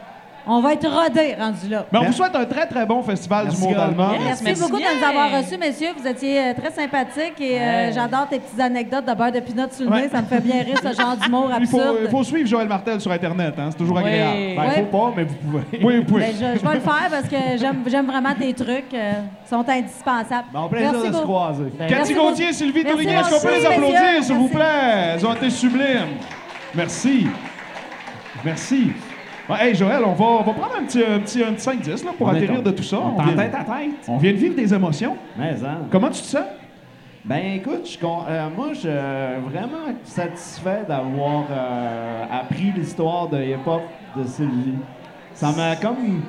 Speaker 6: on va être rodés rendus là.
Speaker 2: Mais on vous souhaite un très, très bon festival
Speaker 5: Merci,
Speaker 2: du monde
Speaker 5: gars.
Speaker 2: allemand.
Speaker 7: Yes.
Speaker 6: Merci,
Speaker 7: merci
Speaker 6: beaucoup de nous
Speaker 7: bien.
Speaker 6: avoir reçus, messieurs. Vous étiez euh, très sympathiques et euh,
Speaker 7: Ouais.
Speaker 6: j'adore tes petites anecdotes de beurre de pinot sur le
Speaker 2: Ouais.
Speaker 6: nez. Ça me fait bien rire, ce genre d'humour
Speaker 2: Il faut,
Speaker 6: absurde.
Speaker 2: il faut suivre Joël Martel sur Internet, hein, c'est toujours
Speaker 7: Oui.
Speaker 2: agréable.
Speaker 5: Ben,
Speaker 6: Ouais.
Speaker 5: faut pas, mais vous pouvez.
Speaker 2: Oui, oui.
Speaker 6: Ben, je, je vais le faire parce que j'aime j'aime vraiment tes trucs. euh, Ils sont indispensables.
Speaker 2: Ben,
Speaker 5: Bon, plaisir
Speaker 6: Merci
Speaker 5: de se
Speaker 6: beaucoup.
Speaker 5: croiser.
Speaker 2: Cathy
Speaker 6: Ben, Merci beaucoup.
Speaker 2: Gauthier, Sylvie
Speaker 6: Merci,
Speaker 2: Tourigny, est-ce qu'on peut
Speaker 6: merci,
Speaker 2: les applaudir,
Speaker 6: messieurs.
Speaker 2: s'il vous
Speaker 6: Merci.
Speaker 2: plaît? Ils ont été sublimes. Merci. Merci. Bon, hey, Joël, on va, on va prendre un petit, un petit, un petit 5-10 là, pour
Speaker 5: On est
Speaker 2: atterrir
Speaker 5: en-
Speaker 2: de tout ça.
Speaker 5: on est en
Speaker 2: vient,
Speaker 5: tête à tête.
Speaker 2: on vient de vivre des émotions.
Speaker 5: Mais, hein.
Speaker 2: Comment tu te sens?
Speaker 5: Ben écoute, je suis con- euh, moi je suis euh, vraiment satisfait d'avoir euh, appris l'histoire de hip-hop de Sylvie. Ça m'a comme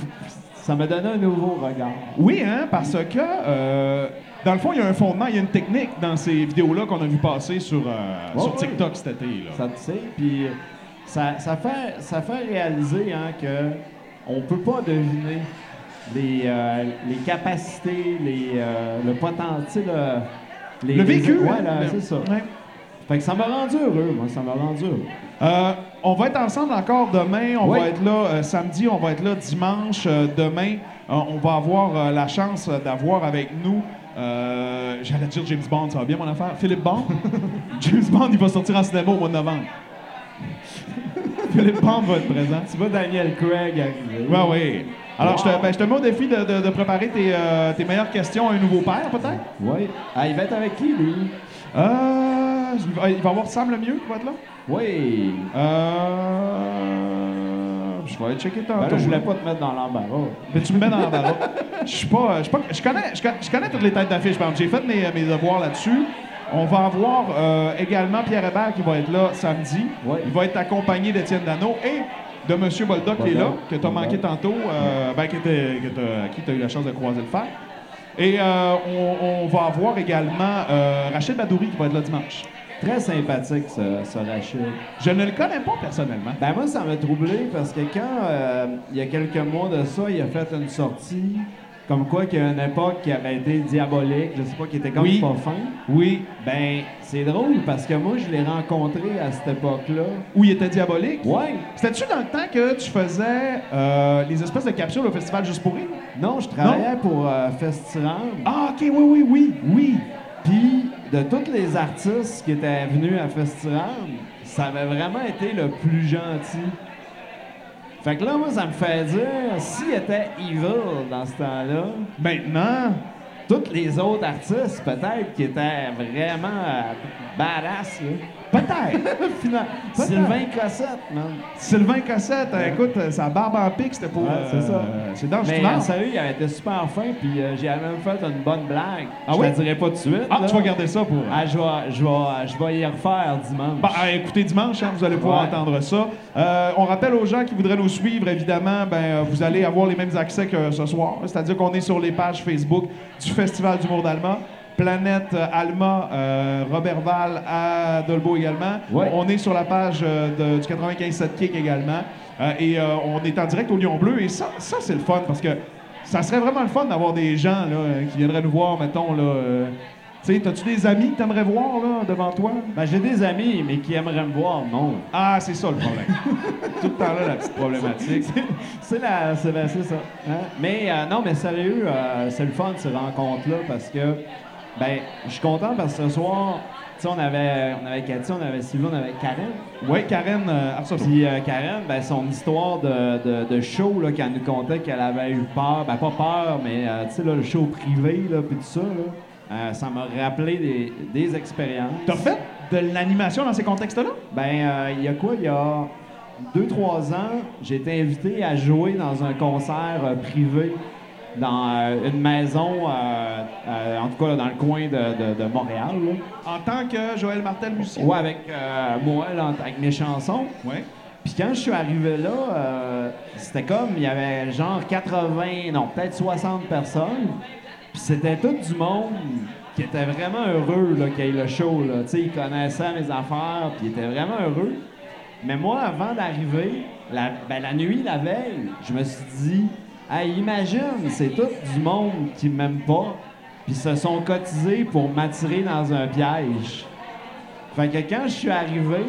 Speaker 5: ça m'a donné un nouveau regard.
Speaker 2: Oui, hein, parce que euh, dans le fond, il y a un fondement, il y a une technique dans ces vidéos-là qu'on a vu passer sur, euh,
Speaker 5: Ouais,
Speaker 2: sur
Speaker 5: ouais.
Speaker 2: TikTok cet été. là.
Speaker 5: Oh, Ça tu sais, puis ça, ça fait ça fait réaliser hein, que on peut pas deviner les, euh, les capacités, les euh, le potentiel, euh, les-
Speaker 2: le vécu.
Speaker 5: Ouais,
Speaker 2: hein,
Speaker 5: là,
Speaker 2: le-
Speaker 5: c'est ça.
Speaker 2: ouais.
Speaker 5: Fait que ça m'a rendu heureux, moi, ça m'a rendu heureux.
Speaker 2: Euh, on va être ensemble encore demain. On
Speaker 5: Oui.
Speaker 2: va être là euh, samedi, on va être là dimanche. Euh, demain, euh, on va avoir euh, la chance euh, d'avoir avec nous. euh, J'allais dire James Bond, ça va bien mon affaire. Philippe Bond. James Bond, il va sortir en cinéma au mois de novembre. Philippe Bond va être présent.
Speaker 5: Tu vois Daniel Craig arriver.
Speaker 2: Ouais, ouais. Alors, je te, ben, je te mets au défi de, de- de préparer tes, euh, tes meilleures questions à un nouveau père, peut-être?
Speaker 5: Oui. Ah, il va être avec qui, lui?
Speaker 2: Euh, il va- il va y avoir Sam le mieux qui va être là?
Speaker 5: Oui.
Speaker 2: Euh, je vais aller checker tantôt.
Speaker 5: Ben là, je voulais pas te mettre dans l'embarras.
Speaker 2: Mais tu me mets dans l'embarras. Je suis pas. Je suis pas- je connais, je connais- je connais toutes les têtes d'affiche, par exemple. J'ai fait mes, euh, mes devoirs là-dessus. On va avoir euh, également Pierre Hébert qui va être là samedi.
Speaker 5: Ouais.
Speaker 2: Il va être accompagné d'Étienne Dano et de M. Boldoc qui est là, que tu as manqué tantôt, euh, ben, qui était- que t'as- à qui tu as eu la chance de croiser le fer. Et euh, on, on va avoir également euh, Rachid Badouri qui va être là dimanche.
Speaker 5: Très sympathique, ce, ce Rachid.
Speaker 2: Je ne le connais pas personnellement.
Speaker 5: Ben moi, ça m'a troublé parce que quand, euh, il y a quelques mois de ça, il a fait une sortie comme quoi qu'il y a une époque qui avait été diabolique, je sais pas, qui était comme
Speaker 2: Oui.
Speaker 5: pas fin.
Speaker 2: Oui.
Speaker 5: Ben, c'est drôle parce que moi, je l'ai rencontré à cette époque-là.
Speaker 2: Où il était diabolique.
Speaker 5: Ouais.
Speaker 2: C'était-tu dans le temps que tu faisais euh, les espèces de capsules au festival Juste pour rire?
Speaker 5: Non, je travaillais pour euh, Festiram.
Speaker 2: Ah, ok, oui, oui, oui, oui.
Speaker 5: Puis, de tous les artistes qui étaient venus à Festiram, ça avait vraiment été le plus gentil. Fait que là, moi, ça me fait dire, s'il était evil dans ce temps-là,
Speaker 2: Maintenant,
Speaker 5: tous les autres artistes, peut-être, qui étaient vraiment euh, badass, là. Peut-être! Finalement,
Speaker 2: Peut-être.
Speaker 5: Sylvain Cossette, man.
Speaker 2: Sylvain Cossette, euh, écoute, euh, sa barbe en pique, c'était pour.
Speaker 5: Ouais,
Speaker 2: euh,
Speaker 5: c'est ça.
Speaker 2: C'est dans le
Speaker 5: Mais
Speaker 2: Stunard.
Speaker 5: euh, sérieux, il avait été super fin, puis euh, j'ai même fait une bonne blague.
Speaker 2: Ah
Speaker 5: je
Speaker 2: oui?
Speaker 5: te dirai pas tout de suite.
Speaker 2: Ah,
Speaker 5: là.
Speaker 2: tu vas garder ça pour.
Speaker 5: Ah, je vais, je vais, je vais y refaire dimanche.
Speaker 2: Bah, euh, écoutez, dimanche, hein, vous allez pouvoir
Speaker 5: Ouais.
Speaker 2: entendre ça. Euh, on rappelle aux gens qui voudraient nous suivre, évidemment, ben, euh, vous allez avoir les mêmes accès que ce soir. C'est-à-dire qu'on est sur les pages Facebook du Festival d'humour d'Alma, Planète euh, Alma, euh, Robert Val à Dolbeau également.
Speaker 5: Ouais.
Speaker 2: On est sur la page euh, de- du 95.7 Kick également. Euh, et euh, on est en direct au Lion Bleu. Et ça, ça c'est le fun parce que ça serait vraiment le fun d'avoir des gens là, euh, qui viendraient nous voir, mettons. Là, euh, tu sais, t'as-tu des amis que t'aimerais voir là, devant toi?
Speaker 5: Ben, j'ai des amis, mais qui aimeraient me voir, non.
Speaker 2: Ah, c'est ça le problème. Tout le temps là, la petite problématique.
Speaker 5: c'est la, c'est la- c'est ça. hein. Mais euh, non, mais sérieux, euh, c'est le fun ces rencontres-là parce que, ben, je suis content parce que ce soir, tu sais, on avait, on avait Cathy, on avait Sylvain, on avait Karen.
Speaker 2: Oui, Karen euh, Arsenault.
Speaker 5: Puis euh, Karen, ben, son histoire de, de, de show là, qu'elle nous contait qu'elle avait eu peur, ben pas peur, mais euh, tu sais, là, le show privé, là, puis tout ça, là, euh, ça m'a rappelé des, des expériences.
Speaker 2: T'as fait de l'animation dans ces contextes-là?
Speaker 5: Ben, euh, il y a quoi? Il y a 2-3 ans, j'ai été invité à jouer dans un concert euh, privé dans euh, une maison, euh, euh, en tout cas là, dans le coin de, de- de Montréal. là.
Speaker 2: En tant que Joël Martel musicien?
Speaker 5: Ouais, avec euh, moi, là, en- avec mes chansons.
Speaker 2: Ouais.
Speaker 5: Puis quand je suis arrivé là, euh, c'était comme, il y avait genre 80, non, peut-être 60 personnes. Puis c'était tout du monde qui était vraiment heureux là, qu'il y ait le show. Là. Tu sais, Ils connaissaient mes affaires, puis ils étaient vraiment heureux. Mais moi, avant d'arriver, la, ben, la nuit, la veille, je me suis dit, hey, imagine, c'est tout du monde qui m'aime pas, puis se sont cotisés pour m'attirer dans un piège. Fait que quand je suis arrivé,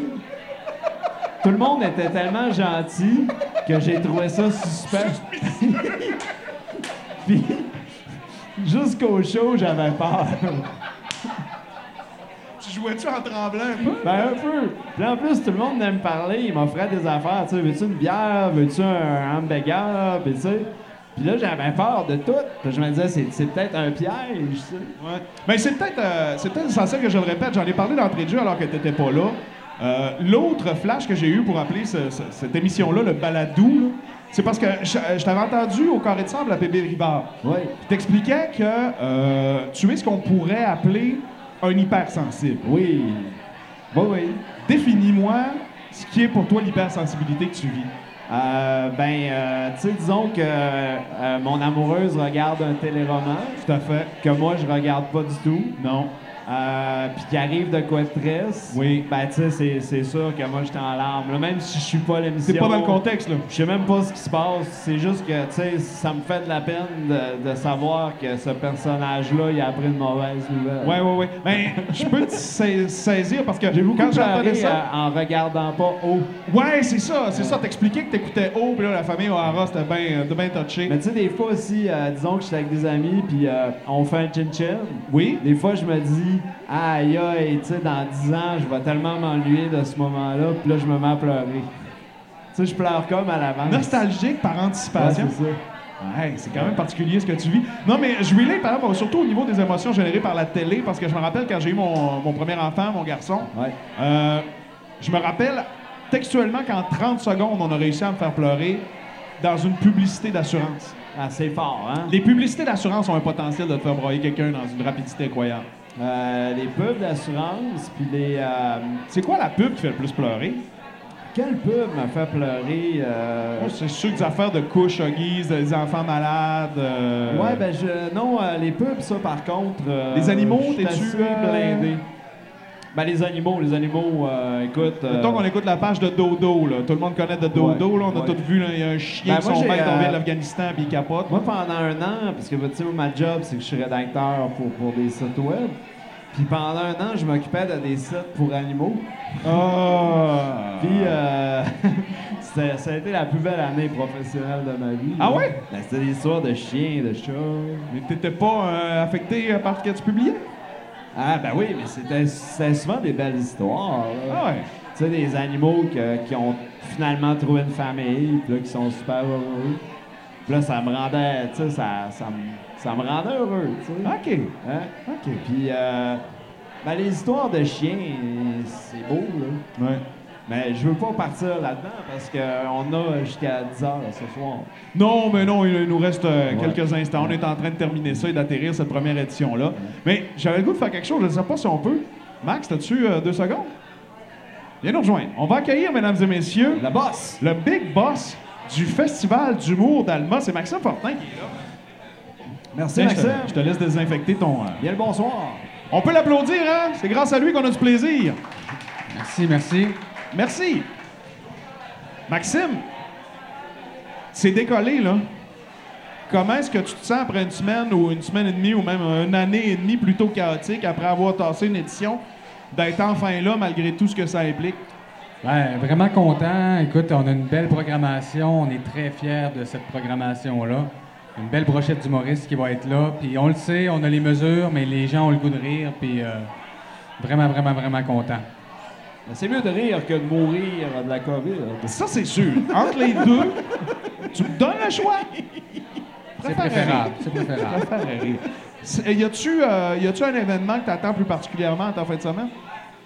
Speaker 5: tout le monde était tellement gentil que j'ai trouvé ça suspect. Puis, jusqu'au show, j'avais peur.
Speaker 2: Tu jouais-tu en tremblant un peu?
Speaker 5: Ben, un peu. Puis en plus, tout le monde venait me parler. Il m'offrait des affaires. Tu sais, veux-tu une bière? Veux-tu un hamburger? Puis, tu sais. Puis là, j'avais peur de tout. Puis je me disais, c'est, c'est peut-être un piège, tu sais.
Speaker 2: Ouais. Ben, c'est peut-être euh, c'est peut-être essentiel que je le répète. J'en ai parlé d'entrée de jeu alors que t'étais pas là. Euh, L'autre flash que j'ai eu pour appeler ce- ce- cette émission-là le baladou, là, c'est parce que je, euh, je t'avais entendu au Carré de Sable à Bébé Rivard.
Speaker 5: Oui.
Speaker 2: Je t'expliquais que euh, tu es ce qu'on pourrait appeler un hypersensible.
Speaker 5: Oui.
Speaker 2: Oui, oui. Définis-moi ce qui est pour toi l'hypersensibilité que tu vis.
Speaker 5: Euh, ben, euh, tu sais, disons que euh, mon amoureuse regarde un téléroman.
Speaker 2: Tout à fait.
Speaker 5: que moi je regarde pas du tout.
Speaker 2: Non.
Speaker 5: Euh, puis qui arrive de quoi de triste.
Speaker 2: Oui.
Speaker 5: Ben tu sais, c'est- c'est sûr que moi j'étais en larmes. là. même si je suis pas à l'émission.
Speaker 2: C'est pas dans le contexte, là.
Speaker 5: Je sais même pas ce qui se passe. C'est juste que tu sais, ça me fait de la peine de, de savoir que ce personnage-là, il a appris une mauvaise nouvelle.
Speaker 2: Ouais, ouais, ouais. Mais je peux te sais- saisir parce que
Speaker 5: J'ai beaucoup
Speaker 2: quand j'entendais
Speaker 5: pleuré
Speaker 2: ça.
Speaker 5: euh, en regardant pas oh, haut.
Speaker 2: Ouais, c'est ça, c'est ça. T'expliquais que t'écoutais haut, puis là, la famille O'Hara, c'était bien ben touché.
Speaker 5: Mais tu sais, des fois aussi, euh, disons que j'étais avec des amis, puis euh, on fait un chin-chin.
Speaker 2: Oui.
Speaker 5: Des fois, je me dis, aïe, aïe, tu sais, dans 10 ans, je vais tellement m'ennuyer de ce moment-là, puis là, je me mets à pleurer. Tu sais, je pleure comme à l'avance.
Speaker 2: Nostalgique par
Speaker 5: Ouais,
Speaker 2: anticipation.
Speaker 5: c'est ça.
Speaker 2: Ouais, c'est quand même particulier ce que tu vis. Non, mais je relate, par exemple, surtout au niveau des émotions générées par la télé, parce que je me rappelle quand j'ai eu mon, mon premier enfant, mon garçon,
Speaker 5: Ouais.
Speaker 2: euh, je me rappelle textuellement qu'en 30 secondes, on a réussi à me faire pleurer dans une publicité d'assurance.
Speaker 5: Ah, c'est fort, hein?
Speaker 2: Les publicités d'assurance ont un potentiel de te faire broyer quelqu'un dans une rapidité incroyable.
Speaker 5: Euh, les pubs d'assurance, puis les. euh,
Speaker 2: C'est quoi la pub qui fait le plus pleurer?
Speaker 5: quelle pub m'a fait pleurer? euh,
Speaker 2: Moi, c'est sûr que des affaires de couches à guise, des enfants malades. euh,
Speaker 5: Ouais, ben, je. Non, euh, les pubs, ça, par contre. euh,
Speaker 2: Les animaux,
Speaker 5: je suis
Speaker 2: t'es-tu,
Speaker 5: assez
Speaker 2: euh,
Speaker 5: blindé. Ben, les animaux, les animaux, euh, écoute. euh,
Speaker 2: Mettons qu'on écoute la page de Dodo, là. Tout le monde connaît de Dodo,
Speaker 5: Ouais,
Speaker 2: là. On a
Speaker 5: ouais.
Speaker 2: tous vu, là, il y a un chien
Speaker 5: Ben,
Speaker 2: qui
Speaker 5: moi,
Speaker 2: son
Speaker 5: j'ai,
Speaker 2: mec tombé
Speaker 5: euh,
Speaker 2: de l'Afghanistan puis il capote.
Speaker 5: Moi, pendant un an, parce que tu sais, ma job, c'est que je suis rédacteur pour, pour des sites web. Puis pendant un an, je m'occupais de des sites pour animaux.
Speaker 2: Ah!
Speaker 5: Puis euh, c'était- ça a été la plus belle année professionnelle de ma vie.
Speaker 2: Ah
Speaker 5: là.
Speaker 2: ouais?
Speaker 5: Ben, C'était des histoires de chiens, de chats.
Speaker 2: Mais t'étais pas euh, affecté euh, par ce que tu publiais?
Speaker 5: Ah, ben oui, mais c'était c'était souvent des belles histoires. là.
Speaker 2: Ah ouais.
Speaker 5: Tu sais, des animaux que- qui ont finalement trouvé une famille, puis là, qui sont super heureux. Puis là, ça me rendait, tu sais, ça, ça, me, ça me rendait heureux, tu sais.
Speaker 2: Ah,
Speaker 8: Ah.
Speaker 2: OK.
Speaker 5: Hein?
Speaker 2: OK.
Speaker 5: Puis, euh, ben, les histoires de chiens, c'est beau, là.
Speaker 2: Ouais.
Speaker 5: Mais je veux pas partir là-dedans parce qu'on a jusqu'à 10 heures ce soir.
Speaker 2: Non, mais non, il il nous reste euh,
Speaker 5: Ouais.
Speaker 2: quelques instants. On est en train de terminer ça et d'atterrir cette première édition-là. Mais j'avais le goût de faire quelque chose. Je ne sais pas si on peut. Max, as-tu euh, deux secondes? Viens nous rejoindre. On va accueillir, mesdames et messieurs,
Speaker 5: La bosse!
Speaker 2: le big boss du Festival d'humour d'Alma. C'est Maxime Fortin qui est là.
Speaker 5: Merci,
Speaker 2: Tiens, je
Speaker 5: Maxime.
Speaker 2: te, je te laisse désinfecter ton... euh,
Speaker 5: Bien le bonsoir.
Speaker 2: On peut l'applaudir, hein? C'est grâce à lui qu'on a du plaisir.
Speaker 4: Merci, merci.
Speaker 2: Merci. Maxime, c'est décollé, là. Comment est-ce que tu te sens après une semaine ou une semaine et demie ou même une année et demie plutôt chaotique après avoir tassé une édition, d'être enfin là malgré tout ce que ça implique?
Speaker 8: Ben, vraiment content. Écoute, on a une belle programmation. On est très fiers de cette programmation-là. Une belle brochette d'humoristes qui va être là. Puis on le sait, on a les mesures, mais les gens ont le goût de rire. Puis euh, vraiment, vraiment, vraiment content.
Speaker 5: Mais Ben, C'est mieux de rire que de mourir de la COVID.
Speaker 2: Ça, c'est sûr. Entre les deux, tu me donnes le choix.
Speaker 8: C'est
Speaker 2: Préfère
Speaker 8: préférable. C'est préférable.
Speaker 2: rire. Rire. C'est- Y a-tu euh, y a-tu un événement que t'attends plus particulièrement à ta fin de semaine?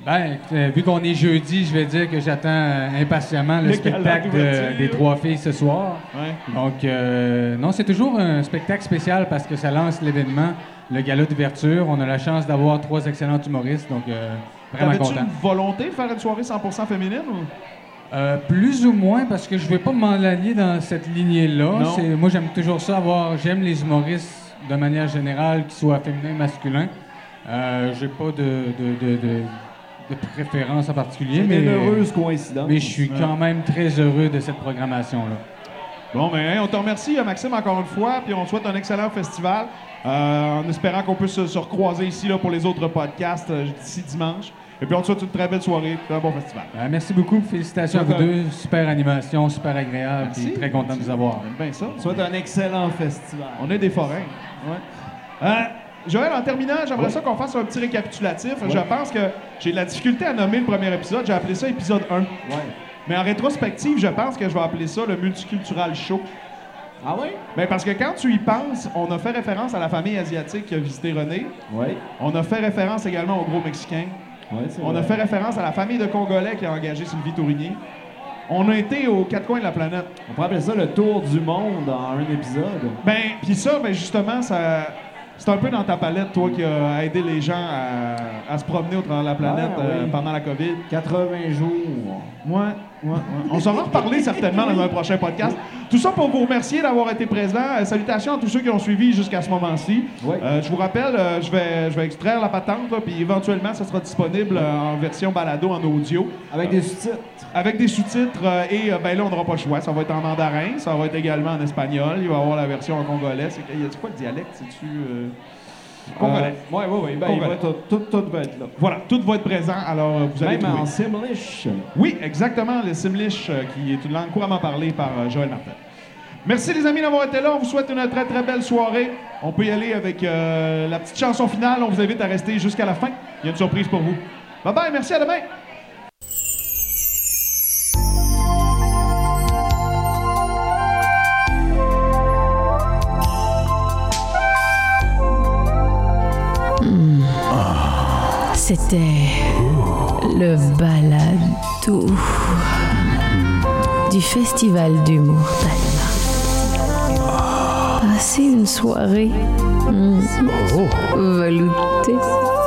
Speaker 8: Ben, euh, vu qu'on est jeudi, je vais dire que j'attends euh, impatiemment le,
Speaker 2: Le
Speaker 8: spectacle de-
Speaker 2: galant
Speaker 8: des trois filles ce soir.
Speaker 2: Ouais.
Speaker 8: Donc, euh, non, c'est toujours un spectacle spécial parce que ça lance l'événement, le gala d'ouverture. On a la chance d'avoir trois excellents humoristes, donc euh, vraiment
Speaker 2: T'avais-tu
Speaker 8: content.
Speaker 2: une volonté de faire une soirée 100% féminine? Ou?
Speaker 8: Euh, plus ou moins, parce que je vais pas m'en aller dans cette lignée-là.
Speaker 2: Non.
Speaker 8: C'est- Moi, j'aime toujours ça, avoir. J'aime les humoristes de manière générale, qu'ils soient féminins, masculins. Euh, J'ai pas de, de- de- de- de préférence en particulier,
Speaker 5: C'est
Speaker 8: mais,
Speaker 5: une heureuse coïncidence.
Speaker 8: mais je suis quand même très heureux de cette programmation-là.
Speaker 2: Bon, ben, hein, on te remercie, euh, Maxime, encore une fois, puis on te souhaite un excellent festival, euh, en espérant qu'on peut se, se recroiser ici là, pour les autres podcasts euh, d'ici dimanche. Et puis on te souhaite une très belle soirée, puis un bon festival.
Speaker 8: Euh, merci beaucoup, félicitations à vous deux. Super animation, super agréable,
Speaker 2: Merci.
Speaker 8: puis très content de vous avoir.
Speaker 2: J'aime bien ça.
Speaker 5: Soit un excellent festival.
Speaker 2: On est des forains. Ouais. Euh, Joël, en terminant, j'aimerais ça qu'on fasse un petit récapitulatif. Je pense que j'ai de la difficulté à nommer le premier épisode. J'ai appelé ça épisode 1.
Speaker 5: Ouais.
Speaker 2: Mais en rétrospective, je pense que je vais appeler ça le multicultural show.
Speaker 5: Ah ouais?
Speaker 2: Ben, parce que quand tu y penses, on a fait référence à la famille asiatique qui a visité René.
Speaker 5: Ouais.
Speaker 2: On a fait référence également au gros Mexicain.
Speaker 5: Ouais, c'est
Speaker 2: On a fait
Speaker 5: vrai.
Speaker 2: référence à la famille de Congolais qui a engagé Sylvie Tourigny. On a été aux quatre coins de la planète.
Speaker 5: On pourrait appeler ça le tour du monde en un épisode.
Speaker 2: Ben, puis ça, ben justement, ça, c'est un peu dans ta palette, toi, qui a aidé les gens à, à se promener au travers de la planète
Speaker 5: Ah, oui.
Speaker 2: euh, pendant la COVID.
Speaker 5: 80 jours.
Speaker 2: Ouais, ouais, ouais. On s'en va reparler certainement dans un prochain podcast. Tout ça pour vous remercier d'avoir été présent. Euh, salutations à tous ceux qui ont suivi jusqu'à ce moment-ci.
Speaker 5: Oui.
Speaker 2: Euh, je vous rappelle, euh, je, vais, je vais extraire la patente, là, puis éventuellement, ça sera disponible euh, en version balado, en audio.
Speaker 5: Avec des sous-titres.
Speaker 2: Avec des sous-titres, euh, et euh, ben là, on n'aura pas le choix. Ça va être en mandarin, ça va être également en espagnol. Il va y avoir la version en congolais. C'est, y a quoi le dialecte? C'est-tu. euh, Congolais.
Speaker 5: Euh, ouais, ouais, ouais. Ben, il
Speaker 2: Congolais.
Speaker 5: va tout, tout, tout va être là.
Speaker 2: Voilà, tout va être présent, alors euh, vous allez
Speaker 5: Même en
Speaker 2: trouver.
Speaker 5: Simlish.
Speaker 2: Oui, exactement, le Simlish, euh, qui est une langue couramment parlée par euh, Joël Martin. Merci les amis d'avoir été là. On vous souhaite une très très belle soirée. On peut y aller avec euh, la petite chanson finale. On vous invite à rester jusqu'à la fin. Il y a une surprise pour vous. Bye bye, merci à demain.
Speaker 1: C'était le balado du Festival d'humour d'Alma. Passer une soirée mm, hmm, veloutée.